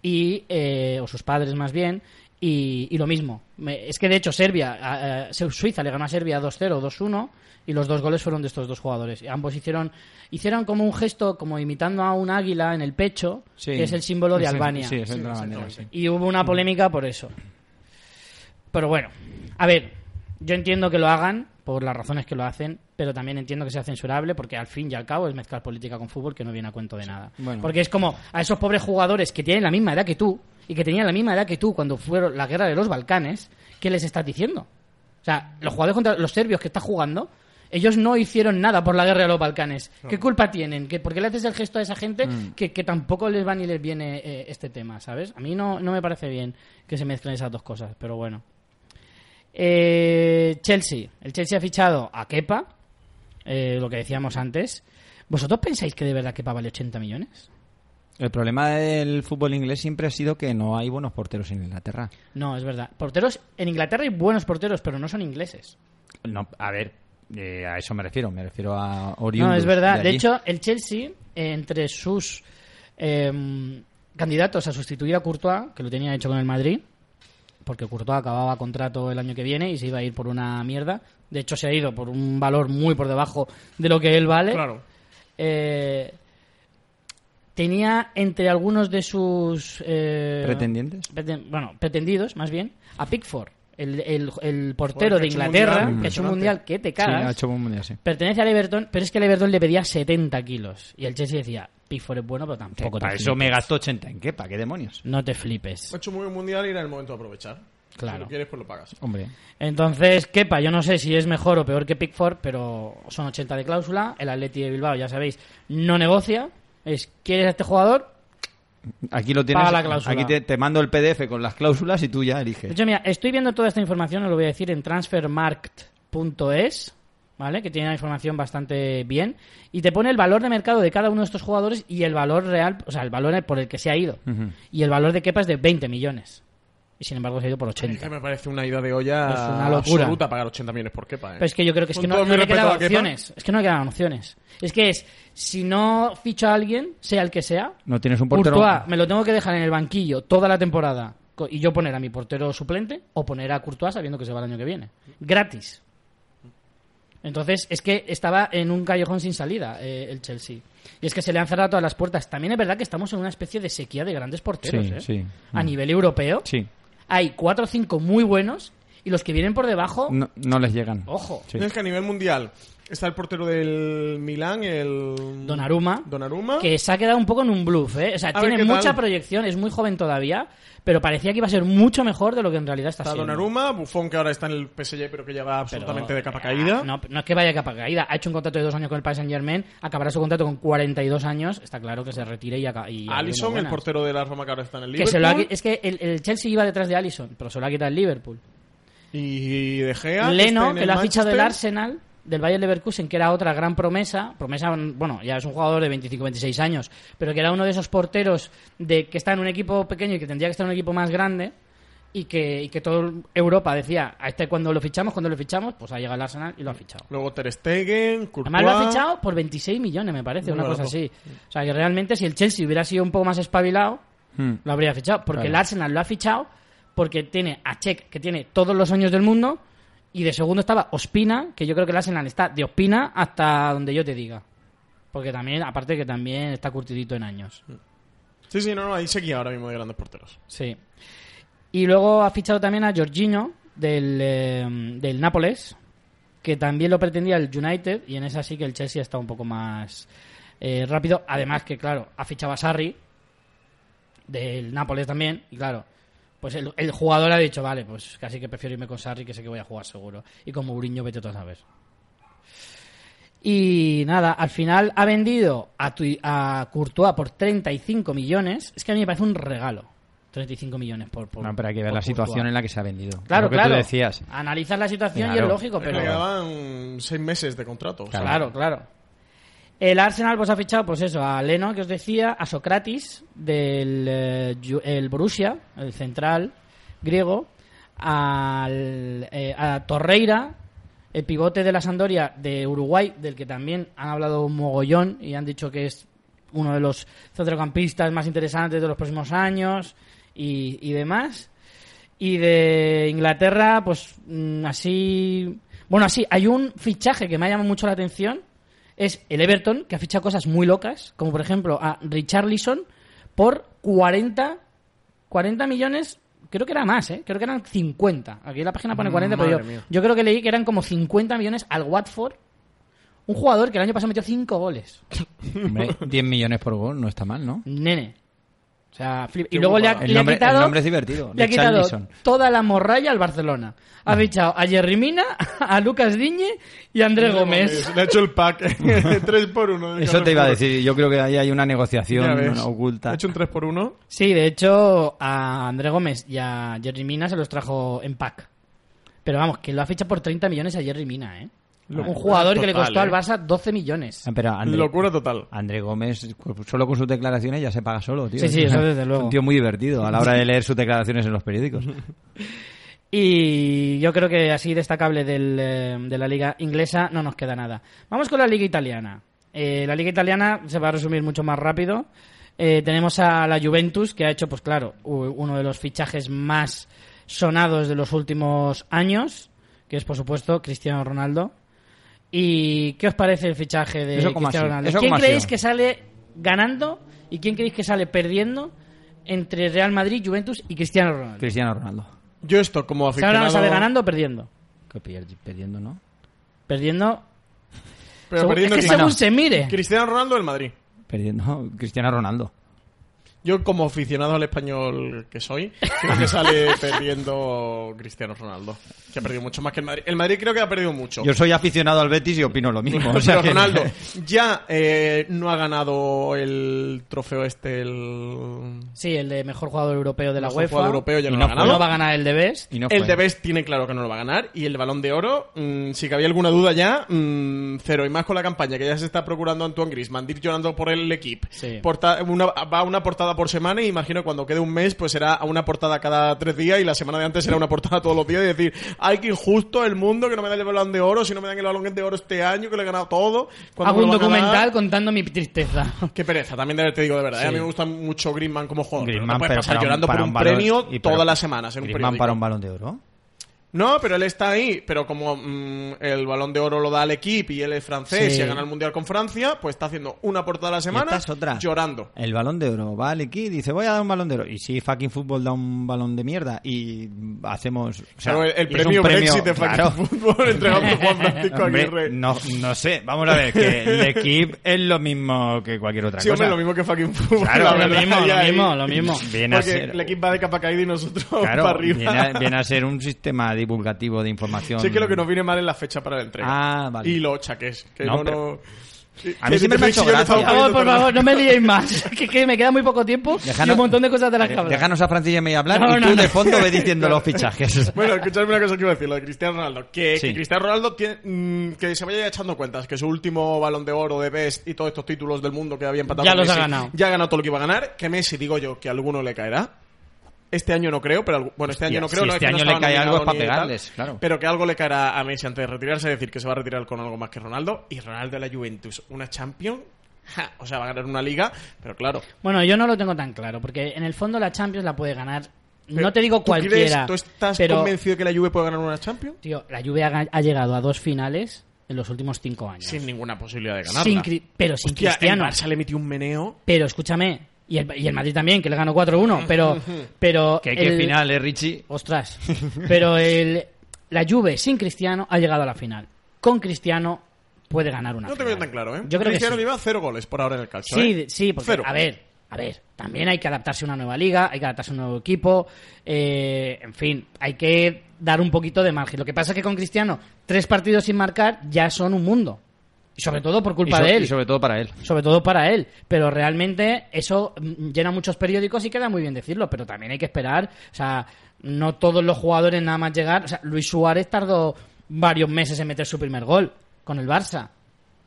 Speaker 1: y, eh, o sus padres más bien, y, y lo mismo. Me- es que de hecho Serbia, a- a- Suiza le ganó a Serbia 2-0, o 2-1, y los dos goles fueron de estos dos jugadores. Y ambos hicieron, hicieron como un gesto, como imitando a un águila en el pecho,
Speaker 3: Sí.
Speaker 1: que es el símbolo de
Speaker 3: Sí,
Speaker 1: Albania.
Speaker 3: Sí, es el de la bandera, sí. Mm.
Speaker 1: Y hubo una polémica por eso. Pero bueno, a ver, yo entiendo que lo hagan por las razones que lo hacen, pero también entiendo que sea censurable porque al fin y al cabo es mezclar política con fútbol que no viene a cuento de nada.
Speaker 3: bueno.
Speaker 1: Porque es como a esos pobres jugadores que tienen la misma edad que tú y que tenían la misma edad que tú cuando fueron la guerra de los Balcanes, ¿qué les estás diciendo? O sea, los jugadores contra los serbios que está jugando, ellos no hicieron nada por la guerra de los Balcanes. ¿Qué culpa tienen? ¿Qué- ¿Por qué le haces el gesto a esa gente que, que tampoco les va ni les viene eh, este tema, ¿sabes? A mí no, no me parece bien que se mezclen esas dos cosas, pero bueno. Eh, Chelsea. El Chelsea ha fichado a Kepa, eh, lo que decíamos antes. ¿Vosotros pensáis que de verdad Kepa vale 80 millones?
Speaker 3: El problema del fútbol inglés siempre ha sido que no hay buenos porteros en Inglaterra.
Speaker 1: No, es verdad. Porteros, en Inglaterra hay buenos porteros, pero no son ingleses.
Speaker 3: No, a ver, eh, a eso me refiero, me refiero a Oriundos
Speaker 1: No, es verdad.
Speaker 3: de
Speaker 1: De
Speaker 3: allí.
Speaker 1: hecho, el Chelsea, eh, entre sus eh, candidatos a sustituir a Courtois, que lo tenía hecho con el Madrid, porque Courtois acababa contrato el año que viene y se iba a ir por una mierda. De hecho, se ha ido por un valor muy por debajo de lo que él vale.
Speaker 2: Claro.
Speaker 1: eh, tenía entre algunos de sus eh,
Speaker 3: ¿Pretendientes?
Speaker 1: preten- bueno, pretendidos más bien a Pickford, el, el- el
Speaker 2: Joder,
Speaker 1: portero
Speaker 2: que
Speaker 1: de
Speaker 2: ha hecho un
Speaker 1: Inglaterra, que ha
Speaker 2: mundial
Speaker 1: hecho un
Speaker 2: impresionante.
Speaker 1: mundial que te
Speaker 3: Sí, ha
Speaker 1: cagas.
Speaker 3: hecho buen mundial, sí.
Speaker 1: Pertenece al Everton, pero es que el Everton le pedía 70 kilos y el Chelsea decía, Pickford es bueno, pero tampoco
Speaker 3: Para
Speaker 1: te
Speaker 3: eso
Speaker 1: flipes.
Speaker 3: me gasto 80 en qué, ¿para qué demonios?
Speaker 1: No te flipes.
Speaker 2: Ha hecho muy buen mundial y era el momento de aprovechar.
Speaker 1: Claro.
Speaker 2: Si lo quieres, pues lo pagas.
Speaker 3: Hombre,
Speaker 1: Entonces, Kepa, yo no sé si es mejor o peor que Pickford, pero son 80 de cláusula. El Atleti de Bilbao, ya sabéis, no negocia. Es, ¿quieres a este jugador?
Speaker 3: aquí lo tienes.
Speaker 1: Paga la cláusula.
Speaker 3: Aquí te, te mando el PDF con las cláusulas y tú ya
Speaker 1: De
Speaker 3: eliges.
Speaker 1: hecho, Pues mira, estoy viendo toda esta información, os lo voy a decir, en transfermarkt.es, ¿vale? Que tiene la información bastante bien. Y te pone el valor de mercado de cada uno de estos jugadores y el valor real, o sea, el valor por el que se ha ido.
Speaker 3: Ujú.
Speaker 1: Y el valor de Kepa es de 20 millones. Y sin embargo se ha ido por
Speaker 2: Es
Speaker 1: 80.
Speaker 2: que me parece una ida de olla
Speaker 1: Es una locura. Pues
Speaker 2: absoluta pagar 80 millones por Kepa, ¿eh?
Speaker 1: Pero es que yo creo que es
Speaker 2: Con
Speaker 1: que no,
Speaker 2: todo
Speaker 1: no
Speaker 2: mi
Speaker 1: le
Speaker 2: respeto
Speaker 1: quedaban
Speaker 2: a Kepa.
Speaker 1: opciones. Es que no le quedaban opciones. Es que es, si no ficho a alguien, sea el que sea,
Speaker 3: No tienes un portero.
Speaker 1: Courtois me lo tengo que dejar en el banquillo toda la temporada co- y yo poner a mi portero suplente o poner a Courtois sabiendo que se va el año que viene. Gratis. Entonces, es que estaba en un callejón sin salida eh, el Chelsea. Y es que se le han cerrado todas las puertas. También es verdad que estamos en una especie de sequía de grandes porteros.
Speaker 3: Sí,
Speaker 1: ¿eh?
Speaker 3: sí.
Speaker 1: A
Speaker 3: Mm.
Speaker 1: nivel europeo
Speaker 3: Sí.
Speaker 1: hay cuatro o cinco muy buenos y los que vienen por debajo,
Speaker 3: No, no les llegan.
Speaker 1: ojo.
Speaker 3: Sí.
Speaker 2: Es que a nivel mundial está el portero del Milán, el.
Speaker 1: Donnarumma.
Speaker 2: Donnarumma.
Speaker 1: que se ha quedado un poco en un bluff, ¿eh? O sea,
Speaker 2: A ver
Speaker 1: tiene
Speaker 2: qué tal.
Speaker 1: mucha proyección, es muy joven todavía, pero parecía que iba a ser mucho mejor de lo que en realidad está,
Speaker 2: Está
Speaker 1: siendo.
Speaker 2: Donnarumma, Buffon que ahora está en el PSG pero que llega
Speaker 1: Pero,
Speaker 2: absolutamente de capa
Speaker 1: eh,
Speaker 2: caída.
Speaker 1: No, no es que vaya de capa caída. Ha hecho un contrato de dos años con el Paris Saint Germain, acabará su contrato con 42 años. Está claro que se retire y, aca- y
Speaker 2: Alisson,
Speaker 1: haremos
Speaker 2: el
Speaker 1: buenas.
Speaker 2: portero de la Roma que ahora está en el
Speaker 1: Que
Speaker 2: Liverpool.
Speaker 1: se lo ha qui- es que el, el Chelsea iba detrás de Allison, pero se lo ha quitado el Liverpool.
Speaker 2: Y De Gea.
Speaker 1: Leno,
Speaker 2: está este en
Speaker 1: que
Speaker 2: el
Speaker 1: lo ha fichado del
Speaker 2: Manchester.
Speaker 1: Arsenal, del Bayern Leverkusen, que era otra gran promesa. Promesa, bueno, ya es un jugador de 25-26 años, pero que era uno de esos porteros de que está en un equipo pequeño y que tendría que estar en un equipo más grande. Y que, y que toda Europa decía, a este cuando lo fichamos, cuando lo fichamos, pues ha llegado el Arsenal y lo ha fichado.
Speaker 2: Luego Ter Stegen, Courtois.
Speaker 1: Además lo ha fichado por 26 millones, me parece,
Speaker 2: Muy
Speaker 1: una cosa
Speaker 2: barato.
Speaker 1: así. O sea, que realmente si el Chelsea hubiera sido un poco más espabilado,
Speaker 3: Mm.
Speaker 1: lo habría fichado. Porque
Speaker 3: Claro.
Speaker 1: el Arsenal lo ha fichado porque tiene a Check, que tiene todos los años del mundo, y de segundo estaba Ospina, que yo creo que el Arsenal está de Ospina hasta donde yo te diga. Porque también, aparte que también está curtidito en años.
Speaker 2: Mm. Sí, sí, no, no, ahí seguía ahora mismo de grandes porteros.
Speaker 1: Sí. Y luego ha fichado también a Jorginho del, eh, del Nápoles, que también lo pretendía el United, y en esa sí que el Chelsea está un poco más eh, rápido. Además que, claro, ha fichado a Sarri del Nápoles también, y claro, pues el, el jugador ha dicho, vale, pues casi que prefiero irme con Sarri, que sé que voy a jugar seguro. Y con Mourinho vete tú a saber. Y nada, al final ha vendido a, Tui- a Courtois por 35 millones. Es que a mí me parece un regalo. 35 millones por... por
Speaker 3: No, pero hay que ver
Speaker 1: por
Speaker 3: la situación
Speaker 1: Courtois.
Speaker 3: en la que se ha vendido.
Speaker 1: Claro,
Speaker 3: Lo que
Speaker 1: claro.
Speaker 3: tú decías.
Speaker 1: Analizas la situación y es
Speaker 3: Claro.
Speaker 1: lógico,
Speaker 2: Pero
Speaker 1: pero...
Speaker 2: le quedaban seis meses de contrato. o sea,
Speaker 1: Claro, claro. El Arsenal pues ha fichado, pues eso, a Leno, que os decía, a Socrates, del eh, Ju- el Borussia, el central griego, al, eh, a Torreira, el pivote de la Sandoria de Uruguay, del que también han hablado un mogollón y han dicho que es uno de los centrocampistas más interesantes de los próximos años y, y demás. Y de Inglaterra, pues mm, así. Bueno, así, hay un fichaje que me ha llamado mucho la atención. Es el Everton, que ha fichado cosas muy locas, como por ejemplo a Richarlison por 40, 40 millones. Creo que era más, ¿eh? Creo que eran 50. Aquí en la página pone 40, pero
Speaker 2: Madre
Speaker 1: yo,
Speaker 2: mía.
Speaker 1: yo creo que leí que eran como 50 millones al Watford. Un jugador que el año pasado metió 5 goles.
Speaker 3: Hombre, 10 millones por gol no está mal, ¿no?
Speaker 1: Nene. O sea, flip- Y
Speaker 2: Qué
Speaker 1: luego le ha,
Speaker 2: guapa.
Speaker 3: El
Speaker 1: le ha
Speaker 3: nombre- el
Speaker 1: quitado.
Speaker 3: nombre es divertido,
Speaker 1: Le ha quitado
Speaker 3: Richarlison.
Speaker 1: toda la morralla al Barcelona. Ha fichado a Jerry Mina, a Lucas Diñe y a André Gómez.
Speaker 2: Le ha hecho el pack. 3 por 1
Speaker 3: Eso te iba a decir. Yo creo que ahí hay una negociación
Speaker 2: Ha
Speaker 3: oculta.
Speaker 2: hecho un 3 por 1
Speaker 1: Sí, de hecho, a André Gómez y a Jerry Mina se los trajo en pack. Pero vamos, que lo ha fichado por 30 millones a Jerry Mina, ¿eh?
Speaker 2: Locura
Speaker 1: Un jugador que le
Speaker 2: total,
Speaker 1: costó al
Speaker 2: ¿eh?
Speaker 1: Barça 12 millones.
Speaker 3: Ah, Pero André,
Speaker 2: Locura total.
Speaker 3: André Gómez, solo con sus declaraciones ya se paga solo, tío.
Speaker 1: Sí, sí, eso desde
Speaker 3: Es
Speaker 1: luego.
Speaker 3: un tío muy divertido a la hora de leer sus declaraciones en los periódicos.
Speaker 1: Y yo creo que así destacable del, eh, de la liga inglesa no nos queda nada. Vamos con la liga italiana. Eh, la liga italiana se va a resumir mucho más rápido. Eh, tenemos a la Juventus que ha hecho, pues claro, u- uno de los fichajes más sonados de los últimos años, que es por supuesto Cristiano Ronaldo. ¿Y qué os parece el fichaje de
Speaker 3: Eso como
Speaker 1: Cristiano
Speaker 3: así,
Speaker 1: Ronaldo?
Speaker 3: eso
Speaker 1: ¿Quién
Speaker 3: como
Speaker 1: creéis
Speaker 3: así.
Speaker 1: que sale ganando y quién creéis que sale perdiendo entre Real Madrid, Juventus y Cristiano Ronaldo?
Speaker 3: Cristiano Ronaldo.
Speaker 2: Yo esto como
Speaker 1: Cristiano
Speaker 2: aficionado...
Speaker 1: Ronaldo sale ganando o perdiendo?
Speaker 3: Que pier- perdiendo, ¿no?
Speaker 1: Perdiendo.
Speaker 2: Pero
Speaker 1: según-
Speaker 2: perdiendo
Speaker 1: es que
Speaker 2: quién?
Speaker 1: según se mire.
Speaker 2: Cristiano Ronaldo del Madrid.
Speaker 3: Perdiendo. Cristiano Ronaldo.
Speaker 2: Yo como aficionado al español que soy, creo que sale perdiendo Cristiano Ronaldo. Que ha perdido mucho más que el Madrid. El Madrid creo que ha perdido mucho.
Speaker 3: Yo soy aficionado al Betis y opino lo mismo. o sea
Speaker 2: Pero
Speaker 3: que-
Speaker 2: Ronaldo ya eh, no ha ganado el trofeo este, el...
Speaker 1: Sí, el de mejor jugador europeo de la
Speaker 2: Mejor
Speaker 1: UEFA. Pues
Speaker 2: jugador europeo ya
Speaker 3: Y
Speaker 2: no, lo ha
Speaker 3: no fue.
Speaker 1: No
Speaker 2: ganado.
Speaker 1: lo va a ganar el de Best.
Speaker 3: Y no
Speaker 2: el
Speaker 3: fue.
Speaker 2: de Best tiene claro que no lo va a ganar. Y el balón de oro, mm, si cabía alguna duda ya, mm, cero. Y más con la campaña que ya se está procurando Antoine Griezmann, ir llorando por el equipo.
Speaker 1: Sí.
Speaker 2: Porta- una- va a una portada por semana y imagino que cuando quede un mes, pues será a una portada cada tres días y la semana de antes será una portada todos los días y decir, ay, que injusto el mundo que no me dan el balón de oro, si no me dan el balón de oro este año, que lo he ganado todo. ¿Cuándo
Speaker 1: Hago
Speaker 2: me
Speaker 1: un
Speaker 2: lo van a dar?
Speaker 1: documental contando mi tristeza.
Speaker 2: Qué pereza, también de- te digo de verdad. ¿eh?
Speaker 1: Sí.
Speaker 2: A mí me gusta mucho Griezmann como jugador. pero
Speaker 3: Griezmann,
Speaker 2: no puedes
Speaker 3: pero
Speaker 2: pasar
Speaker 3: para un-
Speaker 2: llorando
Speaker 3: para
Speaker 2: por un,
Speaker 3: balón-
Speaker 2: premio
Speaker 3: y para-
Speaker 2: todas las semanas en un
Speaker 3: Griezmann
Speaker 2: periódico.
Speaker 3: para un balón de oro.
Speaker 2: No, pero él está ahí, pero como mm, el balón de oro lo da al equipo y él es francés
Speaker 3: Sí.
Speaker 2: y ha ganado el mundial con Francia, pues está haciendo una portada a la semana
Speaker 3: Y esta es otra.
Speaker 2: llorando.
Speaker 3: El balón de oro. Va al equipo dice, voy a dar un balón de oro. Y si fucking fútbol da un balón de mierda y hacemos... o sea,
Speaker 2: Claro, el, el
Speaker 3: y es
Speaker 2: premio
Speaker 3: un premio-
Speaker 2: Brexit de
Speaker 3: claro.
Speaker 2: Fucking Fútbol entregado por Juan Francisco
Speaker 3: Hombre,
Speaker 2: Aguirre.
Speaker 3: no, no sé, vamos a ver, que el equipo es lo mismo que cualquier otra
Speaker 2: Sí,
Speaker 3: cosa.
Speaker 2: hombre, lo mismo que Fucking Fútbol.
Speaker 3: Claro,
Speaker 2: la
Speaker 3: lo
Speaker 2: verdad, eh.
Speaker 1: mismo,
Speaker 2: y
Speaker 1: lo
Speaker 2: ahí-
Speaker 1: mismo, lo mismo.
Speaker 3: Viene a
Speaker 2: Porque
Speaker 3: ser,
Speaker 2: el equipo va de capa caída y nosotros
Speaker 3: claro,
Speaker 2: para arriba.
Speaker 3: Viene, a, viene a ser un sistema divulgativo de información.
Speaker 2: Sí, es que lo que nos viene mal es la fecha para la entrega.
Speaker 3: Ah, vale.
Speaker 2: Y lo chaques. Que
Speaker 3: No,
Speaker 2: no, no...
Speaker 3: A mí siempre me ha hecho gracia.
Speaker 1: Por favor, por favor, no me liéis más. Que, que me queda muy poco tiempo y
Speaker 3: Déjanos-
Speaker 1: un montón de cosas de las que hablar.
Speaker 3: Eh, Déjanos a Francilla y media hablar
Speaker 1: No,
Speaker 3: y
Speaker 1: no,
Speaker 3: tú
Speaker 1: no.
Speaker 3: de fondo ve diciendo los fichajes.
Speaker 2: Bueno, escuchadme una cosa que iba a decir, lo de Cristiano Ronaldo. Que,
Speaker 3: Sí.
Speaker 2: que Cristiano Ronaldo tiene, mm, que se vaya echando cuentas, que su último balón de oro de Best y todos estos títulos del mundo que había empatado
Speaker 1: Ya
Speaker 2: con
Speaker 1: los ha
Speaker 2: Messi,
Speaker 1: ganado.
Speaker 2: Ya ha ganado todo lo que iba a ganar. Que Messi, digo yo, que alguno le caerá. Este año no creo, pero algu- bueno, este año no creo.
Speaker 3: si
Speaker 2: no, es
Speaker 3: este
Speaker 2: que no
Speaker 3: año le
Speaker 2: estaba
Speaker 3: cae algo
Speaker 2: nominado
Speaker 3: es pa'
Speaker 2: ni tal,
Speaker 3: pegarles, claro.
Speaker 2: Pero que algo le caerá a Messi antes de retirarse, es decir, que se va a retirar con algo más que Ronaldo. Y Ronaldo de la Juventus, una Champions. ja, o sea, va a ganar una liga, pero claro.
Speaker 1: Bueno, yo no lo tengo tan claro, porque en el fondo la Champions la puede ganar.
Speaker 2: Pero,
Speaker 1: no te digo
Speaker 2: ¿tú crees-
Speaker 1: cualquiera.
Speaker 2: ¿Tú estás
Speaker 1: pero,
Speaker 2: convencido de que la Juve puede ganar una Champions?
Speaker 1: Tío, la Juve ha, ga- ha llegado a dos finales en los últimos cinco años.
Speaker 2: Sin ninguna posibilidad de ganarla.
Speaker 1: Sin cri- pero sin
Speaker 2: Hostia,
Speaker 1: Cristiano.
Speaker 2: el Barça le metió un meneo.
Speaker 1: Pero escúchame, y el, y el Madrid también, que le ganó 4-1, pero... pero
Speaker 3: Que qué
Speaker 1: el-
Speaker 3: final, eh, Richie.
Speaker 1: Ostras. Pero el, la Juve sin Cristiano ha llegado a la final. Con Cristiano puede ganar una
Speaker 2: No
Speaker 1: final.
Speaker 2: tengo yo tan claro, ¿eh?
Speaker 1: Yo creo
Speaker 2: Cristiano
Speaker 1: que sí.
Speaker 2: lleva cero goles por ahora en el calcio.
Speaker 1: Sí,
Speaker 2: ¿eh?
Speaker 1: de- sí, porque
Speaker 2: Cero.
Speaker 1: a ver, a ver, también hay que adaptarse a una nueva liga, hay que adaptarse a un nuevo equipo, eh, en fin, hay que dar un poquito de margen. Lo que pasa es que con Cristiano, tres partidos sin marcar ya son un mundo. Y sobre todo por
Speaker 3: Y
Speaker 1: culpa
Speaker 3: so-
Speaker 1: de él.
Speaker 3: y sobre todo para él.
Speaker 1: Sobre todo para él. Pero realmente eso mm, llena muchos periódicos y queda muy bien decirlo, pero también hay que esperar. O sea, no todos los jugadores nada más llegar. O sea, Luis Suárez tardó varios meses en meter su primer gol con el Barça.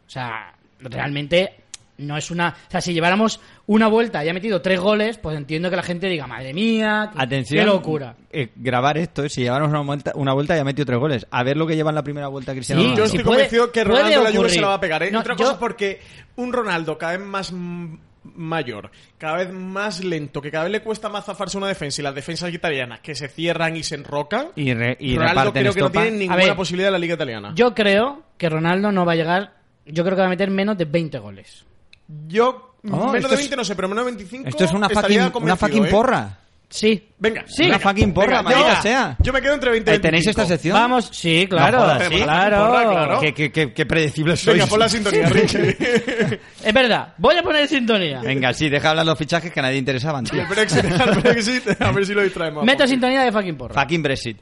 Speaker 1: O sea, realmente no es una... O sea, si lleváramos una vuelta y ha metido tres goles, pues entiendo que la gente diga, madre mía, qué,
Speaker 3: Atención.
Speaker 1: qué locura.
Speaker 3: eh, grabar esto, eh, si llevamos una vuelta, una vuelta y ha metido tres goles. A ver lo que lleva en la primera vuelta Cristiano
Speaker 1: Sí,
Speaker 2: Yo
Speaker 3: Ronaldo.
Speaker 2: estoy
Speaker 1: si puede-
Speaker 2: convencido
Speaker 1: puede
Speaker 2: que Ronaldo la Juve se
Speaker 1: ocurrir.
Speaker 2: la va a pegar, ¿eh?
Speaker 1: No,
Speaker 2: Otra
Speaker 1: yo-
Speaker 2: cosa es porque un Ronaldo cada vez más mm, mayor, cada vez más lento, que cada vez le cuesta más zafarse una defensa y las defensas italianas que se cierran y se enrocan,
Speaker 3: Y, re- y
Speaker 2: Ronaldo
Speaker 3: reparten
Speaker 2: creo que no
Speaker 3: estopa.
Speaker 2: tiene
Speaker 1: A
Speaker 2: ninguna
Speaker 1: ver,
Speaker 2: posibilidad en la liga italiana.
Speaker 1: Yo creo que Ronaldo no va a llegar... Yo creo que va a meter menos de 20 goles.
Speaker 2: Yo,
Speaker 3: Oh,
Speaker 2: menos
Speaker 3: esto
Speaker 2: de
Speaker 3: es-
Speaker 2: 20 no sé, pero menos de 25
Speaker 3: Esto es una
Speaker 2: estaría
Speaker 3: fucking, una
Speaker 2: convencido,
Speaker 3: fucking
Speaker 2: ¿eh?
Speaker 3: porra.
Speaker 1: Sí.
Speaker 2: Venga,
Speaker 1: Sí.
Speaker 2: venga,
Speaker 3: Una fucking porra,
Speaker 2: venga,
Speaker 3: maldita
Speaker 2: yo-
Speaker 3: sea.
Speaker 2: Yo me quedo entre 20 y
Speaker 3: Ahí tenéis
Speaker 2: 25.
Speaker 3: esta sección.
Speaker 1: Vamos, sí, claro,
Speaker 3: No jodas,
Speaker 1: sí,
Speaker 3: ¿eh?
Speaker 1: claro.
Speaker 2: Porra, claro.
Speaker 3: Qué, qué- qué- qué predecibles sois.
Speaker 2: Venga, pon la sintonía, Ricky.
Speaker 1: Es verdad, voy a poner sintonía.
Speaker 3: Venga, sí, deja hablar los fichajes que a nadie interesaban. tío.
Speaker 2: El Brexit, el Brexit, a ver si lo distraemos.
Speaker 1: Meto sintonía de fucking porra.
Speaker 3: Fucking Brexit.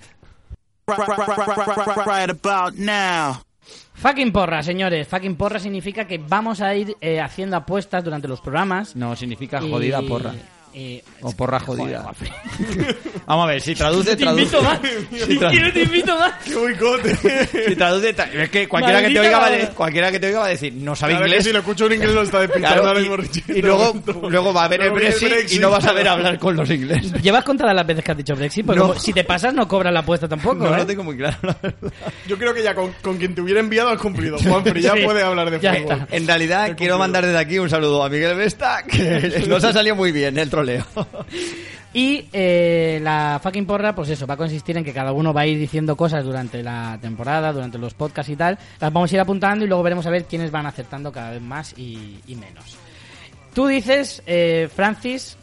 Speaker 4: Right about now.
Speaker 1: Fucking porra, señores. Fucking porra significa que vamos a ir eh, haciendo apuestas durante los programas.
Speaker 3: No, significa
Speaker 1: Y- eh,
Speaker 3: jodida porra.
Speaker 1: y-
Speaker 3: O porra jodida.
Speaker 1: Joder,
Speaker 3: Vamos a ver, si traduce,
Speaker 1: te invito
Speaker 3: traduce.
Speaker 1: más.
Speaker 3: Si
Speaker 1: Si
Speaker 3: tra-
Speaker 1: quieres te invito más.
Speaker 2: ¡Qué boicote!
Speaker 3: si traduce, tra- es que cualquiera que, te
Speaker 1: Maldita
Speaker 3: oiga va a
Speaker 1: la-
Speaker 3: de- cualquiera que te oiga va a decir, no sabe
Speaker 2: Claro que
Speaker 3: inglés.
Speaker 2: si lo escucho en inglés lo está despintando
Speaker 3: Claro,
Speaker 2: ahora
Speaker 3: y-
Speaker 2: mismo Richie.
Speaker 3: y, luego,
Speaker 2: Tanto.
Speaker 3: luego va a haber el
Speaker 2: Luego viene
Speaker 3: Brexit, y no vas a ver hablar con los ingleses.
Speaker 1: ¿Llevas contadas las veces que has dicho Brexit? Porque
Speaker 3: No.
Speaker 1: como- si te pasas no cobras la apuesta tampoco.
Speaker 3: No
Speaker 1: ¿eh?
Speaker 3: lo tengo muy claro, la verdad.
Speaker 2: Yo creo que ya con, con quien te hubiera enviado has cumplido, Juanfrey. Ya
Speaker 1: Sí,
Speaker 2: puedes hablar de
Speaker 1: ya
Speaker 2: fútbol.
Speaker 1: está.
Speaker 3: Eh, En realidad, quiero mandar desde aquí un saludo a Miguel Vesta, que nos ha salido muy bien el troleo.
Speaker 1: Y eh, la fucking porra, pues eso, va a consistir en que cada uno va a ir diciendo cosas durante la temporada, durante los podcasts y tal. Las vamos a ir apuntando y luego veremos a ver quiénes van acertando cada vez más y, y menos. Tú dices, eh, Francis,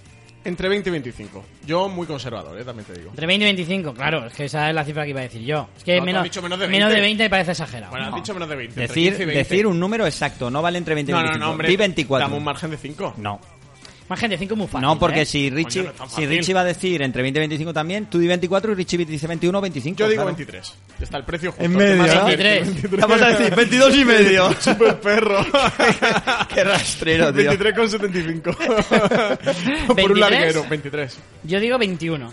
Speaker 2: Entre 20 y 25. Yo muy conservador, eh, también te digo.
Speaker 1: entre 20 y 25. Claro, es que esa es la cifra que iba a decir yo. Es que
Speaker 2: No, tú
Speaker 1: menos,
Speaker 2: has dicho menos de 20.
Speaker 1: me parece exagerado.
Speaker 2: Bueno, has dicho menos de 20. entre 15 y
Speaker 3: Decir,
Speaker 2: 20.
Speaker 3: decir un número exacto, no vale entre 20 y
Speaker 2: No,
Speaker 3: 25.
Speaker 2: no, no, hombre.
Speaker 3: Di 24.
Speaker 2: Damos un margen de 5.
Speaker 3: No,
Speaker 1: Más gente, 5 muy fácil.
Speaker 3: no, porque
Speaker 1: ¿eh?
Speaker 3: si Richie,
Speaker 2: no es tan
Speaker 3: si
Speaker 2: fácil.
Speaker 3: Richie va a decir entre 20 y 25 también, tú di 24 y Richie dice 21 o 25.
Speaker 2: Yo digo
Speaker 3: claro.
Speaker 2: 23. Ya está el precio justo.
Speaker 3: En medio,
Speaker 2: Más
Speaker 3: ¿no?
Speaker 1: 23.
Speaker 2: 23.
Speaker 3: Vamos a decir 22 y medio.
Speaker 2: Super perro.
Speaker 3: Qué rastrero, tío.
Speaker 2: 23,75. Por un
Speaker 1: 23.
Speaker 2: larguero, 23.
Speaker 1: Yo digo 21.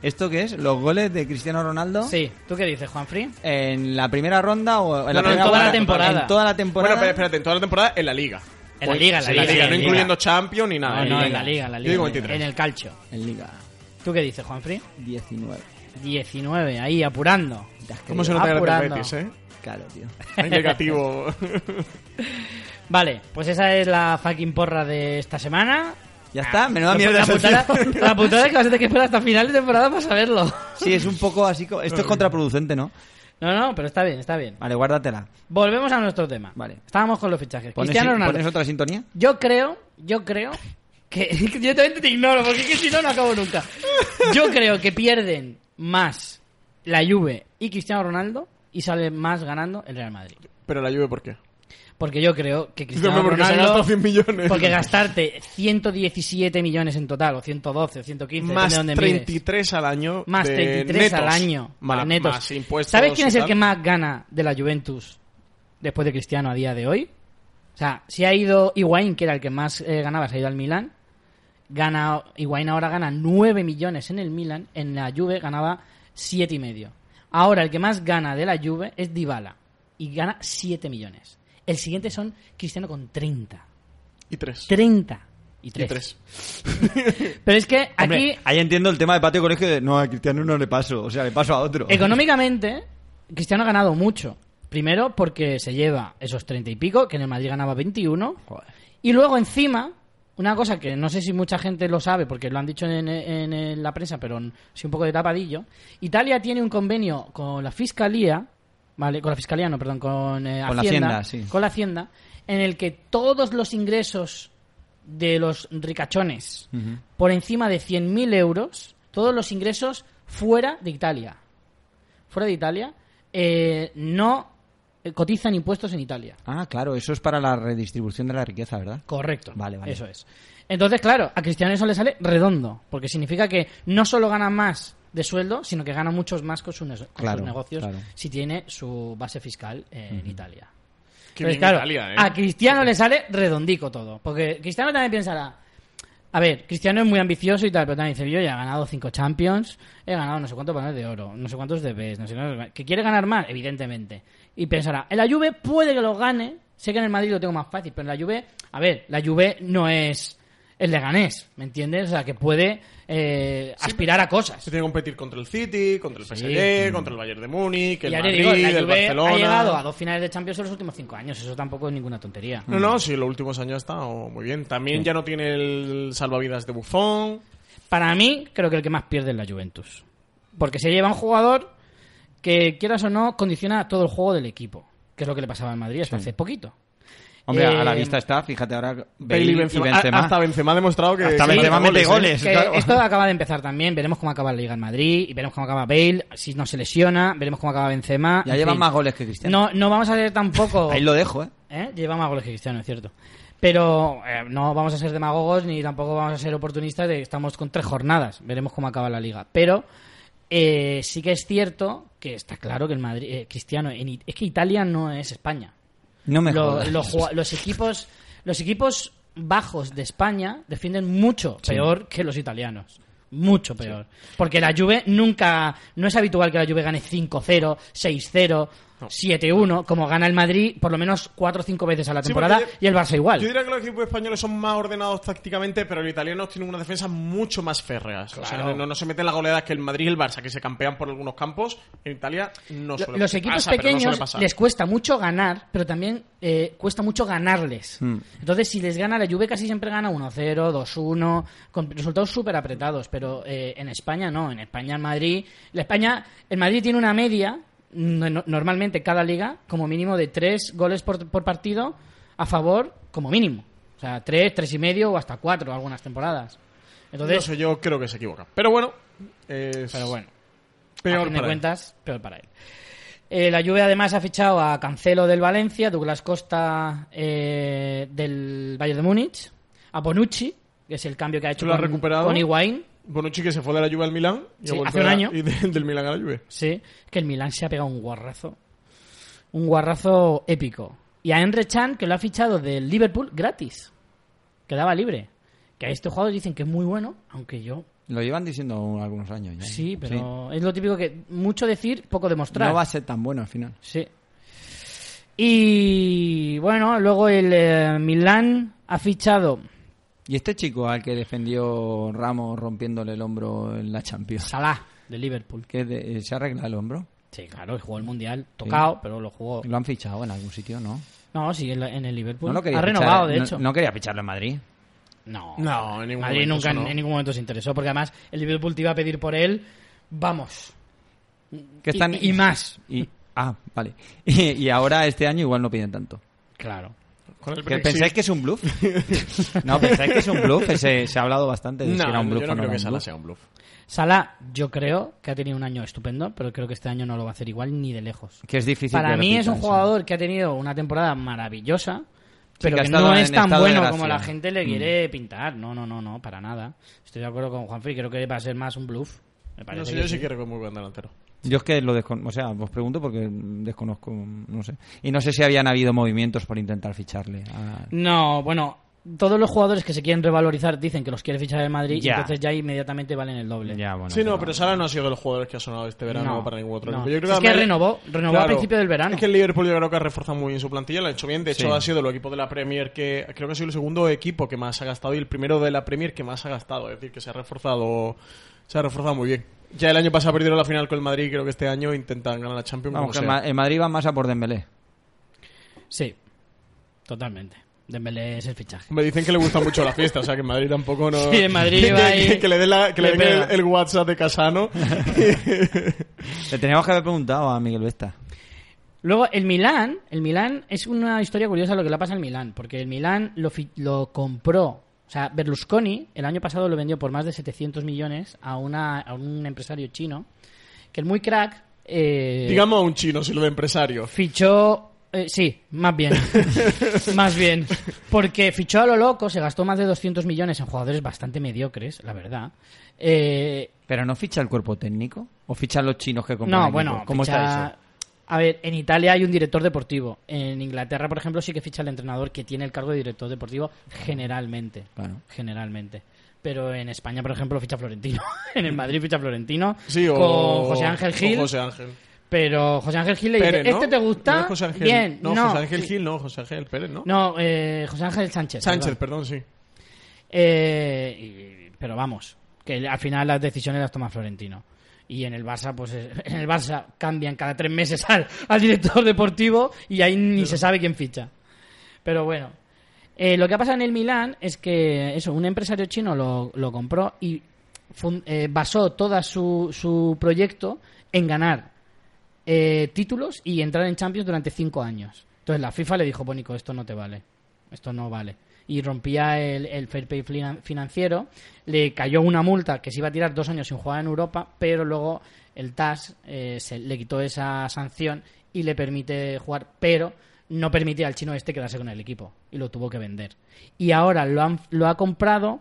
Speaker 3: ¿Esto qué es? ¿Los goles de Cristiano Ronaldo?
Speaker 1: Sí, ¿tú qué dices, Juanfrey?
Speaker 3: ¿En la primera ronda o en la
Speaker 2: no,
Speaker 3: primera
Speaker 2: en toda la
Speaker 3: ronda?
Speaker 1: temporada.
Speaker 3: En toda la temporada.
Speaker 2: Bueno, pero espérate, en toda la temporada en la liga.
Speaker 1: En la liga, en la
Speaker 2: En Pues,
Speaker 1: liga,
Speaker 2: la liga,
Speaker 1: Pues en
Speaker 2: no
Speaker 1: la liga.
Speaker 2: incluyendo Champions ni nada.
Speaker 1: No, no,
Speaker 2: liga.
Speaker 1: en la liga, en la
Speaker 2: Yo
Speaker 1: liga.
Speaker 2: digo
Speaker 1: en el-
Speaker 2: 23.
Speaker 1: En el calcio.
Speaker 3: En Liga
Speaker 1: ¿Tú qué dices, Juanfrey?
Speaker 3: 19.
Speaker 1: 19, ahí apurando.
Speaker 2: ¿Cómo se nota que eres del
Speaker 1: Apurando.
Speaker 2: Betis, eh?
Speaker 3: Claro, tío.
Speaker 2: Ay, negativo.
Speaker 1: Vale, pues esa es la fucking porra de esta semana.
Speaker 3: Ya está, menuda mierda.
Speaker 1: la,
Speaker 3: de
Speaker 1: putada,
Speaker 3: sección.
Speaker 1: la putada es que vas a tener que esperar hasta final de temporada para saberlo.
Speaker 3: Sí, es un poco así. co- Esto es contraproducente, ¿no?
Speaker 1: No, no, pero está bien, está bien.
Speaker 3: Vale, guárdatela.
Speaker 1: Volvemos a nuestro tema.
Speaker 3: Vale.
Speaker 1: Estábamos con los fichajes.
Speaker 3: ¿Pones,
Speaker 1: Cristiano Ronaldo.
Speaker 3: pones otra sintonía?
Speaker 1: Yo creo, yo creo que. que yo también te ignoro, porque es que si no, no acabo nunca. Yo creo que pierden más la Juve y Cristiano Ronaldo y sale más ganando el Real Madrid.
Speaker 2: Pero la Juve, ¿por qué?
Speaker 1: Porque yo creo que Cristiano
Speaker 2: Hombre, porque se ha
Speaker 1: Ronaldo.
Speaker 2: gastado 100 millones.
Speaker 1: Porque gastarte 117 millones en total, o 112, o 115,
Speaker 2: Más
Speaker 1: depende de dónde mires.
Speaker 2: 33 al año.
Speaker 1: Más
Speaker 2: de
Speaker 1: 33 al
Speaker 2: netos.
Speaker 1: año.
Speaker 2: Ma-
Speaker 1: para
Speaker 2: Más,
Speaker 1: netos.
Speaker 2: impuestos.
Speaker 1: ¿Sabes quién es
Speaker 2: y
Speaker 1: el
Speaker 2: tal?
Speaker 1: que más gana de la Juventus después de Cristiano a día de hoy? O sea, si ha ido Higuaín, que era el que más eh, ganaba, se ha ido al Milan. Gana, Higuaín ahora gana 9 millones en el Milan. En la Juve ganaba 7,5 y medio. Ahora el que más gana de la Juve es Dybala. Y gana 7 millones. El siguiente son Cristiano con 30.
Speaker 2: Y 3.
Speaker 1: 30 y
Speaker 2: Y
Speaker 1: 3.
Speaker 2: 3.
Speaker 1: Pero es que aquí...
Speaker 3: Hombre, ahí entiendo el tema de patio colegio de no, a Cristiano no le paso, o sea, le paso a otro.
Speaker 1: Económicamente, Cristiano ha ganado mucho. Primero porque se lleva esos 30 y pico, que en el Madrid ganaba 21. Y luego encima, una cosa que no sé si mucha gente lo sabe, porque lo han dicho en, en- en la prensa, pero sí un poco de tapadillo, Italia tiene un convenio con la Fiscalía, ¿vale? Con la Fiscalía, no, perdón, con, eh,
Speaker 3: Con la Hacienda, sí.
Speaker 1: Con la Hacienda, en el que todos los ingresos de los ricachones por encima de 100.000 euros, todos los ingresos fuera de Italia. Fuera de Italia, eh, no eh, cotizan impuestos en Italia.
Speaker 3: Ah, claro, eso es para la redistribución de la riqueza, ¿verdad?
Speaker 1: Correcto.
Speaker 3: Vale, vale.
Speaker 1: Eso es. Entonces, claro, a Cristiano eso le sale redondo, porque significa que no solo gana más de sueldo, sino que gana muchos más con sus, ne- con sus
Speaker 3: Claro,
Speaker 1: negocios
Speaker 3: claro.
Speaker 1: si tiene su base fiscal eh, en Italia.
Speaker 2: Qué
Speaker 1: Entonces,
Speaker 2: bien
Speaker 1: claro,
Speaker 2: Italia, ¿eh?
Speaker 1: a Cristiano le sale redondico todo, porque Cristiano también pensará, a ver, Cristiano es muy ambicioso y tal, pero también dice, yo ya he ganado cinco Champions, he ganado no sé cuántos balones de oro, no sé cuántos de no sé cuántos- que quiere ganar más, evidentemente. Y pensará, en la Juve puede que lo gane, sé que en el Madrid lo tengo más fácil, pero en la Juve, a ver, la Juve no es el Leganés, ¿me entiendes? O sea, que puede eh, aspirar a cosas.
Speaker 2: Se tiene que competir contra el City, contra el PSG, contra el Bayern de Múnich, el
Speaker 1: ya
Speaker 2: Madrid,
Speaker 1: te digo, la
Speaker 2: el
Speaker 1: Juve
Speaker 2: Barcelona.
Speaker 1: ha llegado a dos finales de Champions en los últimos cinco años, eso tampoco es ninguna tontería.
Speaker 2: No, no, sí, los últimos años ha estado muy bien. También ya no tiene el salvavidas de Buffon.
Speaker 1: Para mí, creo que el que más pierde es la Juventus. Porque se lleva un jugador que, quieras o no, condiciona todo el juego del equipo. Que es lo que le pasaba al Madrid hasta hace poquito.
Speaker 3: Hombre, a la
Speaker 1: Eh, Ah,
Speaker 3: vista está, fíjate ahora Bale
Speaker 2: Bailey
Speaker 3: y
Speaker 2: Benzema.
Speaker 3: Benzema.
Speaker 2: A- Hasta Benzema ha demostrado que...
Speaker 3: Hasta
Speaker 2: que
Speaker 3: Benzema
Speaker 2: mete
Speaker 3: mete
Speaker 2: ¿eh?
Speaker 3: goles.
Speaker 1: Que
Speaker 3: claro.
Speaker 1: Esto acaba de empezar también. Veremos cómo acaba la Liga en Madrid. Y veremos cómo acaba Bale. Si no se lesiona. Veremos cómo acaba Benzema.
Speaker 3: Ya
Speaker 1: en
Speaker 3: llevan
Speaker 1: fin.
Speaker 3: más goles que Cristiano.
Speaker 1: No, no vamos a ser tampoco.
Speaker 3: Ahí lo dejo, ¿eh?
Speaker 1: ¿Eh? Lleva más goles que Cristiano, es cierto. Pero eh, no vamos a ser demagogos ni tampoco vamos a ser oportunistas de que estamos con tres jornadas. Veremos cómo acaba la liga. Pero eh, sí que es cierto que está claro que el Madrid, eh, Cristiano, en It- es que Italia no es España.
Speaker 3: No me
Speaker 1: Lo-
Speaker 3: jodas.
Speaker 1: los jua- los equipos, los equipos bajos de España defienden mucho peor que los italianos. Mucho peor. Porque la Juve nunca. No es habitual que la Juve gane 5-0, 6-0, 7-1, como gana el Madrid por lo menos 4 o 5 veces a la
Speaker 2: Sí,
Speaker 1: temporada
Speaker 2: porque-
Speaker 1: y el Barça igual.
Speaker 2: Yo diría que los equipos españoles son más ordenados tácticamente, pero los italianos tienen una defensa mucho más férreas. O sea,
Speaker 1: Claro.
Speaker 2: no, no se meten las goleadas que el Madrid y el Barça, que se campean por algunos campos. En Italia no
Speaker 1: Lo-
Speaker 2: suele
Speaker 1: los equipos
Speaker 2: pasa, pero no suele
Speaker 1: pequeños
Speaker 2: pasar.
Speaker 1: les cuesta mucho ganar, pero también eh, cuesta mucho ganarles. Entonces, si les gana la Juve, casi siempre gana 1-0, 2-1, con resultados súper apretados. Pero eh, en España no, en España el Madrid. La España, el Madrid tiene una media, no- no- normalmente cada liga, como mínimo de 3 goles por, por partido a favor, como mínimo. O sea, 3, 3 y medio o hasta 4 algunas temporadas.
Speaker 2: No
Speaker 1: Entonces,
Speaker 2: sé, yo creo que se equivoca. Pero bueno, es
Speaker 1: pero bueno. a
Speaker 2: peor
Speaker 1: fin de
Speaker 2: para él.
Speaker 1: cuentas, peor para él. Eh, la Juve además ha fichado a Cancelo del Valencia, Douglas Costa eh, del Bayern de Múnich, a Bonucci, que es el cambio que ha hecho
Speaker 2: lo ha
Speaker 1: con,
Speaker 2: recuperado?
Speaker 1: con Higuaín,
Speaker 2: Bonucci que se fue de la Juve al Milán. y ha
Speaker 1: Sí,
Speaker 2: vuelto
Speaker 1: hace un
Speaker 2: a-
Speaker 1: año.
Speaker 2: Y de- del Milán a la Juve.
Speaker 1: sí, que el Milán se ha pegado un guarrazo, un guarrazo épico. Y a Henry Chan, que lo ha fichado del Liverpool gratis, quedaba libre. Que a este jugador dicen que es muy bueno, aunque yo
Speaker 3: Lo llevan diciendo algunos años ya. ¿eh?
Speaker 1: sí, pero es lo típico que mucho decir, poco demostrar.
Speaker 3: No va a ser tan bueno al final.
Speaker 1: Sí. Y bueno, luego el eh, Milán ha fichado
Speaker 3: ¿Y este chico al que defendió Ramos rompiéndole el hombro en la Champions?
Speaker 1: Salah de Liverpool.
Speaker 3: ¿Qué de- eh, ¿Se arregla el hombro?
Speaker 1: Sí, claro, jugó el Mundial, tocado, pero lo jugó.
Speaker 3: ¿Lo han fichado en algún sitio? No.
Speaker 1: No, sí, en, la- en el Liverpool.
Speaker 3: No lo quería
Speaker 1: Pues ha renovado,
Speaker 3: fichar-
Speaker 1: de
Speaker 3: no-
Speaker 1: hecho.
Speaker 3: No quería ficharlo en Madrid.
Speaker 1: No,
Speaker 2: No, en ningún
Speaker 1: Madrid
Speaker 2: momento,
Speaker 1: nunca
Speaker 2: eso no.
Speaker 1: en ningún momento se interesó, porque además el Liverpool te iba a pedir por él, vamos, Y-
Speaker 3: Que están-
Speaker 1: y más.
Speaker 3: Y, ah, vale. Y, y ahora este año igual no piden tanto.
Speaker 1: claro.
Speaker 2: Con el
Speaker 3: ¿Que
Speaker 2: Brexit.
Speaker 3: ¿Pensáis que es un bluff? no, pensáis que es un bluff. Ese- se ha hablado bastante de
Speaker 2: No,
Speaker 3: si era un bluff
Speaker 2: yo
Speaker 3: o
Speaker 2: no
Speaker 3: no
Speaker 2: creo
Speaker 3: era
Speaker 2: que
Speaker 3: un
Speaker 2: Salah
Speaker 3: bluff.
Speaker 2: sea un bluff.
Speaker 1: Salah, yo creo que ha tenido un año estupendo, pero creo que este año no lo va a hacer igual ni de lejos.
Speaker 3: Que es difícil.
Speaker 1: Para
Speaker 3: que
Speaker 1: mí
Speaker 3: repita
Speaker 1: es un
Speaker 3: eso.
Speaker 1: jugador que ha tenido una temporada maravillosa, pero
Speaker 3: que ha
Speaker 1: que,
Speaker 3: estado
Speaker 1: no es
Speaker 3: en
Speaker 1: tan
Speaker 3: estado de
Speaker 1: bueno
Speaker 3: gracia. Mm.
Speaker 1: como la gente le quiere pintar. No, no, no, no, para nada. Estoy de acuerdo con Juanfrey, creo que va a ser más un bluff. Me parece
Speaker 2: No sé,
Speaker 1: que
Speaker 2: yo sí
Speaker 1: sí.
Speaker 2: quiero que muy buen delantero.
Speaker 3: Yo es que lo desconozco. O sea, os pregunto porque desconozco. No sé. Y no sé si habían habido movimientos por intentar ficharle. a-
Speaker 1: No, bueno, todos los jugadores que se quieren revalorizar dicen que los quiere fichar el Madrid
Speaker 3: Ya.
Speaker 1: y entonces ya inmediatamente valen el doble.
Speaker 3: Ya, bueno,
Speaker 2: sí, no, pero Salah no ha sido de los jugadores que ha sonado este verano
Speaker 1: No,
Speaker 2: para ningún otro
Speaker 1: no.
Speaker 2: equipo. Yo creo
Speaker 1: Es que
Speaker 2: además-
Speaker 1: renovó- renovó a principio del verano.
Speaker 2: Es que el Liverpool yo creo que ha reforzado muy bien su plantilla, lo ha hecho bien. De hecho,
Speaker 3: Sí.
Speaker 2: ha sido el equipo de la Premier que creo que ha sido el segundo equipo que más ha gastado y el primero de la Premier que más ha gastado. Es decir, que se ha reforzado, se ha reforzado muy bien. Ya el año pasado perdieron la final con el Madrid, creo que este año intentan ganar la Champions.
Speaker 3: Vamos,
Speaker 2: como
Speaker 3: que en
Speaker 2: sea.
Speaker 3: Ma- en Madrid va más a por Dembélé.
Speaker 1: Sí, totalmente. Dembélé es el fichaje.
Speaker 2: Me dicen que le gusta mucho la fiesta, o sea que en Madrid tampoco no.
Speaker 1: Sí, en Madrid
Speaker 2: que,
Speaker 1: va ahí-
Speaker 2: que- que le den, la- que le
Speaker 1: le
Speaker 2: den el,
Speaker 1: pega.
Speaker 2: el WhatsApp de Casano.
Speaker 3: Le teníamos que haber preguntado a Miguel Vesta.
Speaker 1: Luego, el Milán, el Milán es una historia curiosa lo que le pasa al Milán, porque el Milán lo, fi- lo compró, o sea, Berlusconi el año pasado lo vendió por más de 700 millones a, una, a un empresario chino, que es muy crack, eh,
Speaker 2: Digamos a un chino, si lo de empresario.
Speaker 1: fichó... eh, sí, más bien. más bien. Porque fichó a lo loco, se gastó más de 200 millones en jugadores bastante mediocres, la verdad. Eh,
Speaker 3: ¿Pero no ficha el cuerpo técnico? ¿O fichan los chinos que compran?
Speaker 1: No,
Speaker 3: equipos?
Speaker 1: bueno,
Speaker 3: ¿Cómo
Speaker 1: ficha-
Speaker 3: está eso?
Speaker 1: A ver, en Italia hay un director deportivo. En Inglaterra, por ejemplo, sí que ficha el entrenador que tiene el cargo de director deportivo generalmente.
Speaker 3: Claro.
Speaker 1: Generalmente. Pero en España, por ejemplo, ficha Florentino. en el Madrid ficha Florentino.
Speaker 2: Sí, o,
Speaker 1: con José Ángel
Speaker 2: o
Speaker 1: Gil.
Speaker 2: José Ángel.
Speaker 1: Pero José Ángel Gil le
Speaker 2: Pérez,
Speaker 1: dice,
Speaker 2: ¿no?
Speaker 1: ¿este te gusta?
Speaker 2: No es José Ángel.
Speaker 1: Bien,
Speaker 2: no,
Speaker 1: no.
Speaker 2: José Ángel
Speaker 1: sí.
Speaker 2: Gil, no, José Ángel Pérez, ¿no?
Speaker 1: No, eh, José Ángel Sánchez.
Speaker 2: Sánchez,
Speaker 1: perdón.
Speaker 2: perdón, sí.
Speaker 1: Eh, y- pero vamos, que al final las decisiones las toma Florentino. Y en el Barça, pues eh, en el Barça cambian cada tres meses al, al director deportivo y ahí ni se sabe quién ficha. Pero bueno, eh, lo que ha pasado en el Milán es que eso, un empresario chino lo, lo compró y fun- eh, basó todo su, su proyecto en ganar eh, títulos y entrar en Champions durante cinco años. Entonces la FIFA le dijo, "Pues, Nico, esto no te vale, esto no vale. Y rompía el, el fair play finan- financiero, le cayó una multa que se iba a tirar dos años sin jugar en Europa, pero luego el TAS eh, se, le quitó esa sanción y le permite jugar, pero no permitía al chino este quedarse con el equipo y lo tuvo que vender. Y ahora lo, han- lo ha comprado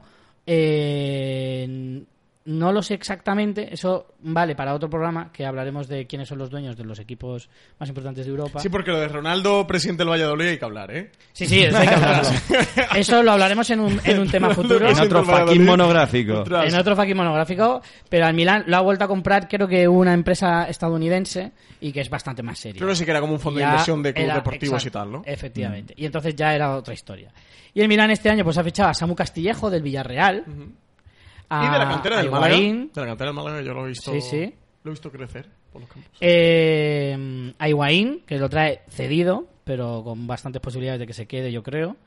Speaker 1: eh, no lo sé exactamente, eso vale para otro programa que hablaremos de quiénes son los dueños de los equipos más importantes de Europa.
Speaker 2: Sí, porque lo de Ronaldo, presidente del Valladolid, hay que hablar, ¿eh?
Speaker 1: Sí, sí, eso hay que hablarlo. Eso lo hablaremos en un, en un tema futuro.
Speaker 3: En
Speaker 2: Siempre
Speaker 3: otro
Speaker 2: el Valladolid.
Speaker 3: fucking monográfico.
Speaker 2: Ostras.
Speaker 1: En otro fucking monográfico, pero al Milán lo ha vuelto a comprar, creo que una empresa estadounidense y que es bastante más seria.
Speaker 2: Creo que sí que era como un fondo
Speaker 1: Ya
Speaker 2: de inversión de clubes
Speaker 1: era-
Speaker 2: deportivos
Speaker 1: exacto,
Speaker 2: y tal, ¿no?
Speaker 1: Efectivamente. Y entonces ya era otra historia. Y el Milán este año pues ha fichado a Samu Castillejo del Villarreal.
Speaker 2: y de la
Speaker 1: a-
Speaker 2: cantera
Speaker 1: a
Speaker 2: del Málaga.
Speaker 1: Higuaín,
Speaker 2: De la cantera del Málaga yo lo he visto.
Speaker 1: Sí, sí.
Speaker 2: Lo he visto crecer por los campos.
Speaker 1: Eh, a Higuaín, que lo trae cedido, pero con bastantes posibilidades de que se quede, yo creo.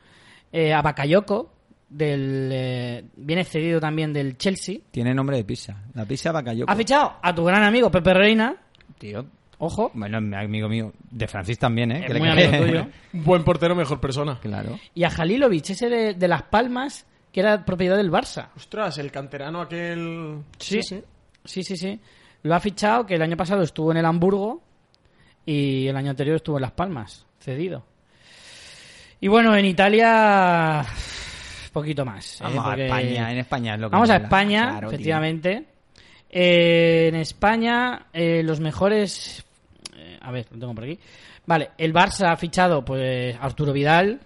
Speaker 1: Eh, a Bakayoko, del, eh, viene cedido también del Chelsea.
Speaker 3: Tiene nombre de pizza. La pizza va cayó.
Speaker 1: Ha fichado a tu gran amigo Pepe Reina,
Speaker 3: Tío.
Speaker 1: ojo,
Speaker 3: Bueno, amigo mío. De Francis también, ¿eh?
Speaker 1: es
Speaker 3: Que le
Speaker 1: muy
Speaker 3: cae.
Speaker 1: amigo tuyo.
Speaker 2: Buen portero, mejor persona.
Speaker 3: Claro.
Speaker 1: Y a Jalilovic, ese de, de Las Palmas, que era propiedad del Barça.
Speaker 2: Ostras, el canterano aquel...
Speaker 1: sí, sí, sí. Lo ha fichado, que el año pasado estuvo en el Hamburgo y el año anterior estuvo en Las Palmas, cedido. Y bueno, en Italia, poquito más. ¿eh?
Speaker 3: Vamos
Speaker 1: Porque-
Speaker 3: a España. En España es lo que
Speaker 1: Vamos a
Speaker 3: mola.
Speaker 1: España,
Speaker 3: Claro, tío.
Speaker 1: efectivamente. Eh, en España, eh, los mejores. eh, a ver, lo tengo por aquí. Vale, el Barça ha fichado pues a Arturo Vidal,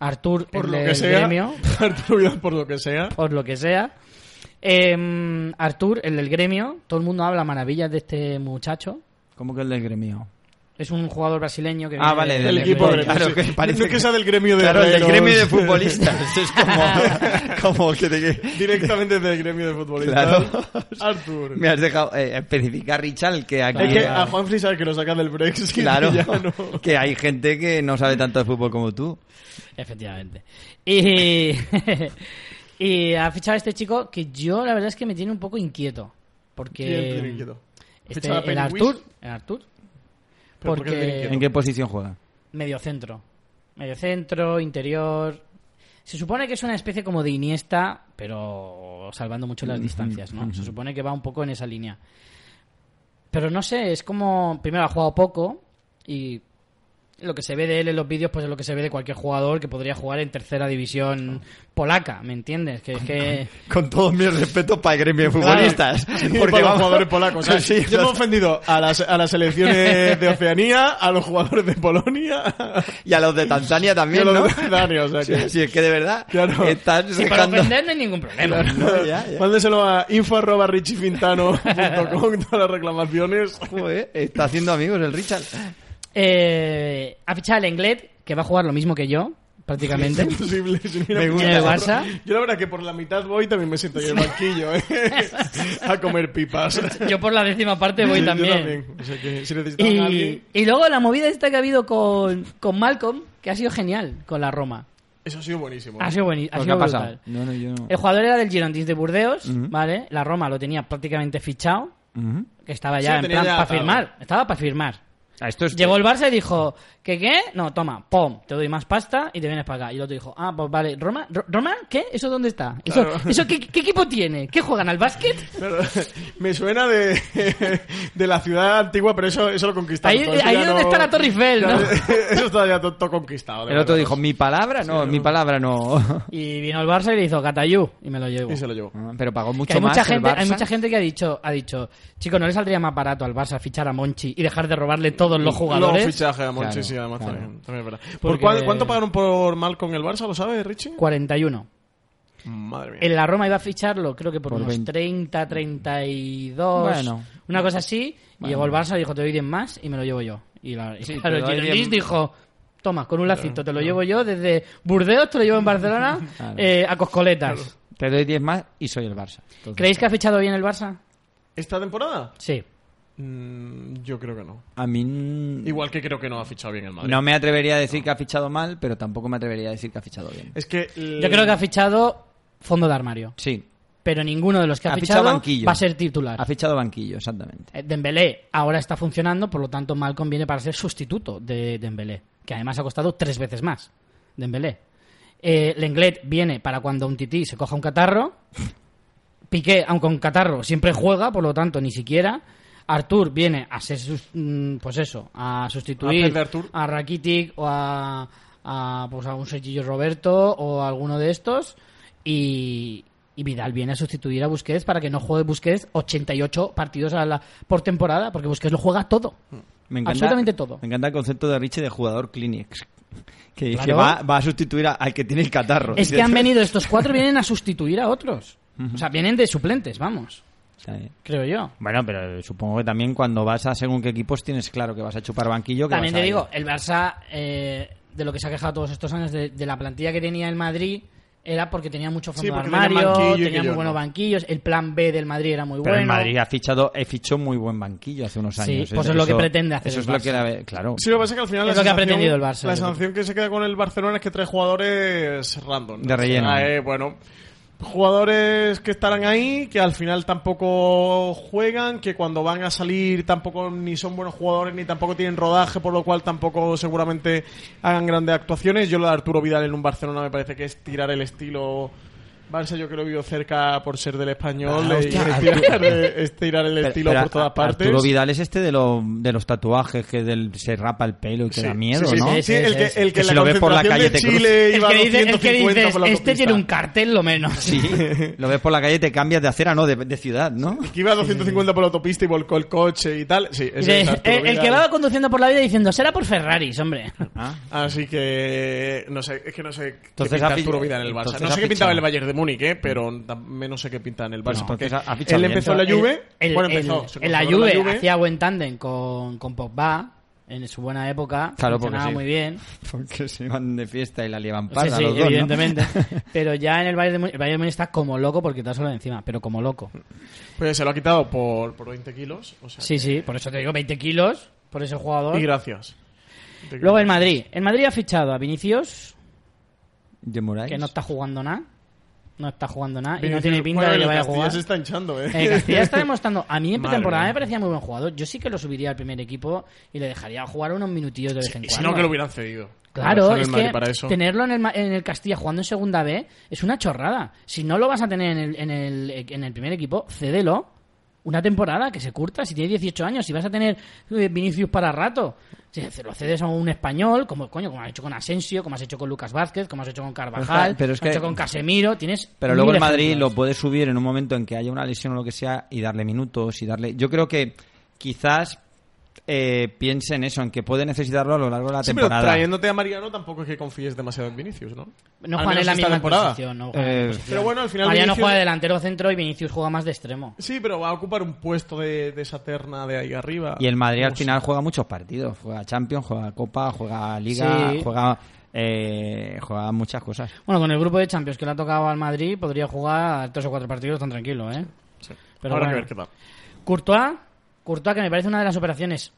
Speaker 1: Artur
Speaker 2: Por
Speaker 1: el
Speaker 2: lo que
Speaker 1: del
Speaker 2: sea.
Speaker 1: gremio,
Speaker 2: Arturo Vidal, por lo que sea.
Speaker 1: por lo que sea. Eh, Artur, el del gremio, todo el mundo habla maravillas de este muchacho.
Speaker 3: ¿Cómo que el del gremio?
Speaker 1: Es un jugador brasileño que
Speaker 3: Ah,
Speaker 1: viene
Speaker 3: vale,
Speaker 1: de-
Speaker 2: del
Speaker 3: del
Speaker 2: equipo
Speaker 3: Gremio.
Speaker 2: Gremio, sí.
Speaker 3: Claro, que parece
Speaker 2: No es que sea del gremio de
Speaker 3: Claro, el del
Speaker 2: obreros.
Speaker 3: gremio de futbolistas. Es como, como que te-
Speaker 2: Directamente desde el gremio de futbolistas.
Speaker 3: Claro.
Speaker 2: Arthur.
Speaker 3: Me has dejado eh, especificar, Richard, que aquí...
Speaker 2: Es que a Juan Frisal que lo saca del Brexit.
Speaker 3: Claro,
Speaker 2: y ya no.
Speaker 3: que hay gente que no sabe tanto de fútbol como tú.
Speaker 1: Efectivamente. Y, y ha fichado a este chico que yo la verdad es que me tiene un poco inquieto. Porque
Speaker 2: ¿Quién tiene inquieto?
Speaker 1: este,
Speaker 2: Fichaba
Speaker 1: el
Speaker 2: Penny
Speaker 1: Artur,
Speaker 2: Wish.
Speaker 1: el Artur,
Speaker 2: ¿Pero por qué
Speaker 1: porque-
Speaker 2: tiene inquieto?
Speaker 3: ¿En qué posición juega?
Speaker 1: medio centro. Medio centro, interior. Se supone que es una especie como de Iniesta, pero salvando mucho las distancias, ¿no? Se supone que va un poco en esa línea. Pero no sé, es como. Primero ha jugado poco y lo que se ve de él en los vídeos, pues es lo que se ve de cualquier jugador que podría jugar en tercera división polaca, ¿me entiendes? Que es que.
Speaker 3: Con todos mis respetos para el gremio de
Speaker 2: futbolistas, Porque para los jugadores polacos. o sea,
Speaker 3: Sí,
Speaker 2: yo me he ofendido a las, a las selecciones de Oceanía, a los jugadores de Polonia,
Speaker 3: y a los de Tanzania
Speaker 2: y a
Speaker 3: también,
Speaker 2: los
Speaker 3: ¿no?
Speaker 2: de Jordania, o sea que-
Speaker 3: Sí, sí, es que de verdad
Speaker 2: Claro.
Speaker 3: están
Speaker 1: Sí, para
Speaker 3: sacando...
Speaker 1: ofender no hay ningún problema.
Speaker 3: No, ya, ya.
Speaker 2: Mándeselo a info.richifintano.com todas las reclamaciones.
Speaker 3: Joder, está haciendo amigos el Richard.
Speaker 1: Eh, ha fichado el Englet, que va a jugar lo mismo que yo, prácticamente.
Speaker 2: Imposible, si mira,
Speaker 3: Me
Speaker 2: yo
Speaker 3: gusta.
Speaker 1: ¿En
Speaker 2: la
Speaker 1: el
Speaker 2: verdad-
Speaker 1: Barça?
Speaker 2: Yo la verdad que por la mitad voy y también me siento ahí en el banquillo, ¿eh? A comer pipas.
Speaker 1: Yo por la décima parte voy
Speaker 2: Sí, yo
Speaker 1: también.
Speaker 2: O sea que si necesitan a
Speaker 1: Y,
Speaker 2: alguien...
Speaker 1: y luego la movida esta que ha habido con, con Malcolm, que ha sido genial con la Roma.
Speaker 2: Eso ha sido buenísimo.
Speaker 1: Ha sido buenísimo.
Speaker 3: ¿Por Pues qué ha pasado? No, no, yo no.
Speaker 1: El jugador era del Girondins de Burdeos, ¿vale? La Roma lo tenía prácticamente fichado,
Speaker 3: Ujú.
Speaker 1: que estaba
Speaker 2: Sí,
Speaker 1: ya
Speaker 2: lo
Speaker 1: en
Speaker 2: tenía
Speaker 1: plan
Speaker 2: ya
Speaker 1: para
Speaker 2: atado.
Speaker 1: firmar. Estaba para firmar.
Speaker 3: Ah, esto es-
Speaker 1: Llegó el Barça y dijo, ¿qué qué? No, toma, pom, te doy más pasta y te vienes para acá. Y el otro dijo, ah, pues vale, ¿Roma? Ro- ¿Roma? ¿Qué? ¿Eso dónde está? ¿Eso,
Speaker 2: Claro.
Speaker 1: ¿eso qué, qué equipo tiene? ¿Qué juegan al básquet?
Speaker 2: Claro, me suena de, de la ciudad antigua, pero eso, eso lo conquistaron.
Speaker 1: Ahí-
Speaker 2: todo, eso
Speaker 1: ahí
Speaker 2: ya
Speaker 1: donde está la Torre Eiffel, ¿no?
Speaker 2: Eso está ya todo, todo conquistado. de
Speaker 3: El otro
Speaker 2: verdad.
Speaker 3: dijo, mi palabra no, mi palabra no.
Speaker 1: Y vino el Barça y le hizo Catayú y me lo llevo.
Speaker 2: Y se lo llevó.
Speaker 3: Pero pagó
Speaker 1: Que
Speaker 3: mucho
Speaker 1: hay
Speaker 3: más
Speaker 1: mucha
Speaker 3: el
Speaker 1: gente, hay
Speaker 3: Barça.
Speaker 1: mucha gente que ha dicho, ha dicho, chico, ¿no le saldría más barato al Barça fichar a Monchi y dejar de robarle todos los
Speaker 2: Luego
Speaker 1: jugadores?
Speaker 2: fichaje a Monchi,
Speaker 3: Claro,
Speaker 2: sí, además
Speaker 3: claro.
Speaker 2: también, también es verdad. ¿Por
Speaker 1: Porque-
Speaker 2: cuál- ¿Cuánto pagaron por mal con el Barça, lo sabes, Richie?
Speaker 1: 41.
Speaker 2: Madre mía.
Speaker 1: En la Roma iba a ficharlo, creo que por,
Speaker 3: Por
Speaker 1: unos
Speaker 3: 20.
Speaker 1: 30, 32,
Speaker 3: Bueno.
Speaker 1: una cosa así. Y
Speaker 3: Bueno.
Speaker 1: llegó el Barça y dijo, te doy 10 más y me lo llevo yo. Y, la, y
Speaker 3: Sí,
Speaker 1: claro,
Speaker 3: te doy
Speaker 1: el Girondins
Speaker 3: 10.
Speaker 1: dijo, toma, con un lacito, te lo llevo yo desde Burdeos, te lo llevo en Barcelona
Speaker 3: Claro.
Speaker 1: eh, a Coscoletas.
Speaker 3: Te doy 10 más y soy el Barça. Entonces-
Speaker 1: ¿Creéis que ha fichado bien el Barça?
Speaker 2: ¿Esta temporada?
Speaker 1: Sí.
Speaker 2: Mm, yo creo que no.
Speaker 3: A mí n-
Speaker 2: Igual que creo que no ha fichado bien el Madrid.
Speaker 3: no me atrevería a decir que ha fichado mal, pero tampoco me atrevería a decir que ha fichado bien.
Speaker 2: Es que...
Speaker 1: Yo creo que ha fichado fondo de armario.
Speaker 3: Sí,
Speaker 1: pero ninguno de los que ha,
Speaker 3: Ha fichado
Speaker 1: fichado,
Speaker 3: banquillo.
Speaker 1: va a ser titular.
Speaker 3: ha fichado banquillo, exactamente.
Speaker 1: Eh, Dembélé ahora está funcionando, por lo tanto Malcolm viene para ser sustituto de Dembélé, que además ha costado tres veces más Dembélé. Eh, Lenglet viene para cuando un tití se coja un catarro. Piqué, aunque un catarro, siempre juega, por lo tanto ni siquiera. Artur viene a ser, sus- mm, pues eso, a
Speaker 2: A
Speaker 1: sustituir
Speaker 2: hacer de Artur.
Speaker 1: a Rakitic o a, a, pues a un Sergillo Roberto o a alguno de estos. Y, y Vidal viene a sustituir a Busquets para que no juegue Busquets 88 partidos a la, por temporada, porque Busquets lo juega todo.
Speaker 3: Me encanta,
Speaker 1: Absolutamente todo.
Speaker 3: Me encanta el concepto de Richie de jugador Kleenex. Que dice,
Speaker 1: Claro.
Speaker 3: va, va a sustituir a- al que tiene el catarro.
Speaker 1: Es que han venido estos cuatro, vienen a sustituir a otros. O sea, vienen de suplentes, vamos,
Speaker 3: Está bien.
Speaker 1: creo yo.
Speaker 3: Bueno, pero supongo que también cuando vas a según qué equipos tienes claro que vas a chupar banquillo. Que
Speaker 1: También
Speaker 3: vas
Speaker 1: te
Speaker 3: a-
Speaker 1: digo, el Barça, eh, de lo que se ha quejado todos estos años, de, de la plantilla que tenía el Madrid, era porque tenía mucho fondo
Speaker 2: Sí,
Speaker 1: de
Speaker 2: porque tenía
Speaker 1: armario,
Speaker 2: banquillo y
Speaker 1: tenía,
Speaker 2: que
Speaker 1: muy
Speaker 2: yo
Speaker 1: buenos
Speaker 2: no.
Speaker 1: banquillos, el plan B del Madrid era muy
Speaker 3: Pero
Speaker 1: bueno.
Speaker 3: el Madrid ha fichado, eh, fichó muy buen banquillo hace unos
Speaker 1: Sí,
Speaker 3: años.
Speaker 1: pues es lo que pretende hacer el
Speaker 3: Eso es lo que
Speaker 1: Barça.
Speaker 3: era- eh, claro.
Speaker 2: Sí, lo que pasa es que al final
Speaker 1: Es
Speaker 2: la
Speaker 1: lo que ha
Speaker 2: sensación-
Speaker 1: pretendido el Barça,
Speaker 2: La
Speaker 1: yo creo.
Speaker 2: sanción que se queda con el Barcelona es que trae jugadores random. ¿no?
Speaker 3: De relleno.
Speaker 2: Ah, eh, bueno, jugadores que estarán ahí, que al final tampoco juegan, que cuando van a salir tampoco ni son buenos jugadores ni tampoco tienen rodaje, por lo cual tampoco seguramente hagan grandes actuaciones. Yo lo de Arturo Vidal en un Barcelona me parece que es tirar el estilo. Barça yo que lo vivo cerca por ser del español
Speaker 3: Ah,
Speaker 2: eh,
Speaker 3: hostia,
Speaker 2: es,
Speaker 3: Arturo.
Speaker 2: tirar, eh, es tirar el
Speaker 3: Pero-
Speaker 2: estilo
Speaker 3: pero
Speaker 2: por todas
Speaker 3: Ar-
Speaker 2: partes.
Speaker 3: Arturo Vidal es este de, lo- de los tatuajes que del, se rapa el pelo y que
Speaker 2: Sí,
Speaker 3: da miedo,
Speaker 2: sí, sí,
Speaker 3: ¿no?
Speaker 2: sí, sí, el que, el
Speaker 1: Sí,
Speaker 2: que,
Speaker 3: que
Speaker 2: en la
Speaker 3: si lo ves por la
Speaker 2: concentración de
Speaker 3: calle te cruz.
Speaker 2: Chile
Speaker 1: El
Speaker 2: iba
Speaker 1: que dices, el que
Speaker 2: 250
Speaker 1: dices,
Speaker 2: por la
Speaker 1: este tiene un
Speaker 2: autopista.
Speaker 1: cartel lo menos.
Speaker 3: Sí, lo ves por la calle, te cambias de acera, no, de, de ciudad, ¿no?
Speaker 2: Que iba a 250 por la autopista y volcó el coche y tal. Sí,
Speaker 1: Y
Speaker 2: ese
Speaker 1: de-
Speaker 2: es Arturo
Speaker 1: "Eh, el, el
Speaker 2: Vidal.
Speaker 1: que va conduciendo por la vida diciendo, será por Ferraris, hombre.
Speaker 3: Ah.
Speaker 2: Así que no sé, es que no sé qué
Speaker 3: Entonces
Speaker 2: pinta
Speaker 3: ha fi-
Speaker 2: Arturo Vidal en el Barça.
Speaker 3: entonces
Speaker 2: No
Speaker 3: ha
Speaker 2: sé qué pintaba
Speaker 3: fichado.
Speaker 2: en el Bayern de Múnich, ¿eh? pero también no sé qué pinta en el Barça.
Speaker 3: No,
Speaker 2: porque
Speaker 3: entonces ha- ha fichado
Speaker 2: él
Speaker 3: bien.
Speaker 2: empezó en la
Speaker 1: El-
Speaker 2: Juve,
Speaker 1: el-
Speaker 2: bueno,
Speaker 1: el-
Speaker 2: empezó, se
Speaker 1: en la
Speaker 2: consagró
Speaker 1: Juve hacía buen tándem con, con Pogba. en su buena época
Speaker 3: Claro, porque
Speaker 1: funcionaba
Speaker 3: sí.
Speaker 1: muy bien.
Speaker 3: Porque se iban de fiesta y la llevan
Speaker 1: Sí,
Speaker 3: parda
Speaker 1: sí,
Speaker 3: los dos, ¿no?
Speaker 1: evidentemente. Pero ya en el Bayern de Múnich, el Bayern de Múnich está como loco por quitárselo de encima, pero como loco.
Speaker 2: Pues se lo ha quitado por, por 20 kilos. O sea,
Speaker 1: Sí, sí, por eso te digo 20 kilos por ese jugador.
Speaker 2: Y gracias. Te
Speaker 1: Luego el
Speaker 2: quiero.
Speaker 1: Madrid. El Madrid ha fichado a Vinicius,
Speaker 3: De Moraes.
Speaker 1: que no está jugando nada. No está jugando nada y no
Speaker 2: Vinicius-
Speaker 1: tiene pinta
Speaker 2: bueno,
Speaker 1: de que
Speaker 2: el
Speaker 1: vaya a
Speaker 2: Castilla
Speaker 1: jugar.
Speaker 2: se está hinchando, ¿eh?
Speaker 1: El Castilla está demostrando. A mí en
Speaker 2: Madre
Speaker 1: temporada
Speaker 2: mía.
Speaker 1: me parecía muy buen jugador. Yo sí que lo subiría al primer equipo y le dejaría jugar unos minutillos de vez en
Speaker 2: Y
Speaker 1: cuando.
Speaker 2: si no, que lo hubieran cedido.
Speaker 1: Claro,
Speaker 2: Sale el
Speaker 1: es
Speaker 2: Madrid
Speaker 1: que
Speaker 2: para eso.
Speaker 1: tenerlo en el, ma- en el Castilla jugando en segunda B es una chorrada. Si no lo vas a tener en el, en el, en el primer equipo, cédelo. Una temporada que se curta si tienes 18 años, si vas a tener eh, Vinicius para rato. Si se lo cedes a un español, como coño, como has hecho con Asensio, como has hecho con Lucas Vázquez, como has hecho con Carvajal,
Speaker 3: Pero es que-
Speaker 1: has hecho con Casemiro, tienes
Speaker 3: Pero luego
Speaker 1: mil
Speaker 3: el Madrid
Speaker 1: ejemplos.
Speaker 3: lo puede subir en un momento en que haya una lesión o lo que sea y darle minutos y darle. Yo creo que quizás eh, piense en eso, en que puede necesitarlo a lo largo de la
Speaker 2: Sí, pero
Speaker 3: temporada.
Speaker 2: trayéndote a Mariano tampoco es que confíes demasiado en Vinicius, ¿no?
Speaker 1: no juegan
Speaker 2: Al
Speaker 1: en
Speaker 2: menos
Speaker 1: la
Speaker 2: esta
Speaker 1: misma
Speaker 2: temporada.
Speaker 1: posición, no juegan en la
Speaker 3: Eh,
Speaker 1: misma posición.
Speaker 2: Pero bueno, al final
Speaker 1: Mariano
Speaker 2: Vinicius-
Speaker 1: juega de delantero centro y Vinicius juega más de extremo.
Speaker 2: Sí, pero va a ocupar un puesto de, de esa terna de ahí arriba.
Speaker 3: Y el Madrid al
Speaker 1: pues,
Speaker 2: Uf,
Speaker 3: final juega muchos partidos. Juega Champions, juega Copa, juega Liga,
Speaker 1: Sí.
Speaker 3: juega, eh, juega muchas cosas.
Speaker 1: Bueno, con el grupo de Champions que le ha tocado al Madrid, podría jugar tres o cuatro partidos tan tranquilo, ¿eh?
Speaker 2: sí.
Speaker 1: Pero
Speaker 2: Habrá
Speaker 1: bueno.
Speaker 2: que ver qué tal.
Speaker 1: Courtois, Courtois, que me parece una de las operaciones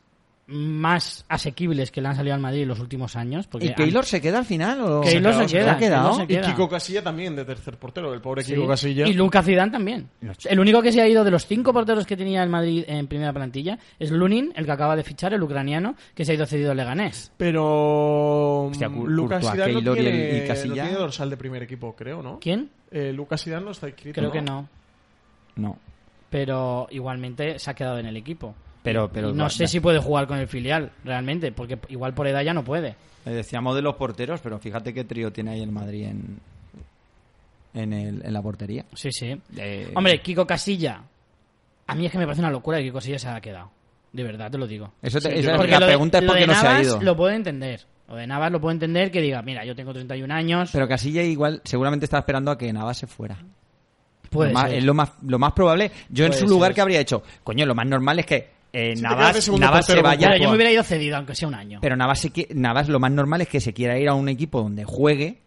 Speaker 1: más asequibles que le han salido al Madrid en los últimos años. Porque
Speaker 3: ¿Y Keylor se queda al final? O...
Speaker 1: Keylor
Speaker 2: se
Speaker 1: se queda.
Speaker 3: ha quedado?
Speaker 1: Keylor se
Speaker 2: Y
Speaker 1: queda.
Speaker 2: Kiko Casilla también, de tercer portero. El pobre
Speaker 1: Sí.
Speaker 2: Kiko Casilla.
Speaker 1: Y Lucas Zidane también. El único que se ha ido de los cinco porteros que tenía el Madrid en primera plantilla es Lunin, el que acaba de fichar, el ucraniano, que se ha ido cedido al Leganés.
Speaker 2: Pero
Speaker 3: Hostia,
Speaker 2: mm,
Speaker 3: Cur-
Speaker 2: Lucas
Speaker 3: Courtois,
Speaker 2: Zidane no
Speaker 3: Keylor y el-
Speaker 2: tiene,
Speaker 3: y Casilla.
Speaker 2: no tiene dorsal de primer equipo, creo, ¿no?
Speaker 1: ¿Quién?
Speaker 2: Eh, Lucas Zidane no está inscrito,
Speaker 1: Creo que no.
Speaker 3: No.
Speaker 1: Pero igualmente se ha quedado en el equipo.
Speaker 3: Pero, pero
Speaker 1: Y no sé si puede jugar con el filial, realmente, porque igual por edad ya no puede.
Speaker 3: Eh, Decíamos de los porteros, pero fíjate qué trío tiene ahí el Madrid en, en, el- en la portería.
Speaker 1: Sí, sí.
Speaker 3: Eh,
Speaker 1: Hombre, Kiko Casilla. A mí es que me parece una locura que Kiko Casilla se haya quedado. De verdad, te lo digo.
Speaker 3: Eso te-
Speaker 1: Sí,
Speaker 3: esa-
Speaker 1: porque
Speaker 3: la
Speaker 1: lo de-
Speaker 3: pregunta es
Speaker 1: lo
Speaker 3: por qué
Speaker 1: de
Speaker 3: no se ha
Speaker 1: Navas
Speaker 3: ido.
Speaker 1: Lo puedo entender. Lo de Navas lo puedo entender que diga, mira, yo tengo 31 años.
Speaker 3: Pero Casilla igual seguramente estaba esperando a que Navas se fuera.
Speaker 1: puede
Speaker 3: Lo más-
Speaker 1: ser.
Speaker 3: Es lo más, lo más probable. Yo en
Speaker 1: Puede
Speaker 3: su lugar,
Speaker 1: ser.
Speaker 3: que habría hecho? Coño, lo más normal es que eh,
Speaker 2: Si te quedas de
Speaker 3: Navas,
Speaker 2: segundo
Speaker 3: Navas se
Speaker 2: portero con
Speaker 3: vaya.
Speaker 1: Pero yo
Speaker 3: por-
Speaker 1: me hubiera ido cedido, aunque sea un año.
Speaker 3: Pero Navas, se qui- Navas lo más normal es que se quiera ir a un equipo donde juegue.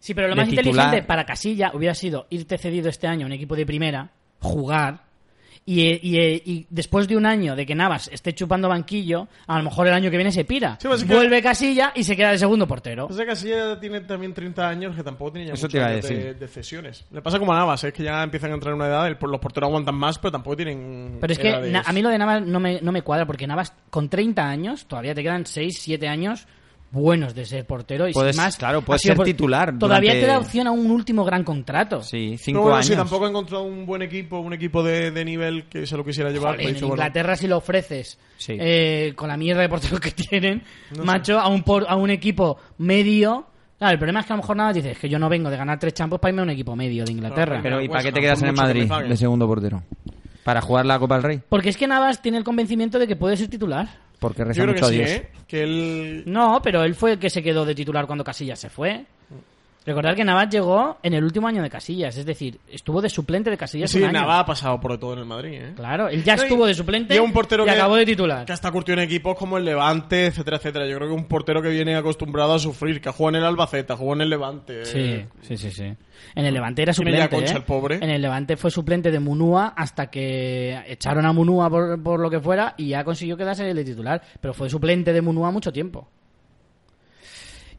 Speaker 1: sí, pero lo
Speaker 3: de
Speaker 1: más
Speaker 3: titular-
Speaker 1: inteligente para Casilla hubiera sido irte cedido este año a un equipo de primera, jugar. Y, eh, y, eh, y después de un año de que Navas esté chupando banquillo, a lo mejor el año que viene se pira.
Speaker 2: Sí, pues es que-
Speaker 1: Vuelve Casilla y se queda de segundo portero.
Speaker 2: O sea, Casilla tiene también 30 años, que tampoco tiene ya
Speaker 3: Eso
Speaker 2: muchos
Speaker 3: te iba a
Speaker 2: años de,
Speaker 3: decir.
Speaker 2: de cesiones. Le pasa como a Navas, ¿eh? es que ya empiezan a entrar en una edad, el- los porteros aguantan más, pero tampoco tienen...
Speaker 1: Pero es que
Speaker 2: edades.
Speaker 1: na- a mí lo de Navas no me, no me cuadra, porque Navas con 30 años, todavía te quedan 6, 7 años buenos de ser portero. Y sin
Speaker 3: Puedes-
Speaker 1: más,
Speaker 3: claro, puedes
Speaker 1: ha sido
Speaker 3: ser titular
Speaker 1: Todavía te
Speaker 3: durante-
Speaker 1: da opción a un último gran contrato.
Speaker 3: Sí,
Speaker 2: Pero
Speaker 3: cinco
Speaker 2: bueno,
Speaker 3: años.
Speaker 2: si tampoco ha encontrado un buen equipo, un equipo de, de nivel que se lo quisiera llevar,
Speaker 1: Joder,
Speaker 2: pues
Speaker 1: en
Speaker 2: dice, bueno,
Speaker 1: Inglaterra si lo ofreces
Speaker 3: Sí.
Speaker 1: eh, con la mierda de porteros que tienen, macho, a un, por- a un equipo medio... Claro, el problema es que a lo mejor Navas dice, es que yo no vengo de ganar tres champos para irme a un equipo medio de Inglaterra.
Speaker 3: Pero ¿y para qué
Speaker 2: Huesca,
Speaker 3: te quedas
Speaker 2: por
Speaker 3: en el
Speaker 2: mucho que me
Speaker 3: Madrid
Speaker 2: paguen.
Speaker 3: de segundo portero? ¿Para jugar la Copa del Rey?
Speaker 1: Porque es que Navas tiene el convencimiento de que puede ser titular.
Speaker 3: Porque
Speaker 2: yo
Speaker 3: reza
Speaker 2: creo que
Speaker 3: mucho a
Speaker 2: sí,
Speaker 3: Dios.
Speaker 2: ¿eh? Que él...
Speaker 1: No, pero él fue el que se quedó de titular cuando Casillas se fue. Recordar que Navas llegó en el último año de Casillas, es decir, estuvo de suplente de Casillas
Speaker 2: Sí,
Speaker 1: un año.
Speaker 2: Navas ha pasado por todo en el Madrid, ¿eh?
Speaker 1: Claro, él ya
Speaker 2: No, y-
Speaker 1: estuvo de suplente
Speaker 2: y un portero
Speaker 1: y
Speaker 2: que-
Speaker 1: acabó de titular.
Speaker 2: Que hasta curtió en equipos como el Levante, etcétera, etcétera. Yo creo que un portero que viene acostumbrado a sufrir, que jugado en el Albacete, jugó en el Levante.
Speaker 1: Sí, sí, sí, sí. En el Levante era
Speaker 2: Tiene ya
Speaker 1: suplente.
Speaker 2: concha
Speaker 1: ¿eh?
Speaker 2: el pobre.
Speaker 1: En el Levante fue suplente de Munúa hasta que echaron a Munúa por, por lo que fuera y ya consiguió quedarse de titular. Pero fue suplente de Munúa mucho tiempo.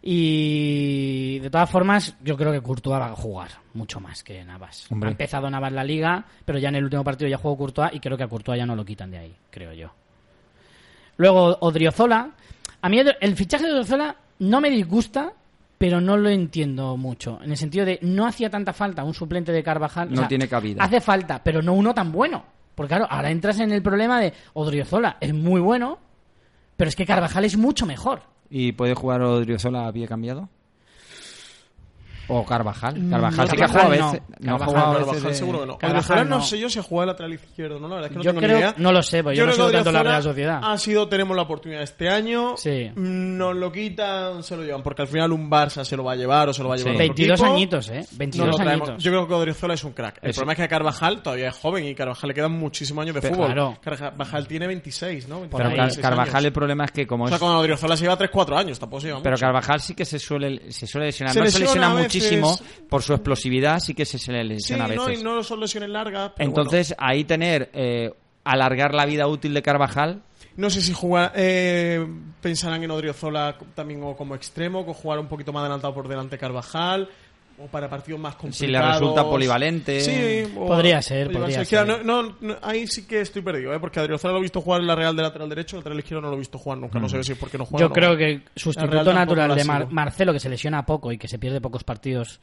Speaker 1: Y de todas formas, yo creo que Courtois va a jugar mucho más que Navas.
Speaker 3: Hombre.
Speaker 1: Ha empezado Navas la liga, pero ya en el último partido ya jugó Courtois y creo que a Courtois ya no lo quitan de ahí, creo yo. Luego Odriozola. A mí el- el fichaje de Odriozola no me disgusta, pero no lo entiendo mucho. En el sentido de no hacía tanta falta un suplente de Carvajal.
Speaker 3: No tiene cabida.
Speaker 1: Hace falta, pero no uno tan bueno. Porque claro, ahora entras en el problema de Odriozola es muy bueno, pero es que Carvajal es mucho mejor.
Speaker 3: ¿Y puede jugar Odriozola a pie cambiado? O Carvajal. Carvajal sí que
Speaker 1: Carvajal
Speaker 3: ha jugado a
Speaker 1: no.
Speaker 3: veces. No, ha
Speaker 1: Carvajal
Speaker 3: jugado a
Speaker 2: Carvajal
Speaker 3: veces de-
Speaker 2: seguro que no. O de
Speaker 1: Carvajal
Speaker 2: Ferrer no.
Speaker 1: no.
Speaker 2: sé yo si ha jugado el lateral izquierdo, ¿no? La verdad es que no
Speaker 1: Yo
Speaker 2: tengo
Speaker 1: creo-
Speaker 2: ni idea.
Speaker 1: no lo sé, porque yo no
Speaker 2: creo
Speaker 1: sigo
Speaker 2: que
Speaker 1: tanto la
Speaker 2: Odriozola
Speaker 1: Real Sociedad.
Speaker 2: Ha sido, tenemos la oportunidad este año.
Speaker 1: Sí.
Speaker 2: Mm, Nos lo quitan, se lo llevan. Porque al final un Barça se lo va a llevar o se lo va a llevar
Speaker 3: Sí.
Speaker 2: otro
Speaker 1: 22
Speaker 2: equipo.
Speaker 1: añitos, ¿eh?
Speaker 2: No
Speaker 1: 22
Speaker 2: lo traemos.
Speaker 1: añitos.
Speaker 2: Yo creo que Odriozola es un crack. El
Speaker 3: Es-
Speaker 2: problema es que a Carvajal todavía es joven y Carvajal le quedan muchísimos años de
Speaker 3: Pero
Speaker 2: fútbol.
Speaker 1: claro.
Speaker 2: Carvajal tiene 26, ¿no?
Speaker 3: Pero
Speaker 2: 25,
Speaker 3: Car-
Speaker 2: 26
Speaker 3: Carvajal el
Speaker 2: años.
Speaker 3: problema es que como
Speaker 2: O
Speaker 3: es...
Speaker 2: sea, con Odriozola se lleva 3-4 años, tampoco se lleva
Speaker 3: Pero
Speaker 2: mucho.
Speaker 3: Carvajal sí que se suele, se suele lesionar.
Speaker 2: Se
Speaker 3: no se
Speaker 2: lesiona
Speaker 3: lesiona
Speaker 2: a veces.
Speaker 3: muchísimo por su explosividad, sí que se, se le
Speaker 2: Sí,
Speaker 3: lesiona a
Speaker 2: no,
Speaker 3: veces.
Speaker 2: y no son lesiones largas. pero
Speaker 3: Entonces, ahí tener, eh, alargar la vida útil de Carvajal,
Speaker 2: No sé si jugar, eh, pensarán en Odriozola también o como extremo, o jugar un poquito más adelantado por delante Carvajal, o para partidos más complicados.
Speaker 3: Si le resulta polivalente.
Speaker 2: Sí, o-
Speaker 1: Podría ser,
Speaker 2: o llevarse
Speaker 1: podría
Speaker 2: al izquierdo.
Speaker 1: ser.
Speaker 2: No, no, no, ahí sí que estoy perdido, ¿eh? porque a Odriozola lo he visto jugar en la Real de lateral derecho, el lateral izquierdo no lo he visto jugar nunca, no
Speaker 3: Mm.
Speaker 2: sé si es porque no juega.
Speaker 1: Yo
Speaker 2: ¿no?
Speaker 1: creo que
Speaker 2: El Real
Speaker 1: sustituto
Speaker 2: tampoco lo
Speaker 1: natural
Speaker 2: ha
Speaker 1: de
Speaker 2: sido.
Speaker 1: Mar- Marcelo, que se lesiona poco y que se pierde pocos partidos,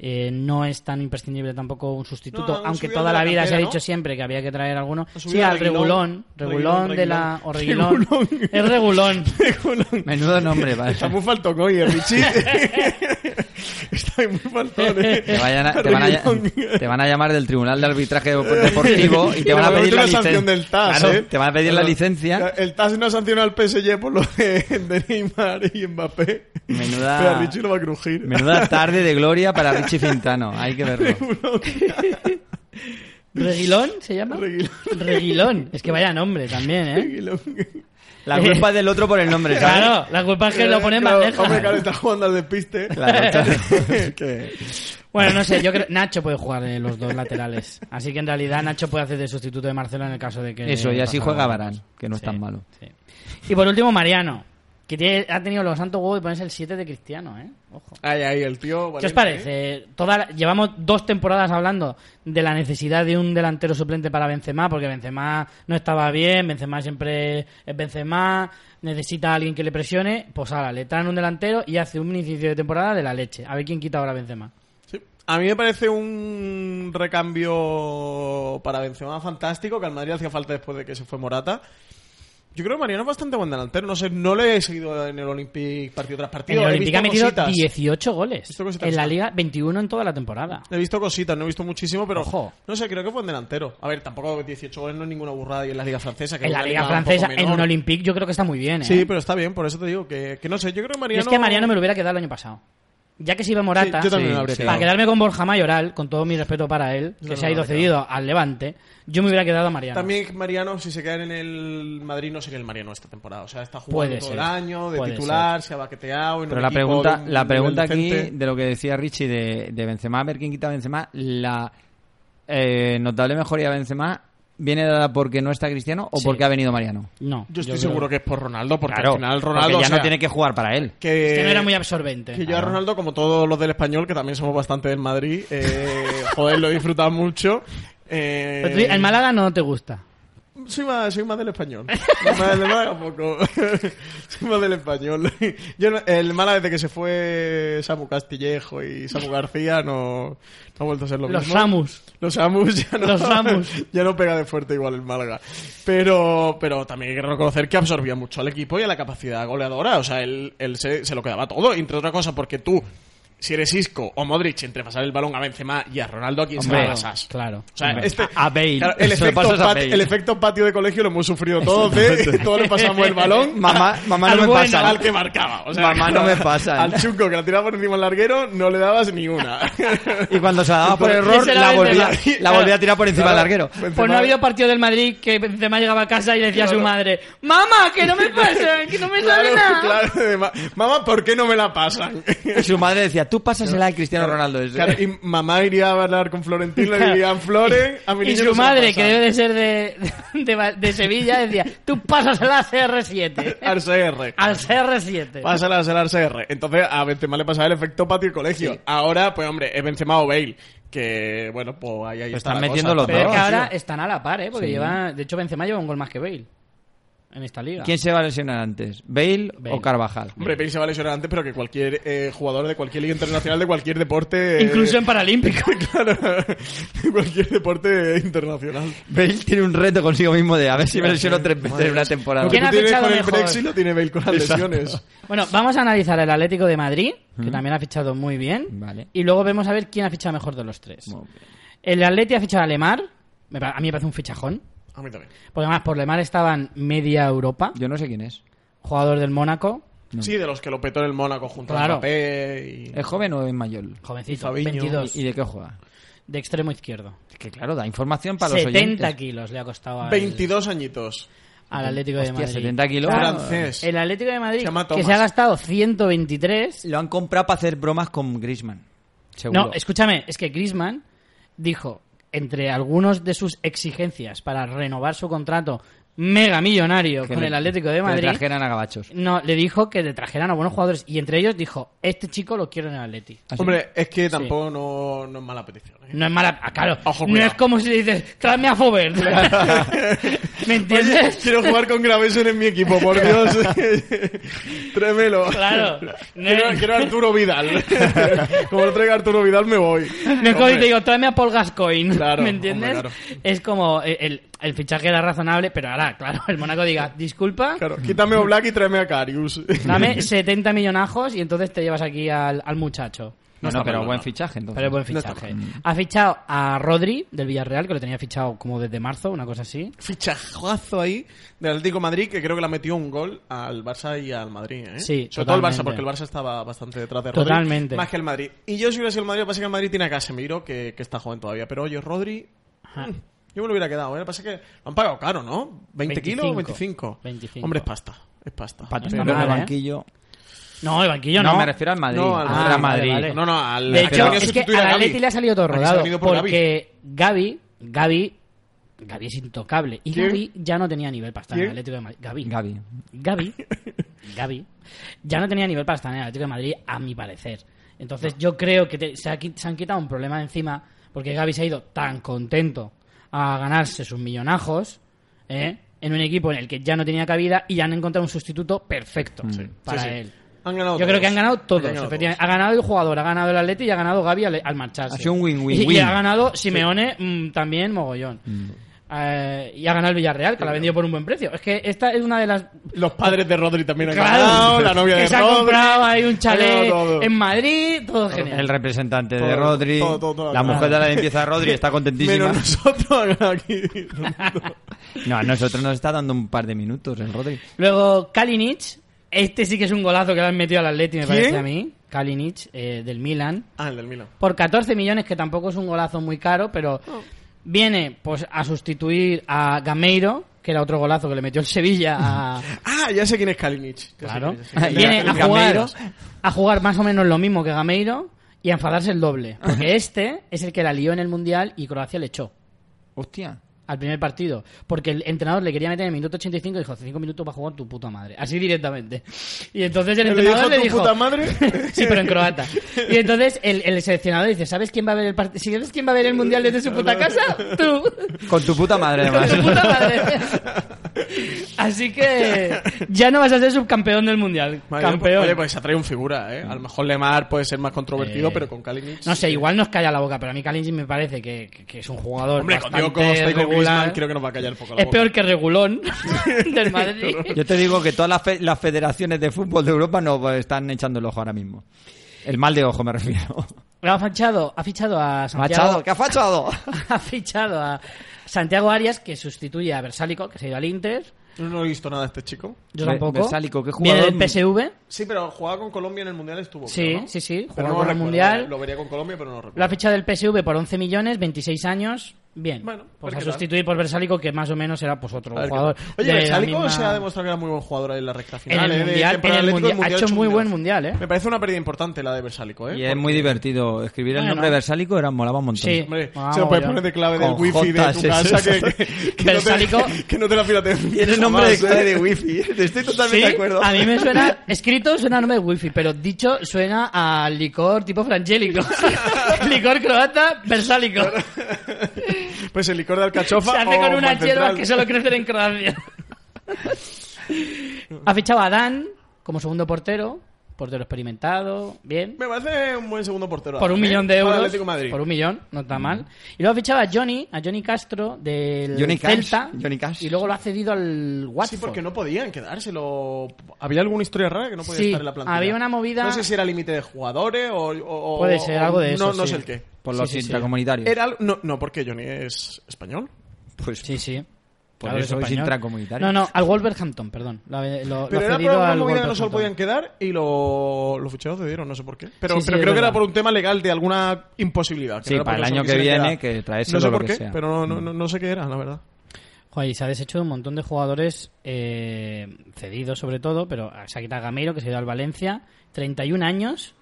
Speaker 1: eh, no es tan imprescindible tampoco un
Speaker 2: No,
Speaker 1: sustituto,
Speaker 2: han
Speaker 1: aunque
Speaker 2: subido
Speaker 1: toda
Speaker 2: de
Speaker 1: la
Speaker 2: la
Speaker 1: vida se ha
Speaker 2: cantera,
Speaker 1: dicho
Speaker 2: ¿no?
Speaker 1: siempre que había que traer alguno.
Speaker 2: Han subido
Speaker 1: Sí,
Speaker 2: a
Speaker 1: al regulón,
Speaker 2: Reguilón.
Speaker 1: regulón
Speaker 2: Reguilón,
Speaker 1: de la... o
Speaker 2: Reguilón.
Speaker 1: regulón. Es regulón.
Speaker 3: menudo nombre, vale.
Speaker 2: Está muy faltón hoy, el Richie. Está muy faltón, ¿eh?
Speaker 3: Te, vayan a- te van a,
Speaker 2: Reguilón.
Speaker 3: te van a llamar del Tribunal de Arbitraje Deportivo y te
Speaker 2: Y
Speaker 3: van a
Speaker 2: probablemente
Speaker 3: pedir la
Speaker 2: una sanción
Speaker 3: licencia.
Speaker 2: del TAS,
Speaker 3: Claro,
Speaker 2: ¿eh?
Speaker 3: Te van a pedir la
Speaker 2: Claro.
Speaker 3: licencia.
Speaker 2: El TAS no sanciona al PSG por lo de, de Neymar y Mbappé.
Speaker 3: Menuda-
Speaker 2: Pero a Richie lo va a crujir.
Speaker 3: Menuda tarde de gloria para Richie Fintano. Hay que verlo.
Speaker 1: ¿Reguilón se llama?
Speaker 2: Reguilón.
Speaker 1: Reguilón. Es que vaya nombre también, ¿eh?
Speaker 3: La culpa es del otro por el nombre, ¿sabes?
Speaker 1: Claro, la culpa es que lo ponen
Speaker 2: Eh, Claro,
Speaker 1: bandeja.
Speaker 2: Hombre, claro, está jugando al despiste.
Speaker 3: Claro, claro.
Speaker 1: Bueno, no sé, yo creo Nacho puede jugar de los dos laterales. Así que en realidad Nacho puede hacer de sustituto de Marcelo en el caso de que.
Speaker 3: Eso, y así
Speaker 1: pasara
Speaker 3: juega
Speaker 1: algo.
Speaker 3: Barán, que no es
Speaker 1: Sí,
Speaker 3: tan malo.
Speaker 1: sí. Y por último, Mariano, que tiene- ha tenido los santos huevos de ponerse el 7 de Cristiano, ¿eh? Ojo.
Speaker 2: Ay, ay, el tío.
Speaker 1: ¿Qué os
Speaker 2: valiente, ¿eh?
Speaker 1: parece? Toda la- llevamos dos temporadas hablando de la necesidad de un delantero suplente para Benzema, porque Benzema no estaba bien, Benzema siempre es Benzema, necesita a alguien que le presione, pues ahora le traen un delantero y hace un inicio de temporada de la leche. A ver quién quita ahora a Benzema.
Speaker 2: Sí. A mí me parece un recambio para Benzema fantástico, que al Madrid hacía falta después de que se fue Morata. Yo creo que Mariano es bastante buen delantero. No sé, no le he seguido en el Olympic partido tras partido.
Speaker 1: En el
Speaker 2: He
Speaker 1: Olympique
Speaker 2: visto
Speaker 1: ha metido
Speaker 2: cositas.
Speaker 1: 18 goles.
Speaker 2: Visto cositas.
Speaker 1: En la Liga, 21 en toda la temporada.
Speaker 2: He visto cositas, no he visto muchísimo, pero
Speaker 1: Ojo.
Speaker 2: no sé, creo que fue un delantero. A ver, tampoco 18 goles no es ninguna burrada y en la Liga Francesa. Que
Speaker 1: En
Speaker 2: es
Speaker 1: la
Speaker 2: una
Speaker 1: Liga
Speaker 2: un poco
Speaker 1: Francesa, en
Speaker 2: menor.
Speaker 1: un Olympique, yo creo que está muy bien. ¿eh?
Speaker 2: Sí, pero está bien, por eso te digo que, que no sé, yo creo que
Speaker 1: Yo
Speaker 2: Mariano...
Speaker 1: es que Mariano me lo hubiera quedado el año pasado. Ya que se iba Morata,
Speaker 2: Sí, yo también
Speaker 3: me lo habría
Speaker 1: para
Speaker 3: quedado.
Speaker 1: quedarme con Borja Mayoral, con todo mi respeto para él, que
Speaker 2: también
Speaker 1: se ha
Speaker 2: me
Speaker 1: ido
Speaker 2: lo habría
Speaker 1: cedido al Levante, yo me hubiera quedado a Mariano.
Speaker 2: También Mariano, si se queda en el Madrid, no sería el Mariano esta temporada. O sea, está jugando
Speaker 1: Puede
Speaker 2: todo
Speaker 1: ser.
Speaker 2: el año, de
Speaker 1: Puede
Speaker 2: titular, se ha baqueteado... en
Speaker 3: Pero
Speaker 2: un
Speaker 3: la
Speaker 2: equipo
Speaker 3: pregunta,
Speaker 2: de un
Speaker 3: la pregunta
Speaker 2: nivel
Speaker 3: aquí
Speaker 2: decente.
Speaker 3: de lo que decía Richie de, de Benzema, a ver quién quita a Benzema, la eh, notable mejoría de Benzema viene dada porque no está Cristiano o
Speaker 1: Sí.
Speaker 3: porque ha venido Mariano.
Speaker 1: No.
Speaker 2: Yo estoy
Speaker 1: creo-
Speaker 2: seguro que es por Ronaldo, porque
Speaker 3: Claro,
Speaker 2: al final Ronaldo...
Speaker 3: porque ya
Speaker 2: o sea,
Speaker 3: no tiene que jugar para él.
Speaker 2: que-
Speaker 1: Es que no era muy absorbente.
Speaker 2: Que yo a Ronaldo, como todos los del español, que también somos bastante del Madrid, eh, joder, lo he disfrutado mucho. Eh,
Speaker 1: Pero tú, el Málaga no te gusta.
Speaker 2: Soy más, soy más del español. Soy más del Málaga, poco. soy más del español. Yo no- el Málaga desde que se fue Samu Castillejo y Samu García no, no ha vuelto a ser lo
Speaker 1: Los
Speaker 2: mismo.
Speaker 1: Samus.
Speaker 2: Los Samus ya no,
Speaker 1: Los Samus.
Speaker 2: ya no pega de fuerte igual el Málaga. Pero, pero también hay que reconocer que absorbía mucho al equipo y a la capacidad goleadora. O sea, él, él se, se lo quedaba todo. Entre otra cosa, porque tú, si eres Isco o Modric, entre pasar el balón a Benzema y a Ronaldo, ¿a quién se
Speaker 3: Hombre,
Speaker 2: lo
Speaker 1: Claro,
Speaker 2: pasas?
Speaker 1: claro.
Speaker 2: O sea,
Speaker 3: Hombre,
Speaker 2: este,
Speaker 3: a- a Bale.
Speaker 2: claro, el,
Speaker 3: Se lo
Speaker 2: efecto
Speaker 3: pasas a
Speaker 2: pat-
Speaker 3: Bale.
Speaker 2: el efecto patio de colegio lo hemos sufrido todos. ¿eh? Todos le pasamos el balón.
Speaker 3: Mamá, mamá
Speaker 1: Al
Speaker 3: no me
Speaker 1: bueno.
Speaker 3: pasa.
Speaker 2: Al que marcaba. O sea,
Speaker 3: Mamá, no me pasa.
Speaker 2: Al chunco que la tiraba por encima del larguero, no le dabas ni una.
Speaker 3: Y cuando se la daba por error,
Speaker 1: Ese era
Speaker 3: la volvía,
Speaker 1: Benzema.
Speaker 3: la volvía a tirar por encima
Speaker 2: Claro.
Speaker 3: del larguero.
Speaker 2: Benzema-
Speaker 1: Pues no ha habido partido del Madrid que Benzema llegaba a casa y le decía a su madre, ¡Mamá, que no me pasa! ¡Que no me sale
Speaker 2: Claro,
Speaker 1: nada!
Speaker 2: claro, de ma- Mamá, ¿por qué no me la pasan?
Speaker 3: Y su madre decía, tú pásasela a Cristiano Ronaldo. ese".
Speaker 2: Claro, y mamá iría a hablar con Florentino y dirían, Flores, a mi
Speaker 1: Y
Speaker 2: niño
Speaker 1: su
Speaker 2: no se la
Speaker 1: madre,
Speaker 2: pasan".
Speaker 1: que debe de ser de, de, Ba- de Sevilla, decía, tú pásasela a CR7.
Speaker 2: Al CR.
Speaker 1: Al CR7.
Speaker 2: Pásala al CR. Entonces, a Benzema le pasaba el efecto patio y colegio. Ahora, pues hombre, es Benzema o Bale. Que, bueno, pues ahí, ahí
Speaker 3: Pero
Speaker 2: está
Speaker 3: están
Speaker 2: la cosa.
Speaker 3: metiendo los
Speaker 1: Pero es
Speaker 3: dos.
Speaker 1: que
Speaker 3: tío.
Speaker 1: ahora están a la par, ¿eh? Porque lleva... De hecho, Benzema lleva un gol más que Bale. en esta liga.
Speaker 3: ¿Quién se va a lesionar antes? ¿Bale,
Speaker 1: Bale.
Speaker 3: o Carvajal?
Speaker 2: Hombre, Bale se va a lesionar antes, pero que cualquier eh, jugador de cualquier liga internacional, de cualquier deporte... eh,
Speaker 1: Incluso en Paralímpico.
Speaker 2: claro, de cualquier deporte internacional.
Speaker 3: Bale tiene un reto consigo mismo de a ver si me lesiono tres veces en una temporada.
Speaker 2: Lo que
Speaker 1: ¿Quién
Speaker 2: tú
Speaker 1: ha
Speaker 2: tienes
Speaker 1: fichado
Speaker 2: con el
Speaker 1: mejor?
Speaker 2: Brexit lo tiene Bale con las lesiones.
Speaker 1: Bueno, vamos a analizar el Atlético de Madrid, que también ha fichado muy bien.
Speaker 3: Vale.
Speaker 1: Y luego vemos a ver quién ha fichado mejor de los tres.
Speaker 3: Muy
Speaker 1: El Atleti ha fichado a Lemar. Me pa- A mí me parece un fichajón.
Speaker 2: A mí también.
Speaker 1: Porque además por Lemar estaban media Europa.
Speaker 3: Yo no sé quién es.
Speaker 1: Jugador del Mónaco.
Speaker 3: No.
Speaker 2: Sí, de los que lo petó en el Mónaco junto
Speaker 1: Claro.
Speaker 2: a Mbappé y...
Speaker 3: ¿Es joven o es mayor?
Speaker 1: Jovencito,
Speaker 2: Y Fabiño.
Speaker 1: 22.
Speaker 3: ¿Y de qué juega?
Speaker 1: De extremo izquierdo.
Speaker 3: Es que claro, da información para los
Speaker 1: 70
Speaker 3: oyentes.
Speaker 1: kilos le ha costado al,
Speaker 2: 22 añitos.
Speaker 1: al Atlético de
Speaker 3: Hostia,
Speaker 1: Madrid.
Speaker 3: 70 kilos.
Speaker 1: Claro,
Speaker 2: Francés.
Speaker 1: el Atlético de Madrid,
Speaker 2: Pues, Se llama
Speaker 1: que se
Speaker 2: Thomas.
Speaker 1: ha gastado 123.
Speaker 3: Lo han comprado para hacer bromas con Griezmann. Seguro.
Speaker 1: No, escúchame, es que Griezmann dijo, entre algunos de sus exigencias para renovar su contrato mega millonario
Speaker 3: Que
Speaker 1: con
Speaker 3: le-
Speaker 1: el Atlético
Speaker 3: que
Speaker 1: de
Speaker 3: le
Speaker 1: Madrid,
Speaker 3: trajeran a gabachos.
Speaker 1: no, le dijo que le trajeran a buenos jugadores. Y entre ellos dijo, este chico lo quiero en el Atlético.
Speaker 3: ¿Ah, sí?
Speaker 2: Hombre, es que tampoco no, no es mala petición. ¿eh?
Speaker 1: No es mala. ah, Claro,
Speaker 2: Ojo,
Speaker 1: no
Speaker 2: cuidado.
Speaker 1: es como si le dices, tráeme a Fobert. ¿Me
Speaker 2: Oye,
Speaker 1: entiendes?
Speaker 2: quiero jugar con Graveson en mi equipo, por Dios. Trémelo.
Speaker 1: Claro. No
Speaker 2: Quiero,
Speaker 1: es-
Speaker 2: quiero a Arturo Vidal. Como lo traiga Arturo Vidal, me voy.
Speaker 1: No es como si
Speaker 2: Hombre,
Speaker 1: te digo, tráeme a Paul Gascoigne.
Speaker 2: Claro,
Speaker 1: ¿Me entiendes?
Speaker 2: hombre,
Speaker 1: Es como el, el- el fichaje era razonable, pero ahora, claro, el Mónaco diga, disculpa,
Speaker 2: Claro, quítame a Black y tráeme a Carius.
Speaker 1: dame 70 millonajos y entonces te llevas aquí al, al muchacho.
Speaker 3: No,
Speaker 2: está
Speaker 3: no, pero
Speaker 2: mal,
Speaker 3: buen
Speaker 2: no.
Speaker 3: fichaje entonces.
Speaker 1: Pero es buen
Speaker 2: No está
Speaker 1: fichaje. ha fichado a Rodri del Villarreal, que lo tenía fichado como desde marzo, una cosa así.
Speaker 2: Fichajazo ahí del Atlético de Madrid, que creo que le ha metido un gol al Barça y al Madrid. ¿eh?
Speaker 1: Sí,
Speaker 2: Sobre todo al
Speaker 1: totalmente.
Speaker 2: Barça, porque el Barça estaba bastante detrás de Rodri.
Speaker 1: Totalmente.
Speaker 2: Más que el Madrid. Y yo, si hubiera sido el Madrid, lo que pasa es que el Madrid tiene a Casemiro, que, que está joven todavía. Pero oye, Rodri. mm, Yo me lo hubiera quedado, ¿eh? Lo que pasa es que lo han pagado caro, ¿no? ¿20 kilos o 25?
Speaker 1: 25.
Speaker 2: Hombre, es pasta. Es pasta.
Speaker 3: Para
Speaker 1: No
Speaker 3: tenerlo
Speaker 1: está
Speaker 3: en el
Speaker 1: mal, ¿eh?
Speaker 3: banquillo.
Speaker 1: No, el banquillo no.
Speaker 3: me refiero al Madrid.
Speaker 2: No, al
Speaker 3: al
Speaker 2: Madrid.
Speaker 3: Real Madrid.
Speaker 1: Vale, vale.
Speaker 2: No, no, al
Speaker 1: De
Speaker 2: al
Speaker 1: hecho,
Speaker 2: que
Speaker 1: es que
Speaker 2: sustituir a
Speaker 1: al
Speaker 2: Gavi.
Speaker 1: Atleti le ha salido todo
Speaker 2: Al que se ha
Speaker 1: rodado.
Speaker 2: venido por
Speaker 1: porque Gaby, Gaby, Gaby es intocable. Y
Speaker 2: ¿Quién?
Speaker 1: Gaby ya no tenía nivel para estar en el
Speaker 2: ¿Quién?
Speaker 1: Atlético de Madrid. Gaby.
Speaker 3: Gavi.
Speaker 1: Gaby, Gaby, ya no tenía nivel para estar en el Atlético de Madrid, a mi parecer. Entonces yo creo que te- se, ha qui- se han quitado un problema de encima porque Gaby se ha ido tan contento a ganarse sus millonajos ¿eh? en un equipo en el que ya no tenía cabida y ya han encontrado un sustituto perfecto para
Speaker 2: Sí, sí.
Speaker 1: él.
Speaker 2: Han ganado
Speaker 1: Yo creo
Speaker 2: todos.
Speaker 1: que han ganado todos.
Speaker 2: Han ganado
Speaker 1: efectivamente. Ha ganado el jugador, ha ganado el Atleti y ha ganado Gaby al, al marcharse.
Speaker 3: Ha sido un win-win-win.
Speaker 1: Y, y ha ganado Simeone mm, también mogollón. Eh, y ha ganado el Villarreal, que lo ha vendido por un buen precio. Es que esta es una de las
Speaker 2: Los padres de Rodri también han
Speaker 1: Claro,
Speaker 2: ganado, la novia
Speaker 1: que
Speaker 2: de
Speaker 1: se ha
Speaker 2: Rodri.
Speaker 1: comprado ahí un chalet
Speaker 2: Ha ganado todo.
Speaker 1: en Madrid, todo genial.
Speaker 3: El representante de
Speaker 2: Todo,
Speaker 3: Rodri.
Speaker 2: todo, todo, todo,
Speaker 3: la
Speaker 2: todo.
Speaker 3: mujer de la limpieza de Rodri está contentísima.
Speaker 2: Menos nosotros aquí.
Speaker 3: No, a nosotros nos está dando un par de minutos el Rodri.
Speaker 1: Luego Kalinic, este sí que es un golazo que le han metido al Atleti, me
Speaker 2: ¿Quién?
Speaker 1: parece a mí. Kalinic, eh, del Milan.
Speaker 2: ah, el del Milan.
Speaker 1: Por 14 millones, que tampoco es un golazo muy caro, pero viene pues a sustituir a Gameiro, que era otro golazo que le metió el Sevilla a...
Speaker 2: Ah, ya sé quién es Kalinic. Ya sé
Speaker 1: Claro. Ah,
Speaker 2: quién es, ya sé quién
Speaker 1: Viene
Speaker 2: es.
Speaker 1: a
Speaker 3: Gameiro.
Speaker 1: jugar, a jugar más o menos lo mismo que Gameiro y a enfadarse el doble. Porque este es el que la lió en el Mundial y Croacia le echó.
Speaker 3: Hostia.
Speaker 1: al primer partido. Porque el entrenador le quería meter en el minuto 85 y dijo, 5 minutos para jugar tu puta madre. Así directamente. Y entonces el
Speaker 2: ¿Le
Speaker 1: entrenador
Speaker 2: dijo
Speaker 1: le
Speaker 2: tu
Speaker 1: dijo...
Speaker 2: puta madre?
Speaker 1: sí, pero en croata. Y entonces el, el seleccionador dice, ¿sabes quién va a ver el partido? Si sabes quién va a ver el mundial desde su puta casa, tú.
Speaker 3: Con tu puta madre,
Speaker 1: Con
Speaker 3: además.
Speaker 1: tu puta madre. Así que ya no vas a ser subcampeón del mundial.
Speaker 2: Vale,
Speaker 1: campeón.
Speaker 2: Oye, pues se ha traído un figura, ¿eh? A lo mejor Lemar puede ser más controvertido, pero con Kalinic...
Speaker 1: Eh, No sé, igual nos calla la boca, pero a mí Kalinji me parece que, que- que es un jugador
Speaker 2: Hombre, con Diego
Speaker 1: bastante
Speaker 2: Costa y con Griezmann
Speaker 1: regular.
Speaker 2: creo que nos va a callar un poco la
Speaker 1: Es
Speaker 2: boca.
Speaker 1: peor que regulón del Madrid.
Speaker 3: Yo te digo que todas las, fe- las federaciones de fútbol de Europa no están echando el ojo ahora mismo. El mal de ojo, me refiero.
Speaker 1: Ha fichado, ha fichado a
Speaker 3: Machado,
Speaker 1: Santiago.
Speaker 3: ¿qué ha fachado?
Speaker 1: Ha fichado a Santiago Arias, que sustituye a Versálico, que se ha ido al Inter.
Speaker 2: No, no he visto nada de este chico.
Speaker 1: Yo
Speaker 3: Ve-
Speaker 1: tampoco.
Speaker 3: Versálico, qué
Speaker 1: Viene
Speaker 3: jugador-
Speaker 1: del PSV.
Speaker 2: Sí, pero jugaba con Colombia en el Mundial estuvo,
Speaker 1: Sí,
Speaker 2: creo, ¿no?
Speaker 1: sí, sí, jugaba
Speaker 2: Pero no
Speaker 1: con el
Speaker 2: recuerdo,
Speaker 1: Mundial.
Speaker 2: Lo vería con Colombia, pero no lo recuerdo.
Speaker 1: Lo ha fichado del PSV por 11 millones, 26 años. Bien.
Speaker 2: Bueno,
Speaker 1: pues
Speaker 2: a ver
Speaker 1: a
Speaker 2: qué tal.
Speaker 1: sustituir por Versálico, que más o menos era pues otro
Speaker 2: A ver qué
Speaker 1: jugador.
Speaker 2: tal.
Speaker 1: de
Speaker 2: Oye,
Speaker 1: la
Speaker 2: Versálico
Speaker 1: misma-
Speaker 2: se ha demostrado que era muy buen jugador ahí en la recta
Speaker 1: En
Speaker 2: final.
Speaker 1: el
Speaker 2: ¿eh? De
Speaker 1: Mundial, en
Speaker 2: temporada
Speaker 1: el
Speaker 2: Atlético,
Speaker 1: mundial, ha hecho
Speaker 2: un
Speaker 1: muy buen
Speaker 2: mundialazo.
Speaker 1: mundial, ¿eh?
Speaker 2: Me parece una pérdida importante la de Versálico, ¿eh?
Speaker 3: Y es
Speaker 2: Porque-
Speaker 3: muy divertido. Escribir el
Speaker 1: Bueno.
Speaker 3: nombre versálico era molaba un montón.
Speaker 1: Sí.
Speaker 2: Hombre,
Speaker 1: Ah,
Speaker 2: se lo puedes
Speaker 1: mogollón.
Speaker 2: poner de clave del
Speaker 3: Con
Speaker 2: wifi de tu
Speaker 3: J,
Speaker 2: casa
Speaker 3: sí, sí,
Speaker 2: que, que- que no te,
Speaker 1: Versálico-
Speaker 2: que no te la pirateen.
Speaker 3: Tiene
Speaker 2: jamás,
Speaker 3: nombre de
Speaker 2: ¿eh?
Speaker 3: clave de wifi. Estoy totalmente
Speaker 1: Sí,
Speaker 3: de acuerdo.
Speaker 1: a mí me suena, escrito suena a nombre de wifi, pero dicho suena a licor tipo frangélico. licor croata, versálico.
Speaker 2: Pues el licor de alcachofa
Speaker 1: Se hace
Speaker 2: o
Speaker 1: con unas
Speaker 2: Mantentral.
Speaker 1: hierbas que solo crecen en Croacia. Ha fichado a Dan como segundo portero, portero experimentado, bien.
Speaker 2: Me parece un buen segundo portero.
Speaker 1: Por un
Speaker 2: ¿eh?
Speaker 1: millón de
Speaker 2: Para
Speaker 1: euros.
Speaker 2: Atlético de Madrid. Mm.
Speaker 1: Por un millón, no está mal. Y luego ha fichado a Johnny, a Johnny Castro del
Speaker 3: Johnny Cash,
Speaker 1: Celta.
Speaker 3: Johnny Cash.
Speaker 1: Y luego lo ha cedido al Watford.
Speaker 2: Sí, porque no podían quedárselo. Había alguna historia rara que no podía
Speaker 1: Sí,
Speaker 2: estar en la plantilla.
Speaker 1: había una movida-
Speaker 2: No sé si era límite de jugadores o, o- o-
Speaker 1: Puede ser, algo de eso,
Speaker 2: No, no
Speaker 1: sí.
Speaker 2: sé el qué.
Speaker 3: Por
Speaker 1: Sí,
Speaker 3: los
Speaker 1: sí, sí.
Speaker 3: intracomunitarios.
Speaker 2: Era al- no, no, porque Johnny es español.
Speaker 3: Pues
Speaker 1: Sí, sí.
Speaker 3: Por
Speaker 1: Claro,
Speaker 3: eso es
Speaker 1: español.
Speaker 3: intracomunitario.
Speaker 1: No, no, al Wolverhampton, perdón. Lo, ha- lo- lo
Speaker 2: Pero
Speaker 1: ha
Speaker 2: era por
Speaker 1: cedido
Speaker 2: alguna
Speaker 1: al
Speaker 2: movida que no se lo
Speaker 1: Wolverhampton.
Speaker 2: podían quedar y lo- los fichados cedieron, no sé por qué. Pero,
Speaker 1: Sí, sí,
Speaker 2: pero
Speaker 1: es
Speaker 2: creo que
Speaker 1: verdad.
Speaker 2: era por un tema legal de alguna imposibilidad. que
Speaker 3: Sí,
Speaker 2: no era
Speaker 3: para el
Speaker 2: porque
Speaker 3: año
Speaker 2: se lo
Speaker 3: que
Speaker 2: quisieran
Speaker 3: viene,
Speaker 2: quedar.
Speaker 3: que traérselo
Speaker 2: No sé
Speaker 3: lo
Speaker 2: por
Speaker 3: que
Speaker 2: qué,
Speaker 3: sea. Mm.
Speaker 2: pero no, no- no- no sé qué era, la verdad.
Speaker 1: Joder, y se ha deshecho de un montón de jugadores eh, cedidos, sobre todo, pero se ha quitado a Gameiro, que se ha ido al Valencia. 31 años,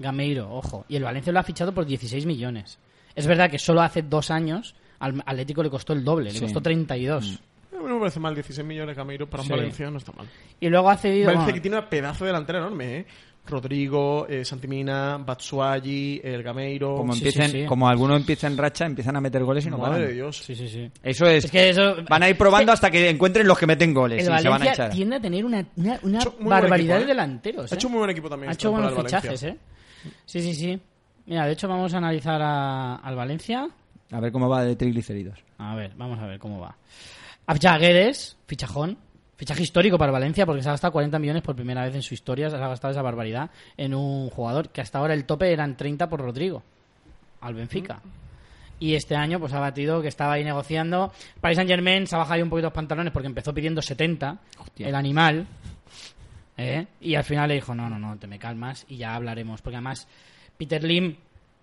Speaker 1: Gameiro, ojo. Y el Valencia lo ha fichado por 16 millones. Es verdad que solo hace dos años al Atlético le costó el doble, le
Speaker 3: Sí. Mm.
Speaker 1: costó 32.
Speaker 2: A mí no me parece mal, 16 millones Camilo para un
Speaker 1: Sí.
Speaker 2: Valencia no está mal.
Speaker 1: Y luego ha cedido.
Speaker 2: Valencia
Speaker 1: bueno,
Speaker 2: que tiene una pedazo de delantera enorme, ¿eh? Rodrigo, eh, Santimina, Batsuagi, El Gameiro.
Speaker 3: Como,
Speaker 1: Sí,
Speaker 3: empiecen,
Speaker 1: sí, sí.
Speaker 3: como algunos empiezan racha, empiezan a meter goles y no
Speaker 2: Madre
Speaker 3: paran.
Speaker 2: de Dios.
Speaker 1: sí, sí, sí.
Speaker 3: Eso es.
Speaker 1: Es que eso-
Speaker 3: Van a ir probando hasta que encuentren los que meten goles
Speaker 1: El
Speaker 3: y se van a
Speaker 1: Valencia
Speaker 3: echar.
Speaker 1: tiende a tener una, una, una
Speaker 2: Ha hecho muy buen
Speaker 1: barbaridad
Speaker 2: equipo,
Speaker 1: de
Speaker 2: ¿eh?
Speaker 1: delanteros.
Speaker 2: Ha hecho
Speaker 1: ¿eh?
Speaker 2: un muy buen equipo también.
Speaker 1: Ha
Speaker 2: esta
Speaker 1: hecho buenos
Speaker 2: temporada el Valencia.
Speaker 1: fichajes, ¿eh? Sí, sí, sí. Mira, de hecho, vamos a analizar a- al Valencia.
Speaker 3: A ver cómo va de triglicéridos.
Speaker 1: A ver, vamos a ver cómo va. Ha fichado a Guedes, fichajón. Fichaje histórico para el Valencia porque se ha gastado 40 millones por primera vez en su historia. Se ha gastado esa barbaridad en un jugador que hasta ahora el tope eran 30 por Rodrigo al Benfica. Y este año pues ha batido que estaba ahí negociando. Paris Saint Germain se ha bajado ahí un poquito los pantalones porque empezó pidiendo 70.
Speaker 3: Hostia.
Speaker 1: El animal. ¿eh? Y al final le dijo, no, no, no, te me calmas y ya hablaremos. Porque además Peter Lim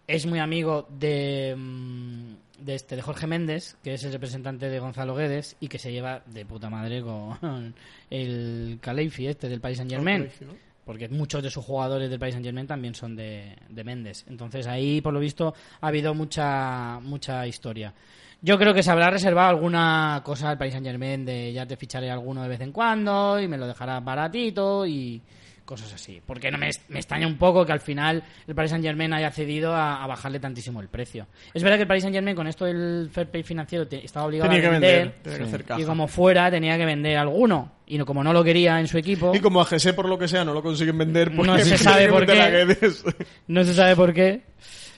Speaker 1: es muy amigo de, mm, de, este, de Jorge Méndez, que es el representante de Gonzalo Guedes y que se lleva de puta madre con el Caleifi este del Paris Saint Germain.
Speaker 2: Caleifi, ¿no?
Speaker 1: Porque muchos de sus jugadores del Paris Saint Germain también son de, de Méndez. Entonces ahí, por lo visto, ha habido mucha, mucha historia. Yo creo que se habrá reservado alguna cosa al Paris Saint Germain de ya te ficharé alguno de vez en cuando y me lo dejarás baratito y cosas así. Porque no me, me extraña un poco que al final el Paris Saint Germain haya cedido a, a bajarle tantísimo el precio. Es verdad que el Paris Saint Germain con esto del fair play financiero te- estaba obligado
Speaker 2: Tenía
Speaker 1: a
Speaker 2: que
Speaker 1: vender.
Speaker 2: vender, tenía que hacer caja.
Speaker 1: Y como fuera tenía que vender alguno. Y no- como no lo quería en su equipo.
Speaker 2: Y como a GC por lo que sea no lo consiguen vender, porque
Speaker 1: No se
Speaker 2: tienen
Speaker 1: sabe
Speaker 2: que
Speaker 1: por
Speaker 2: meter
Speaker 1: qué.
Speaker 2: a Guedes.
Speaker 1: No se sabe por qué,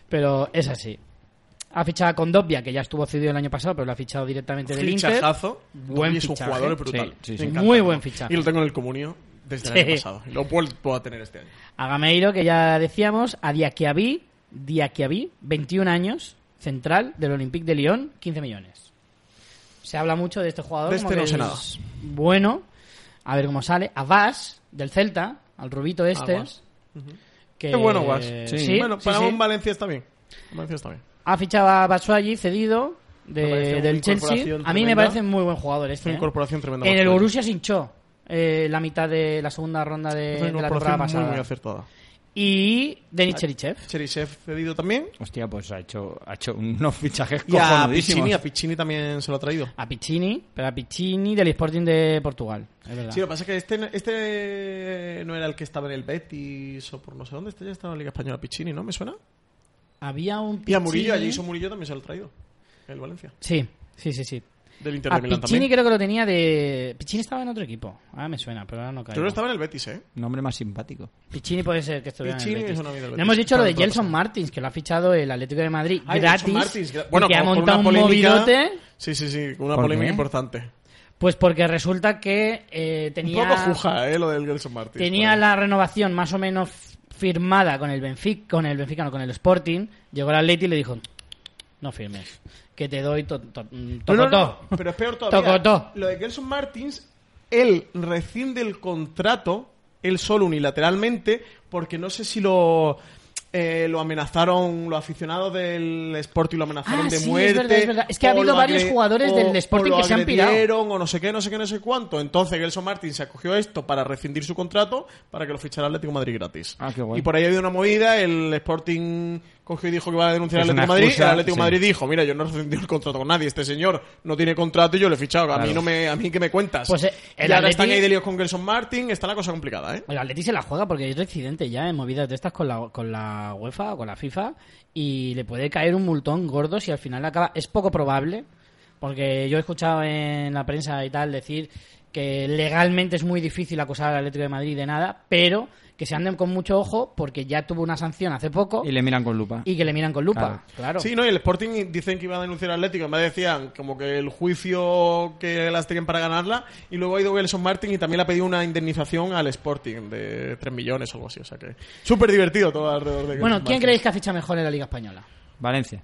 Speaker 1: pero es así. Ha fichado con Dobia, que ya estuvo cedido el año pasado, pero lo ha fichado directamente del Inter.
Speaker 2: Fichajazo.
Speaker 1: Buen
Speaker 2: y es un
Speaker 1: fichaje.
Speaker 2: jugador es brutal.
Speaker 3: Sí, sí,
Speaker 2: Me
Speaker 3: sí.
Speaker 2: encanta.
Speaker 1: Muy buen fichaje.
Speaker 2: Y lo tengo en el comunio desde
Speaker 1: Sí.
Speaker 2: el año pasado. Lo vuelvo a tener este año.
Speaker 1: A Gameiro, que ya decíamos, a Diakiaví, Diakiaví, 21 años, central del Olympique de Lyon, 15 millones. Se habla mucho de este jugador.
Speaker 2: De
Speaker 1: como
Speaker 2: este
Speaker 1: que
Speaker 2: no sé
Speaker 1: es
Speaker 2: nada.
Speaker 1: Bueno, a ver cómo sale. A Vas, del Celta, al rubito este.
Speaker 2: Vas.
Speaker 1: que-
Speaker 2: Qué bueno, Guas.
Speaker 1: Eh, Sí,
Speaker 2: bueno,
Speaker 1: sí,
Speaker 2: para
Speaker 1: sí.
Speaker 2: un Valencia está bien. Valencia está bien.
Speaker 1: Ha fichado a Batshuayi, cedido de-
Speaker 2: Me parece una
Speaker 1: del Chelsea.
Speaker 2: incorporación
Speaker 1: A mí me
Speaker 2: tremenda.
Speaker 1: parece muy buen jugador este.
Speaker 2: Una
Speaker 1: ¿eh?
Speaker 2: incorporación tremenda.
Speaker 1: En el
Speaker 2: Batshuayi.
Speaker 1: Borussia se hinchó eh, la mitad de la segunda ronda de, de
Speaker 2: Una
Speaker 1: eh, la
Speaker 2: incorporación
Speaker 1: temporada pasada.
Speaker 2: muy, muy acertada.
Speaker 1: y Denis Cherichev.
Speaker 2: Cherisev cedido también.
Speaker 3: Hostia, pues ha hecho, ha hecho unos fichajes
Speaker 2: Y a
Speaker 3: cojonudísimos.
Speaker 2: Piccini, a Piccini también se lo ha traído.
Speaker 1: A Piccini, pero a Piccini del Sporting de Portugal. Es verdad.
Speaker 2: Sí, lo que pasa es que este, este no era el que estaba en el Betis o por no sé dónde. Este ya estaba en la Liga Española Piccini, ¿no? ¿Me suena?
Speaker 1: Había un
Speaker 2: Y
Speaker 1: Piccini.
Speaker 2: a Murillo, allí hizo Murillo también se lo ha traído. El Valencia.
Speaker 1: Sí, sí, sí, sí.
Speaker 2: Del Inter
Speaker 1: A
Speaker 2: de Milán
Speaker 1: Piccini
Speaker 2: también.
Speaker 1: creo que lo tenía de. Piccini estaba en otro equipo. Ahora me suena, pero ahora no
Speaker 2: Yo
Speaker 1: caigo.
Speaker 2: creo que estaba en el Betis, ¿eh?
Speaker 3: Nombre más simpático.
Speaker 1: Piccini puede ser que estuviera en
Speaker 2: Piccini
Speaker 1: el Betis.
Speaker 2: es una vida
Speaker 1: No
Speaker 2: del Betis.
Speaker 1: hemos dicho lo de
Speaker 2: Claro, todo
Speaker 1: Gelson
Speaker 2: pasa.
Speaker 1: Martins, que lo ha fichado el Atlético de Madrid
Speaker 2: Ah, y
Speaker 1: gratis.
Speaker 2: Nelson Martins, gra-
Speaker 1: y
Speaker 2: bueno,
Speaker 1: que ha
Speaker 2: con- con
Speaker 1: montado
Speaker 2: una
Speaker 1: un
Speaker 2: polémica-
Speaker 1: movidote.
Speaker 2: Sí, sí, sí, con una
Speaker 3: ¿Por
Speaker 2: polémica
Speaker 3: qué?
Speaker 2: importante.
Speaker 1: Pues porque resulta que eh, tenía.
Speaker 2: Un poco juja, ¿eh? Lo del Gelson Martins.
Speaker 1: Tenía
Speaker 2: Bueno.
Speaker 1: la renovación más o menos firmada con el Benfica, con el Benfica, no, con el Sporting. Llegó el Atleti y le dijo, no firmes, que te doy to- to- mm,
Speaker 2: No, no,
Speaker 1: tocotó.
Speaker 2: no, pero es peor todavía.
Speaker 1: Tocotó.
Speaker 2: Lo de Gelson Martins, él rescinde el contrato, él solo unilateralmente, porque no sé si lo. eh, lo amenazaron los aficionados del Sporting, lo amenazaron
Speaker 1: Ah,
Speaker 2: de
Speaker 1: sí, es
Speaker 2: muerte.
Speaker 1: verdad, es verdad. Es que ha
Speaker 2: o
Speaker 1: habido
Speaker 2: lo
Speaker 1: varios
Speaker 2: agre-
Speaker 1: jugadores del Sporting
Speaker 2: o lo
Speaker 1: que se han pirado.
Speaker 2: agredieron, O no sé qué, no sé qué, no sé cuánto. Entonces Gelson Martins se acogió a esto para rescindir su contrato para que lo fichara Atlético de Madrid gratis.
Speaker 3: Ah, qué guay.
Speaker 2: Y por ahí ha habido una movida, el Sporting cogió y dijo que iba a denunciar
Speaker 3: Es
Speaker 2: al Atlético
Speaker 3: una
Speaker 2: de Madrid.
Speaker 3: excusa,
Speaker 2: El Atlético de
Speaker 3: sí.
Speaker 2: Madrid dijo, mira, yo no he rescindido el contrato con nadie, este señor no tiene contrato y yo le he fichado, a mí
Speaker 3: Claro.
Speaker 2: no me, a mí que me cuentas.
Speaker 1: Pues, eh, el
Speaker 2: y ahora
Speaker 1: Atleti-
Speaker 2: están ahí de líos con Gerson Martin, está la cosa complicada, ¿eh?
Speaker 1: El Atleti se la juega porque es residente ya en movidas de estas con la, con la UEFA o con la FIFA y le puede caer un multón gordo si al final acaba. Es poco probable, porque yo he escuchado en la prensa y tal decir que legalmente es muy difícil acusar al Atlético de Madrid de nada, pero que se anden con mucho ojo porque ya tuvo una sanción hace poco
Speaker 3: Y
Speaker 1: y,
Speaker 3: le miran con lupa.
Speaker 1: que le miran con lupa. Claro.
Speaker 2: Sí, no, y el Sporting dicen que iba a denunciar al Atlético. Me decían como que el juicio que las tienen para ganarla. Y luego ha ido Wilson Martin y también le ha pedido una indemnización al Sporting de 3 millones o algo así. O sea que súper divertido todo alrededor de
Speaker 1: Bueno,
Speaker 2: Wilson
Speaker 1: ¿quién
Speaker 2: Martin.
Speaker 1: creéis que ha fichado mejor en la Liga Española?
Speaker 3: Valencia.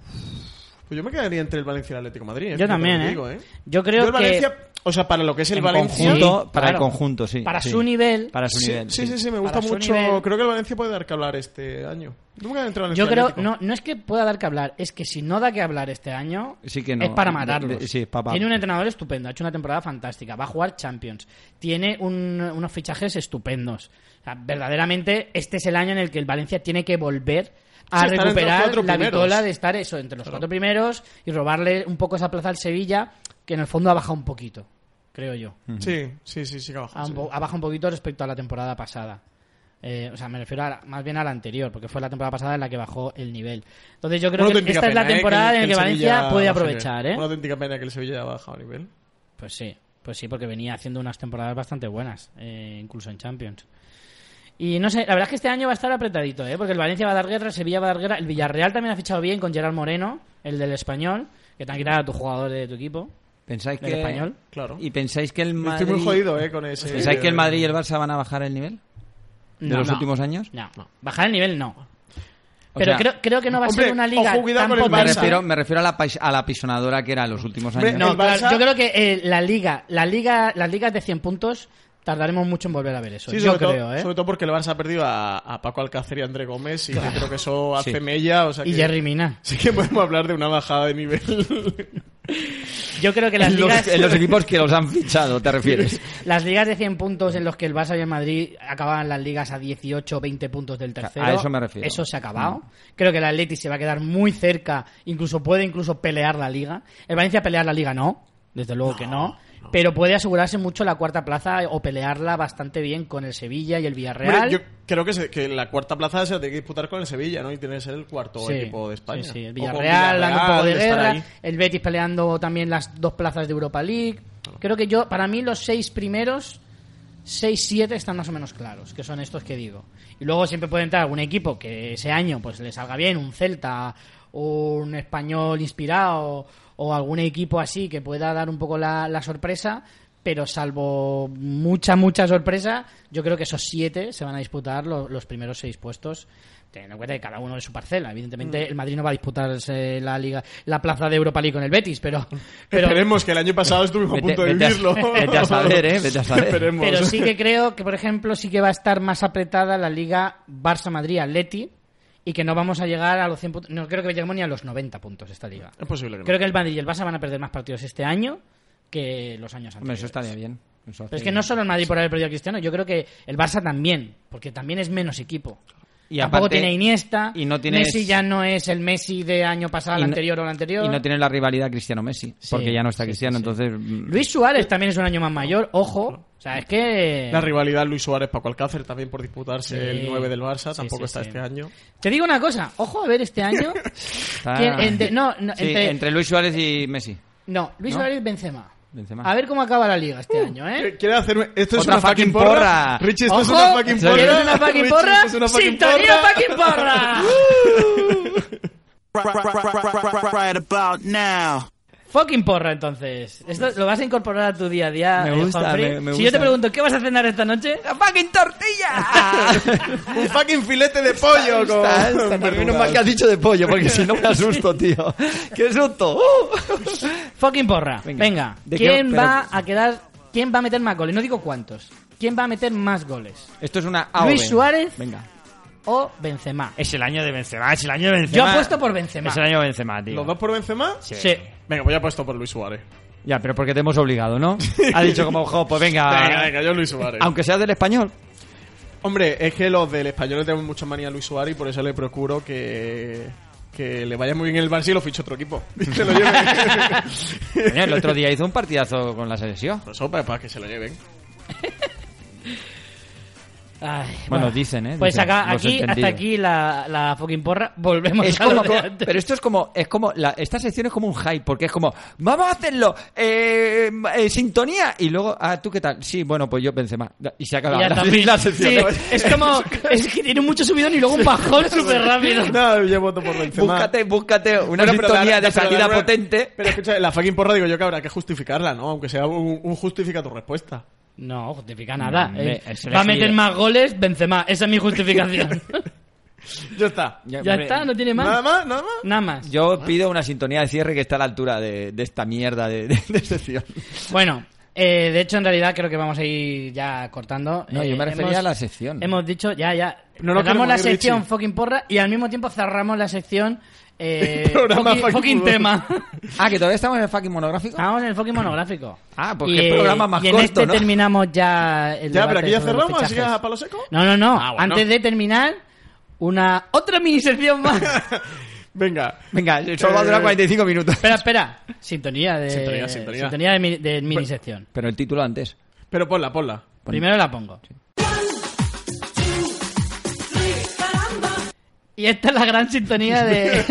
Speaker 2: Pues yo me quedaría entre el Valencia y el Atlético de Madrid. es
Speaker 1: Yo
Speaker 2: que te lo
Speaker 1: también, ¿eh?
Speaker 2: digo,
Speaker 1: Yo creo
Speaker 2: Yo
Speaker 1: que-
Speaker 2: el Valencia, o sea, para lo que es el
Speaker 3: En
Speaker 2: Valencia.
Speaker 3: conjunto,
Speaker 1: Sí,
Speaker 3: para
Speaker 1: claro.
Speaker 3: el conjunto, sí.
Speaker 1: Para
Speaker 3: sí.
Speaker 1: su nivel,
Speaker 3: Para su
Speaker 2: Sí,
Speaker 3: nivel.
Speaker 2: sí, sí, sí, me gusta
Speaker 1: Para su
Speaker 2: mucho.
Speaker 1: nivel.
Speaker 2: Creo que el Valencia puede dar que hablar este año. Nunca he entrado en
Speaker 1: yo
Speaker 2: este
Speaker 1: creo,
Speaker 2: Atlético.
Speaker 1: no, no es que pueda dar que hablar, es que si no da que hablar este año,
Speaker 3: Sí que no.
Speaker 1: es para matarlos.
Speaker 3: De- de- sí, es pa- pa-
Speaker 1: Tiene un entrenador estupendo, ha hecho una temporada fantástica, va a jugar Champions, tiene un- unos fichajes estupendos. O sea, verdaderamente, este es el año en el que el Valencia tiene que volver
Speaker 2: Sí,
Speaker 1: a
Speaker 2: estar entre los
Speaker 1: recuperar
Speaker 2: cuatro
Speaker 1: la
Speaker 2: primeros.
Speaker 1: vitola de estar eso entre los cuatro primeros y robarle un poco esa plaza al Sevilla, que en el fondo ha bajado un poquito, creo yo
Speaker 2: Sí, sí, sí, sí, que abajo.
Speaker 1: ha, un
Speaker 2: sí.
Speaker 1: po- ha bajado un poquito respecto a la temporada pasada. Eh, o sea, me refiero a la- más bien a la anterior, porque fue la temporada pasada en la que bajó el nivel. Entonces yo creo
Speaker 2: Una
Speaker 1: que
Speaker 2: auténtica
Speaker 1: esta es la
Speaker 2: pena, ¿eh?
Speaker 1: temporada en la que
Speaker 2: el
Speaker 1: Valencia
Speaker 2: Sevilla
Speaker 1: puede
Speaker 2: baja nivel.
Speaker 1: aprovechar, ¿eh?
Speaker 2: Una auténtica pena que el Sevilla haya bajado nivel.
Speaker 1: Pues sí, pues sí, porque venía haciendo unas temporadas bastante buenas, eh, incluso en Champions. Y no sé, la verdad es que este año va a estar apretadito, ¿eh? porque el Valencia va a dar guerra, el Sevilla va a dar guerra, el Villarreal también ha fichado bien con Gerard Moreno, el del español, que te han quitado a tu jugador de tu equipo,
Speaker 3: ¿Pensáis
Speaker 1: del
Speaker 3: que...
Speaker 1: español.
Speaker 2: Claro.
Speaker 3: ¿Y pensáis que el Madrid...
Speaker 2: Estoy muy jodido, ¿eh? Con ese.
Speaker 3: ¿Pensáis que el Madrid y el Barça van a bajar el nivel? ¿De
Speaker 1: No,
Speaker 3: los
Speaker 1: no.
Speaker 3: últimos años?
Speaker 1: No, bajar el nivel no.
Speaker 3: O
Speaker 1: Pero
Speaker 3: sea,
Speaker 1: creo, creo que no va a ser
Speaker 2: hombre,
Speaker 1: una liga
Speaker 2: ojo, cuidado
Speaker 1: tan
Speaker 2: con el
Speaker 3: Me
Speaker 1: potente.
Speaker 2: Barça.
Speaker 3: refiero, me refiero a, la pais- a la pisonadora que era los últimos
Speaker 2: Hombre,
Speaker 3: años.
Speaker 1: No,
Speaker 2: El
Speaker 1: claro,
Speaker 2: Barça-
Speaker 1: yo creo que eh, la liga, la liga, las ligas de 100 puntos tardaremos mucho en volver a ver eso.
Speaker 2: Sí,
Speaker 1: yo
Speaker 2: sobre,
Speaker 1: creo,
Speaker 2: todo,
Speaker 1: ¿eh?
Speaker 2: sobre todo porque el Barça ha perdido a, a Paco Alcácer y a André Gómez. Y yo creo que eso hace
Speaker 3: Sí.
Speaker 2: mella. O sea
Speaker 1: Y
Speaker 2: que-
Speaker 1: Jerry Mina.
Speaker 2: Sí que podemos hablar de una bajada de nivel.
Speaker 1: Yo creo que las
Speaker 3: En
Speaker 1: ligas,
Speaker 3: los, en los equipos que los han fichado, ¿te refieres?
Speaker 1: las ligas de 100 puntos en los que el Barça y el Madrid acababan las ligas a 18 o 20 puntos del tercero.
Speaker 3: A eso me refiero.
Speaker 1: Eso se ha acabado.
Speaker 2: Mm.
Speaker 1: Creo que el Atleti se va a quedar muy cerca, incluso puede incluso pelear la liga. El Valencia pelear la liga no, desde luego que no. Pero puede asegurarse mucho la cuarta plaza o pelearla bastante bien con el Sevilla y el Villarreal.
Speaker 2: Hombre, yo creo que, se- que la cuarta plaza se la tiene que disputar con el Sevilla, ¿no? Y tiene que ser el cuarto
Speaker 1: Sí,
Speaker 2: equipo de España.
Speaker 1: sí, sí. El
Speaker 2: O con
Speaker 1: Villarreal, dando un poco de
Speaker 2: estar
Speaker 1: guerra.
Speaker 2: ahí.
Speaker 1: El Betis peleando también las dos plazas de Europa League. Creo que yo, para mí, los seis primeros, seis, siete están más o menos claros, que son estos que digo. Y luego siempre puede entrar algún equipo que ese año pues le salga bien, un Celta, un español inspirado o algún equipo así que pueda dar un poco la, la sorpresa. Pero salvo mucha, mucha sorpresa, yo creo que esos siete se van a disputar lo- los primeros seis puestos teniendo en cuenta que cada uno de su parcela. Evidentemente, el Madrid no va a disputarse la liga, la plaza de Europa League con el Betis, pero, pero,
Speaker 2: Esperemos que el año pasado estuvimos
Speaker 3: Vete-
Speaker 2: a punto de
Speaker 3: vete a-
Speaker 2: vivirlo.
Speaker 3: vete a saber, ¿eh? Vete a saber.
Speaker 2: Esperemos.
Speaker 1: pero sí que creo que, por ejemplo, sí que va a estar más apretada la liga Barça-Madrid-Atleti y que no vamos a llegar a los 100 puntos. No creo que lleguemos ni a los 90 puntos esta liga.
Speaker 2: Es posible que no.
Speaker 1: Creo que el Madrid y el Barça van a perder más partidos este año que los años
Speaker 3: Hombre,
Speaker 1: anteriores.
Speaker 3: eso estaría bien. Eso hace
Speaker 1: Pero es que no solo el Madrid por haber perdido a Cristiano, yo creo que el Barça también, porque también es menos equipo.
Speaker 3: Y
Speaker 1: Tampoco
Speaker 3: aparte-
Speaker 1: tiene Iniesta.
Speaker 3: y no tienes-
Speaker 1: Messi ya no es el Messi de año pasado, el
Speaker 3: Y no-
Speaker 1: anterior o el anterior.
Speaker 3: Y no tiene la rivalidad Cristiano-Messi,
Speaker 1: Sí,
Speaker 3: porque ya no está
Speaker 1: sí, sí, sí.
Speaker 3: Cristiano, entonces... mm,
Speaker 1: Luis Suárez también es un año más mayor, ojo. O sea, es que.
Speaker 2: La rivalidad Luis Suárez-Paco Alcácer también por disputarse
Speaker 1: Eh, Sí.
Speaker 2: el 9 del Barça.
Speaker 1: Sí,
Speaker 2: Tampoco
Speaker 1: sí,
Speaker 2: está
Speaker 1: sí.
Speaker 2: este año.
Speaker 1: Te digo una cosa, ojo a ver este año.
Speaker 3: está-
Speaker 1: ¿Quién? Entre- no, no,
Speaker 3: Sí,
Speaker 1: entre-
Speaker 3: entre... Luis Suárez y Messi.
Speaker 1: No, Luis
Speaker 3: ¿No?
Speaker 1: Suárez Benzema.
Speaker 3: Benzema.
Speaker 1: A ver cómo acaba la liga este año, ¿eh?
Speaker 2: Quiere hacerme. Esto es
Speaker 3: Otra
Speaker 2: una fucking
Speaker 3: fucking porra.
Speaker 2: porra. Richie, Uh, esto es
Speaker 1: Ojo,
Speaker 2: una fucking porra.
Speaker 1: ¿quieres una fucking
Speaker 2: Richie,
Speaker 1: porra?
Speaker 2: esto es una fucking
Speaker 1: ¡Sintonía
Speaker 2: porra.
Speaker 1: fucking porra!
Speaker 4: Right, right, right, right, right, right, right about now.
Speaker 1: Fucking porra, entonces. Esto lo vas a incorporar a tu día a día.
Speaker 3: Me
Speaker 1: eh,
Speaker 3: gusta,
Speaker 1: Juanfri.
Speaker 3: me- me
Speaker 1: Si yo te
Speaker 3: gusta.
Speaker 1: pregunto, ¿qué vas a cenar esta noche?
Speaker 3: fucking tortilla!
Speaker 2: Un fucking filete de pollo con.
Speaker 3: Menos mal que has dicho de pollo, porque si no me asusto, tío. ¡Qué susto!
Speaker 1: Fucking porra. Venga.
Speaker 3: Venga. ¿De qué-
Speaker 1: ¿Quién
Speaker 3: pero-
Speaker 1: va a quedar? ¿Quién va a meter más goles? No digo cuántos. ¿Quién va a meter más goles?
Speaker 3: Esto es una AOV.
Speaker 1: Luis Suárez.
Speaker 3: Venga.
Speaker 1: ¿O Benzema?
Speaker 5: Es el año de Benzema, es el año de
Speaker 1: Yo
Speaker 5: Benzema.
Speaker 1: apuesto por Benzema.
Speaker 5: Es el año de Benzema, tío.
Speaker 2: ¿Los dos por Benzema?
Speaker 5: Sí.
Speaker 1: Sí.
Speaker 2: Venga, pues ya he puesto por Luis Suárez.
Speaker 3: Ya, pero porque te hemos obligado, ¿no? Ha dicho como, jo, pues venga.
Speaker 2: Venga, venga, yo Luis Suárez.
Speaker 3: Aunque sea del español.
Speaker 2: Hombre, es que los del español le tenemos mucha manía a Luis Suárez y por eso le procuro que. Que le vaya muy bien el Barça y lo ficho otro equipo. Se lo lleven.
Speaker 3: Coño, el otro día hizo un
Speaker 2: Pues,
Speaker 3: partidazo con la selección.
Speaker 2: Por eso, para, para que se lo lleven.
Speaker 1: Ay,
Speaker 5: Bueno, dicen, ¿eh?
Speaker 1: Pues
Speaker 5: Dicen,
Speaker 1: acá,
Speaker 5: los
Speaker 1: aquí, hasta
Speaker 5: entendidos.
Speaker 1: aquí la, la fucking porra. Volvemos
Speaker 3: Es
Speaker 1: a lo
Speaker 3: como-
Speaker 1: de antes.
Speaker 3: pero esto es como, es como la- esta sección es como un hype, porque es como, vamos a hacerlo, eh, eh, sintonía, y luego, ah, ¿tú qué tal? Sí, bueno, pues yo pensé más. Y se acaba
Speaker 1: Ya
Speaker 3: la,
Speaker 1: también.
Speaker 3: la sección.
Speaker 1: Sí, es como, es que tiene mucho subidón y luego un bajón súper rápido.
Speaker 2: No, yo voto por Benzema.
Speaker 3: Búscate, búscate
Speaker 2: Bueno,
Speaker 3: una
Speaker 2: pero la-
Speaker 3: sintonía
Speaker 2: la-
Speaker 3: de
Speaker 2: pero la-
Speaker 3: salida
Speaker 2: pero-
Speaker 3: potente.
Speaker 2: Pero escucha, la fucking porra digo yo que habrá que justificarla, ¿no? Aunque sea un, un justifica tu respuesta.
Speaker 1: No, justifica nada.
Speaker 5: No, hombre,
Speaker 1: Eh,
Speaker 5: es
Speaker 1: va a
Speaker 5: elegido.
Speaker 1: meter más goles, Benzema. Esa es mi justificación.
Speaker 2: Ya está.
Speaker 1: ya está, no tiene más.
Speaker 2: Nada más, nada más.
Speaker 1: Nada más.
Speaker 3: Yo pido una sintonía de cierre que está a la altura de, de esta mierda de, de- de sección.
Speaker 1: Bueno, eh, de hecho, en realidad creo que vamos a ir ya cortando.
Speaker 3: No,
Speaker 1: Eh,
Speaker 3: yo me refería a la sección.
Speaker 1: Hemos dicho, ya, ya.
Speaker 2: No lo
Speaker 1: cerramos
Speaker 2: queremos
Speaker 1: la
Speaker 2: ir,
Speaker 1: sección
Speaker 2: Richie.
Speaker 1: fucking porra y al mismo tiempo cerramos la sección eh,
Speaker 2: Programa
Speaker 1: fucking,
Speaker 2: fucking
Speaker 1: fucking
Speaker 2: fútbol.
Speaker 1: tema.
Speaker 3: Ah, que todavía estamos en el fucking monográfico.
Speaker 1: Estamos en el fucking monográfico.
Speaker 3: Ah, pues
Speaker 1: Y,
Speaker 3: qué
Speaker 1: eh,
Speaker 3: programa más
Speaker 1: y en
Speaker 3: corto,
Speaker 1: este
Speaker 3: ¿no?
Speaker 1: terminamos ya el
Speaker 2: Ya,
Speaker 1: debate
Speaker 2: pero aquí ya
Speaker 1: sobre los
Speaker 2: cerramos, así que
Speaker 1: fichajes.
Speaker 2: a palo seco.
Speaker 1: No, no, no.
Speaker 2: Ah, bueno.
Speaker 1: Antes de terminar, una otra mini sección más.
Speaker 2: Venga.
Speaker 3: Venga, solo va a durar 45 minutos.
Speaker 1: espera, espera. Sintonía de
Speaker 2: Sintonía, sintonía.
Speaker 1: de, mi- de mini sección.
Speaker 3: Pero el título antes.
Speaker 2: Pero ponla, ponla.
Speaker 1: Primero la pongo. Y esta es la gran sintonía de,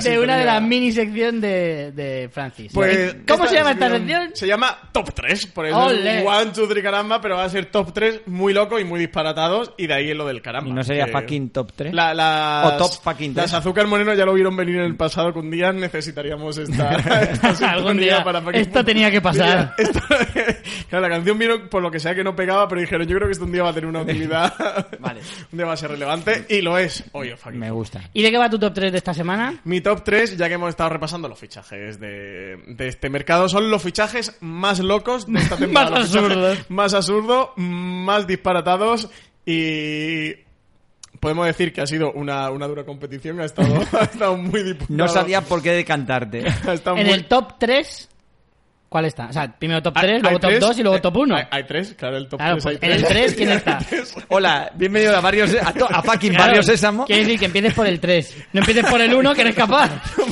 Speaker 1: de una
Speaker 2: sintonía.
Speaker 1: de las mini sección de, de Francis.
Speaker 2: Pues,
Speaker 1: ¿Cómo
Speaker 2: esta
Speaker 1: se llama esta
Speaker 2: sección
Speaker 1: sección?
Speaker 2: Se llama Top 3, por eso
Speaker 1: Ole.
Speaker 2: es One, Two, Three Caramba, pero va a ser Top 3 muy loco y muy disparatados, y de ahí es lo del caramba.
Speaker 3: Y no sería
Speaker 2: que-
Speaker 3: fucking top 3.
Speaker 2: La, las-
Speaker 3: O Top fucking
Speaker 2: Las
Speaker 3: 3.
Speaker 2: Azúcar Moreno ya lo vieron venir en el pasado que un día necesitaríamos esta, esta
Speaker 1: Algún
Speaker 2: sintonía
Speaker 1: día.
Speaker 2: para fucking-
Speaker 1: Esto tenía que pasar.
Speaker 2: Esto- claro, la canción vino por lo que sea que no pegaba, pero dijeron, yo creo que esto un día va a tener una utilidad.
Speaker 1: Vale.
Speaker 2: un día va a ser relevante, y lo es. Oye, fucking.
Speaker 3: Me gusta.
Speaker 1: ¿Y de qué va tu top 3 de esta semana?
Speaker 2: Mi top 3, ya que hemos estado repasando los fichajes de, de este mercado, son los fichajes más locos de esta temporada.
Speaker 1: Más
Speaker 2: Los fichajes
Speaker 1: absurdos.
Speaker 2: Más absurdos, más disparatados y... Podemos decir que ha sido una, una dura competición, ha estado, ha estado muy disputado.
Speaker 3: No sabía por qué decantarte.
Speaker 2: Ha estado
Speaker 1: En
Speaker 2: muy-
Speaker 1: el top 3, ¿cuál está? O sea, primero top
Speaker 2: Hay-
Speaker 1: 3, luego
Speaker 2: hay
Speaker 1: top
Speaker 2: tres,
Speaker 1: 2 y luego
Speaker 2: eh,
Speaker 1: top 1.
Speaker 2: Hay, hay tres, claro, el top
Speaker 1: Claro,
Speaker 2: 3
Speaker 1: pues,
Speaker 2: hay
Speaker 1: en el 3,
Speaker 2: tres.
Speaker 1: ¿quién está?
Speaker 3: Hola, bienvenido a Barrio Se- a, to- a fucking
Speaker 1: Claro,
Speaker 3: Barrio Sésamo.
Speaker 1: Quiere decir que empieces por el 3. No empieces por el 1, que eres capaz.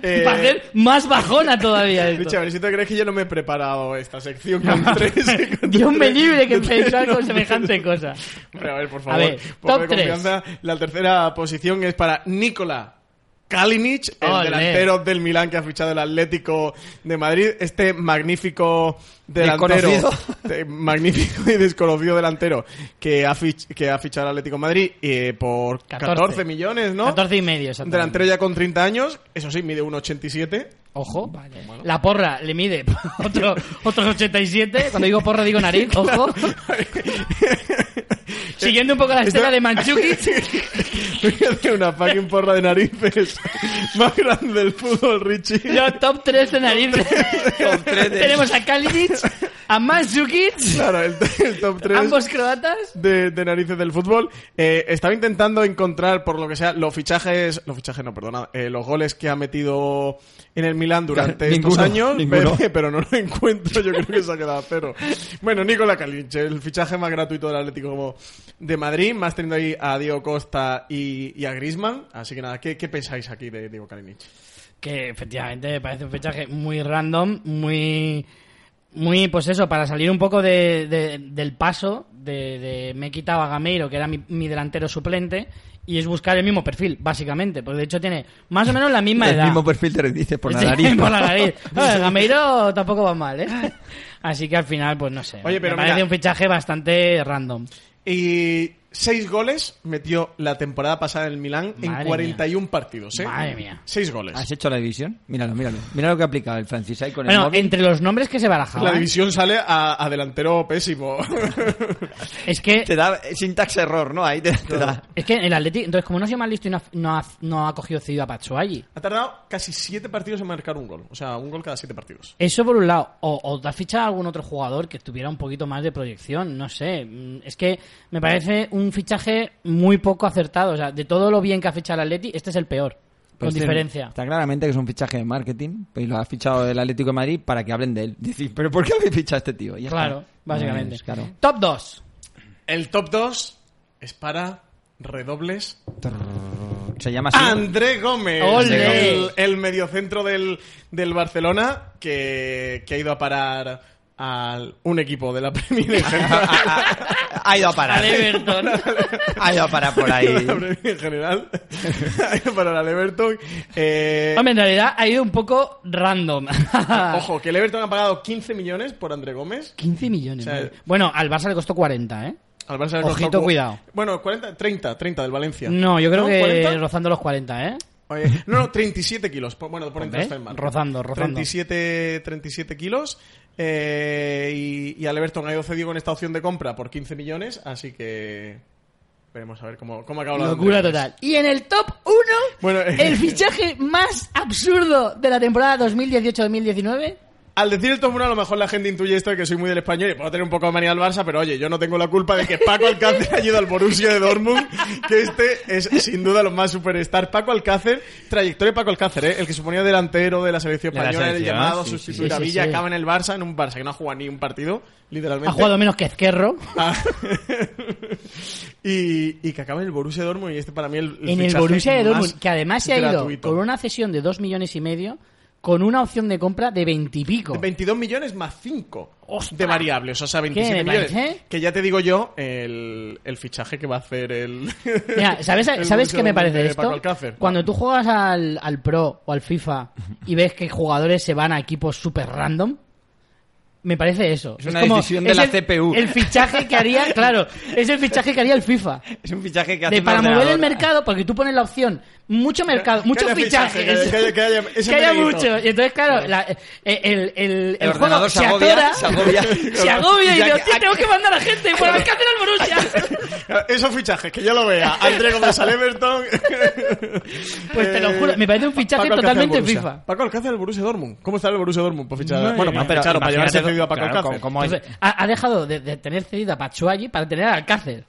Speaker 2: Eh,
Speaker 1: Va a ser más bajona todavía esto.
Speaker 2: Lucha, a ver Eh, si te crees que yo no me he preparado esta sección con tres. con
Speaker 1: Dios me
Speaker 2: tres-
Speaker 1: libre que
Speaker 2: tres
Speaker 1: pensar con
Speaker 2: nombres.
Speaker 1: semejante cosa.
Speaker 2: Hombre, a ver, por favor.
Speaker 1: A ver,
Speaker 2: poco
Speaker 1: top
Speaker 2: de
Speaker 1: tres.
Speaker 2: confianza. La tercera posición es para Nikola Kalinic, el
Speaker 1: Ole.
Speaker 2: delantero del Milán que ha fichado el Atlético de Madrid. Este magnífico delantero.
Speaker 3: Desconocido.
Speaker 2: de- magnífico y desconocido delantero que ha, fich- que ha fichado el Atlético de Madrid eh, por 14.
Speaker 1: 14
Speaker 2: millones, ¿no?
Speaker 1: 14 y medio, exactamente.
Speaker 2: Delantero ya con 30 años, eso sí, mide 1,87.
Speaker 1: Ojo, la porra le mide otro, otros 87. Cuando digo porra digo nariz, ojo. Siguiendo un poco la
Speaker 2: Esto-
Speaker 1: estela de Manchukic.
Speaker 2: Fíjate una fucking porra de narices más grande del fútbol, Richie.
Speaker 1: Yo top 3 de narices.
Speaker 3: Top tres de-
Speaker 1: Tenemos a Kalinic, a Manchukic,
Speaker 2: Claro, el, el top 3
Speaker 1: ambos croatas.
Speaker 2: de, de narices del fútbol. Eh, estaba intentando encontrar, por lo que sea, los fichajes, los fichajes no, perdona, eh, los goles que ha metido en el Milán durante estos
Speaker 3: Ninguno,
Speaker 2: años,
Speaker 3: ninguno.
Speaker 2: pero, pero no lo encuentro, yo creo que se ha quedado a cero. Bueno, Nicola Kalinch, el fichaje más gratuito del Atlético de Madrid, más teniendo ahí a Diego Costa y, y a Grisman. Así que nada, ¿qué, qué pensáis aquí de Diego Kalinich?
Speaker 1: que efectivamente me parece un fichaje muy random, muy, muy pues eso, para salir un poco de, de- del paso, de, de- me he quitado a Gameiro, que era mi, mi delantero suplente, y es buscar el mismo perfil, básicamente, porque de hecho tiene más o menos la misma
Speaker 3: el
Speaker 1: edad.
Speaker 3: mismo perfil te dices por la
Speaker 1: Sí,
Speaker 3: nariz.
Speaker 1: por la nariz. Bueno, Gameiro tampoco va mal, ¿eh? Así que al final, pues no sé.
Speaker 2: Oye, pero
Speaker 1: me parece
Speaker 2: mira-
Speaker 1: un fichaje bastante random.
Speaker 2: Y seis goles metió la temporada pasada en el Milán
Speaker 1: Madre
Speaker 2: en 41 partidos, ¿eh?
Speaker 1: Madre mía.
Speaker 2: Seis goles.
Speaker 3: ¿Has hecho la división? Míralo, míralo. Mira lo que ha aplicado el Francis ahí con el
Speaker 1: Bueno,
Speaker 3: móvil.
Speaker 1: entre los nombres que se
Speaker 2: La
Speaker 1: barajaban,
Speaker 2: división sale a, a delantero pésimo.
Speaker 1: es que
Speaker 3: Te da eh, syntax error, ¿no? Ahí te, te da.
Speaker 1: Es que el Atleti, entonces como no ha sido más listo y no ha, no ha, no ha cogido cedido a Patsuayi,
Speaker 2: ha tardado casi siete partidos en marcar un gol. O sea, un gol cada siete partidos.
Speaker 1: eso por un lado, o, o te has fichado a algún otro jugador que tuviera un poquito más de proyección, no sé, Mm, es que me parece un fichaje muy poco acertado, o sea, de todo lo bien que ha fichado el Atleti, este es el peor,
Speaker 3: Pues
Speaker 1: con
Speaker 3: sí,
Speaker 1: diferencia.
Speaker 3: Está claramente que es un fichaje de marketing pues, y lo ha fichado el Atlético de Madrid para que hablen de él. Decir, ¿pero por qué habéis fichado a este tío? Y ya está.
Speaker 1: Claro, básicamente.
Speaker 3: No es caro.
Speaker 1: Top 2.
Speaker 2: El top 2 es para redobles.
Speaker 3: Trrr. Se llama así.
Speaker 2: André Gómez,
Speaker 1: ¡Ole!
Speaker 2: el, el mediocentro del, del Barcelona, que, que ha ido a parar a un equipo de la Premier en general.
Speaker 3: ha ido a parar.
Speaker 1: Al Everton.
Speaker 3: Ha ido a parar por ahí.
Speaker 2: La Premier en general. Para el Everton. Eh,
Speaker 1: Hombre, en realidad ha ido un poco random.
Speaker 2: ojo, que el Everton ha pagado 15 millones por André Gómez.
Speaker 1: 15 millones.
Speaker 2: O sea,
Speaker 1: madre. bueno, al Barça le costó 40, ¿eh?
Speaker 2: Al Barça le costó
Speaker 1: Ojito,
Speaker 2: cu-
Speaker 1: cuidado.
Speaker 2: Bueno, 40, 30, 30 del Valencia.
Speaker 1: No, yo creo que
Speaker 2: 40?
Speaker 1: rozando los 40, ¿eh?
Speaker 2: Oye, no, no, 37 kilos. Por- Bueno, por
Speaker 1: Hombre,
Speaker 2: entonces está en mal.
Speaker 1: rozando, rozando.
Speaker 2: 37, 37 kilos. eh, y, y al Everton ha ido cedido con esta opción de compra por 15 millones. Así que. Veremos a ver cómo, cómo acaba la
Speaker 1: Locura total. Y en el top 1,
Speaker 2: Bueno, eh.
Speaker 1: el fichaje más absurdo de la temporada 2018-2019.
Speaker 2: Al decir el top 1, a lo mejor la gente intuye esto de que soy muy del español y puedo tener un poco de manía al Barça, pero oye, yo no tengo la culpa de que Paco Alcácer haya ido al Borussia de Dortmund, que este es sin duda lo más superstar. Paco Alcácer, trayectoria de Paco Alcácer, ¿eh? el que suponía delantero de la selección
Speaker 3: De la
Speaker 2: española, el
Speaker 3: selección,
Speaker 2: llamado,
Speaker 3: sí, sí.
Speaker 2: sustituir a
Speaker 1: Sí, sí,
Speaker 2: Villa,
Speaker 1: sí.
Speaker 2: acaba en el Barça, en un Barça que no ha jugado ni un partido, literalmente.
Speaker 1: Ha jugado menos que Ezquerro.
Speaker 2: Ah. y, y que acaba en el Borussia de Dortmund y este para mí el, el
Speaker 1: En el
Speaker 2: fichaje
Speaker 1: Borussia de
Speaker 2: más
Speaker 1: Dortmund, que además se ha ido
Speaker 2: gratuito.
Speaker 1: con una cesión de 2 millones y medio, con una opción de compra de 20 y pico.
Speaker 2: De 22 millones más 5
Speaker 1: Oh. ¡Ostras!
Speaker 2: de variables, o sea, 27
Speaker 1: ¿Qué me
Speaker 2: millones.
Speaker 1: parece? eh?
Speaker 2: Que ya te digo yo el, el fichaje que va a hacer el.
Speaker 1: Mira, ¿sabes,
Speaker 2: el
Speaker 1: ¿sabes qué me
Speaker 2: Borussia
Speaker 1: parece
Speaker 2: Dortmund de Paco
Speaker 1: esto?
Speaker 2: Alcácer?
Speaker 1: Cuando tú juegas al, al Pro o al FIFA y ves que jugadores se van a equipos súper random, me parece eso.
Speaker 3: Es una decisión de
Speaker 1: es
Speaker 3: la
Speaker 1: el-
Speaker 3: CPU.
Speaker 1: El fichaje que haría, claro, es el fichaje que haría el FIFA.
Speaker 3: Es un fichaje que hace
Speaker 1: De
Speaker 3: un
Speaker 1: para mover el
Speaker 3: ordenador.
Speaker 1: mercado, porque tú pones la opción, mucho mercado,
Speaker 2: Que
Speaker 1: muchos
Speaker 2: haya fichaje,
Speaker 1: fichajes.
Speaker 2: que haya- que haya- que haya- ese
Speaker 1: Que haya
Speaker 2: meneguito.
Speaker 1: mucho. Y entonces, claro, la- eh, el, el, el
Speaker 3: El
Speaker 1: juego
Speaker 3: ordenador se agobia,
Speaker 1: atora,
Speaker 3: se agobia.
Speaker 1: se agobia y
Speaker 3: Ya
Speaker 1: dice,
Speaker 3: que-
Speaker 1: "Hostia, tengo que mandar a gente por el cárcel al Borussia.
Speaker 2: Esos fichajes, que yo lo vea. André Gómez al Everton.
Speaker 1: Pues te lo juro, me parece un fichaje
Speaker 2: Paco Alcácer
Speaker 1: totalmente
Speaker 2: al Borussia.
Speaker 1: FIFA. eh,
Speaker 2: Paco Alcácer el Borussia Dortmund. ¿Cómo está el Borussia Dortmund? Pues fichar,
Speaker 3: Madre
Speaker 2: bueno,
Speaker 3: mía.
Speaker 2: para ficharon, para llevarse
Speaker 3: imagínate-
Speaker 2: cedido a Paco
Speaker 3: claro,
Speaker 2: Alcácer.
Speaker 3: como- como es-
Speaker 1: Entonces, ha, ha dejado de, de tener cedido a Pachualli para tener a Alcácer.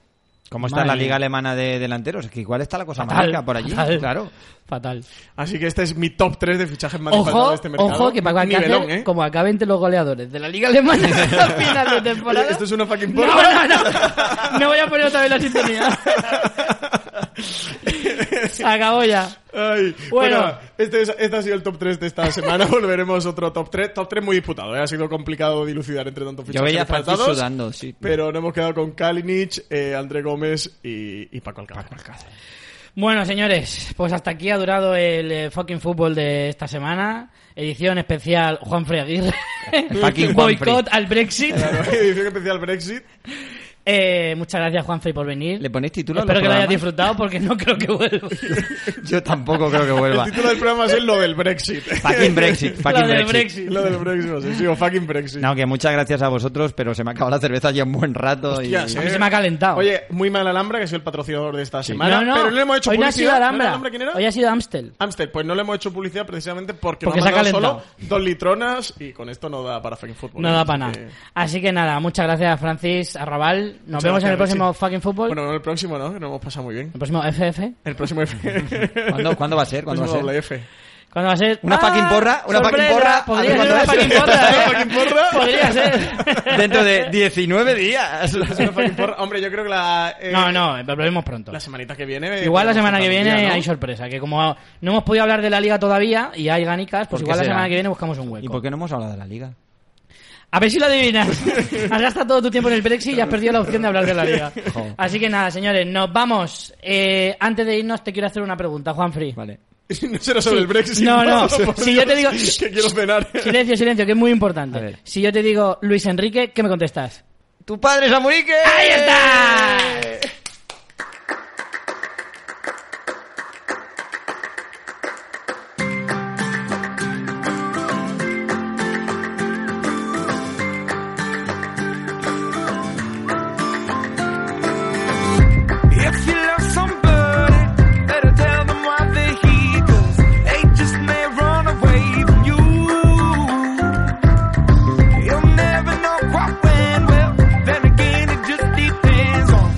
Speaker 3: ¿Cómo está
Speaker 1: Madre
Speaker 3: la
Speaker 1: mía.
Speaker 3: liga alemana de delanteros? Es que igual está la cosa más
Speaker 1: Fatal,
Speaker 3: rica por allí,
Speaker 1: fatal.
Speaker 3: claro.
Speaker 1: Fatal.
Speaker 2: Así que este es mi top 3 de fichajes más destacados
Speaker 1: Ojo,
Speaker 2: de este mercado.
Speaker 1: ojo, que Paco Alcácer,
Speaker 2: Nivelón, ¿eh?
Speaker 1: como acabe entre los goleadores de la Liga Alemana a final de temporada.
Speaker 2: Esto es una fucking
Speaker 1: No, no,
Speaker 2: porra.
Speaker 1: no. No voy a poner otra vez la sintonía. Se acabó ya.
Speaker 2: Ay,
Speaker 1: Bueno.
Speaker 2: bueno, este, es- este ha sido el top 3 de esta semana. Volveremos otro top 3. Top 3 muy disputado, ¿eh? ha sido complicado dilucidar entre tantos
Speaker 3: Yo
Speaker 2: fichajes
Speaker 3: veía a Francis
Speaker 2: desplazados,
Speaker 3: sudando, sí.
Speaker 2: Pero nos hemos quedado con Kalinic, eh, André Gómez y, y Paco Alcácer.
Speaker 1: Bueno, señores, pues hasta aquí ha durado el eh, fucking fútbol de esta semana. Edición especial Juan Aguirre.
Speaker 3: fucking Juanfrey.
Speaker 1: Boicot al Brexit.
Speaker 2: Claro, edición especial Brexit.
Speaker 1: Eh, muchas gracias, Juanfrey, por venir.
Speaker 3: ¿Le ponéis título a los
Speaker 1: Espero que lo hayas
Speaker 3: programas?
Speaker 1: disfrutado porque no creo que vuelva.
Speaker 3: Yo tampoco creo que vuelva.
Speaker 2: El título del programa es lo del Brexit.
Speaker 3: fucking Brexit, fucking
Speaker 1: Lo del
Speaker 3: Brexit.
Speaker 1: Brexit.
Speaker 2: lo del Brexit, no sé, sí, o fucking Brexit.
Speaker 3: No, que muchas gracias a vosotros, pero se me acabó la cerveza ya un buen rato.
Speaker 2: Hostias,
Speaker 3: y...
Speaker 1: A mí
Speaker 2: eh.
Speaker 1: se me ha calentado.
Speaker 2: Oye, muy mal Alhambra, que soy el patrocinador de esta semana. Pero no le hemos hecho
Speaker 1: Hoy no ha
Speaker 2: publicidad.
Speaker 1: sido
Speaker 2: ¿No era
Speaker 1: Alhambra.
Speaker 2: Alhambra quién era?
Speaker 1: Hoy ha sido Amstel.
Speaker 2: Amstel, pues no le hemos hecho publicidad precisamente porque,
Speaker 1: Porque
Speaker 2: nos
Speaker 1: se
Speaker 2: ha
Speaker 1: ha
Speaker 2: mandado solo
Speaker 1: calentado.
Speaker 2: dos litronas y con esto no da para fucking fútbol. ¿eh?
Speaker 1: No da
Speaker 2: Así
Speaker 1: para nada.
Speaker 2: Pues que-
Speaker 1: Así que nada, muchas gracias, Francis Arrabal. Nos vemos
Speaker 2: Muchas
Speaker 1: en el
Speaker 2: gracias,
Speaker 1: próximo
Speaker 2: Richie.
Speaker 1: fucking fútbol.
Speaker 2: Bueno, no, el próximo no, que nos hemos pasado muy bien.
Speaker 1: El próximo FF.
Speaker 2: El próximo F.
Speaker 3: ¿Cuándo, cuándo va a ser? ¿Cuándo va a ser?
Speaker 2: Próximo WF.
Speaker 1: ¿Cuándo va a ser? Ah,
Speaker 3: Una fucking porra, una fucking
Speaker 1: sorpresa. Podría
Speaker 3: porra.
Speaker 1: ser
Speaker 3: ¿Cuándo
Speaker 1: una
Speaker 3: va a ser?
Speaker 1: fucking porra. ¿eh?
Speaker 2: ¿Una fucking porra?
Speaker 1: Podría ser.
Speaker 3: Dentro de 19 días.
Speaker 2: Próximo fucking porra. Hombre, yo creo que la. eh,
Speaker 1: No, no, lo vemos pronto.
Speaker 2: La semanita que viene. eh,
Speaker 1: Igual la
Speaker 2: podemos
Speaker 1: semana que
Speaker 2: contar un
Speaker 1: viene
Speaker 2: día, ¿no?
Speaker 1: hay sorpresa, que como no hemos podido hablar de la liga todavía y hay ganicas,
Speaker 3: ¿Por
Speaker 1: pues
Speaker 3: qué
Speaker 1: igual la
Speaker 3: será?
Speaker 1: semana que viene buscamos un hueco.
Speaker 3: ¿Y por qué no hemos hablado de la liga?
Speaker 1: A ver si lo adivinas. Has gastado todo tu tiempo en el Brexit y has perdido la opción de hablar de la liga.
Speaker 3: Joder.
Speaker 1: Así que nada, señores, nos vamos. Eh, antes de irnos te quiero hacer una pregunta, Juanfrey.
Speaker 3: Vale.
Speaker 2: No será sobre
Speaker 1: Sí.
Speaker 2: el Brexit.
Speaker 1: No, no,
Speaker 2: Por
Speaker 1: si yo te digo-
Speaker 2: Que quiero cenar.
Speaker 1: Silencio, silencio, que es muy importante.
Speaker 3: A ver.
Speaker 1: Si yo te digo Luis Enrique, ¿qué me contestas?
Speaker 3: ¡Tu padre es Amurique!
Speaker 1: ¡Ahí está!
Speaker 4: If you love somebody, better tell them why they're here, 'cause they just may run away from you. You'll never know quite when. Well, then again, it just depends on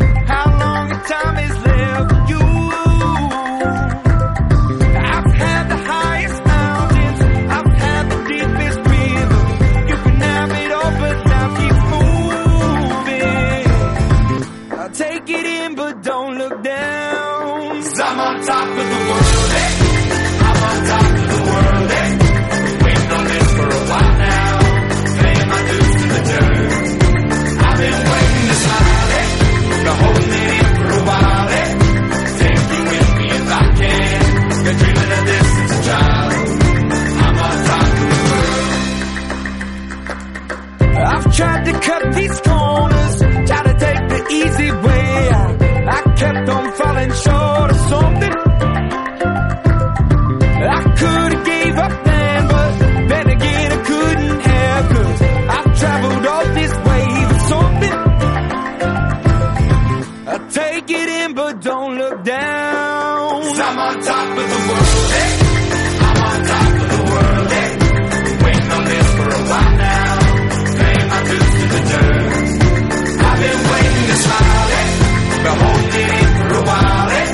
Speaker 4: I'm on top of the world. Hey. I'm on top of the world. Hey. Waiting on this for a while now. Paying my dues to the dirt. I've been waiting to smile. Hey. Been holding it in for a while. Hey.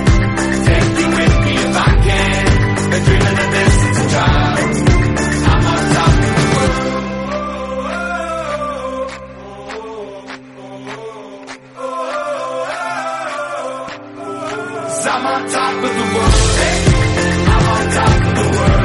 Speaker 4: Take you with me if I can. Been dreaming of this since a child. I'm on top of the world. i I'm on top of the world. Hey, I'm on top of the world.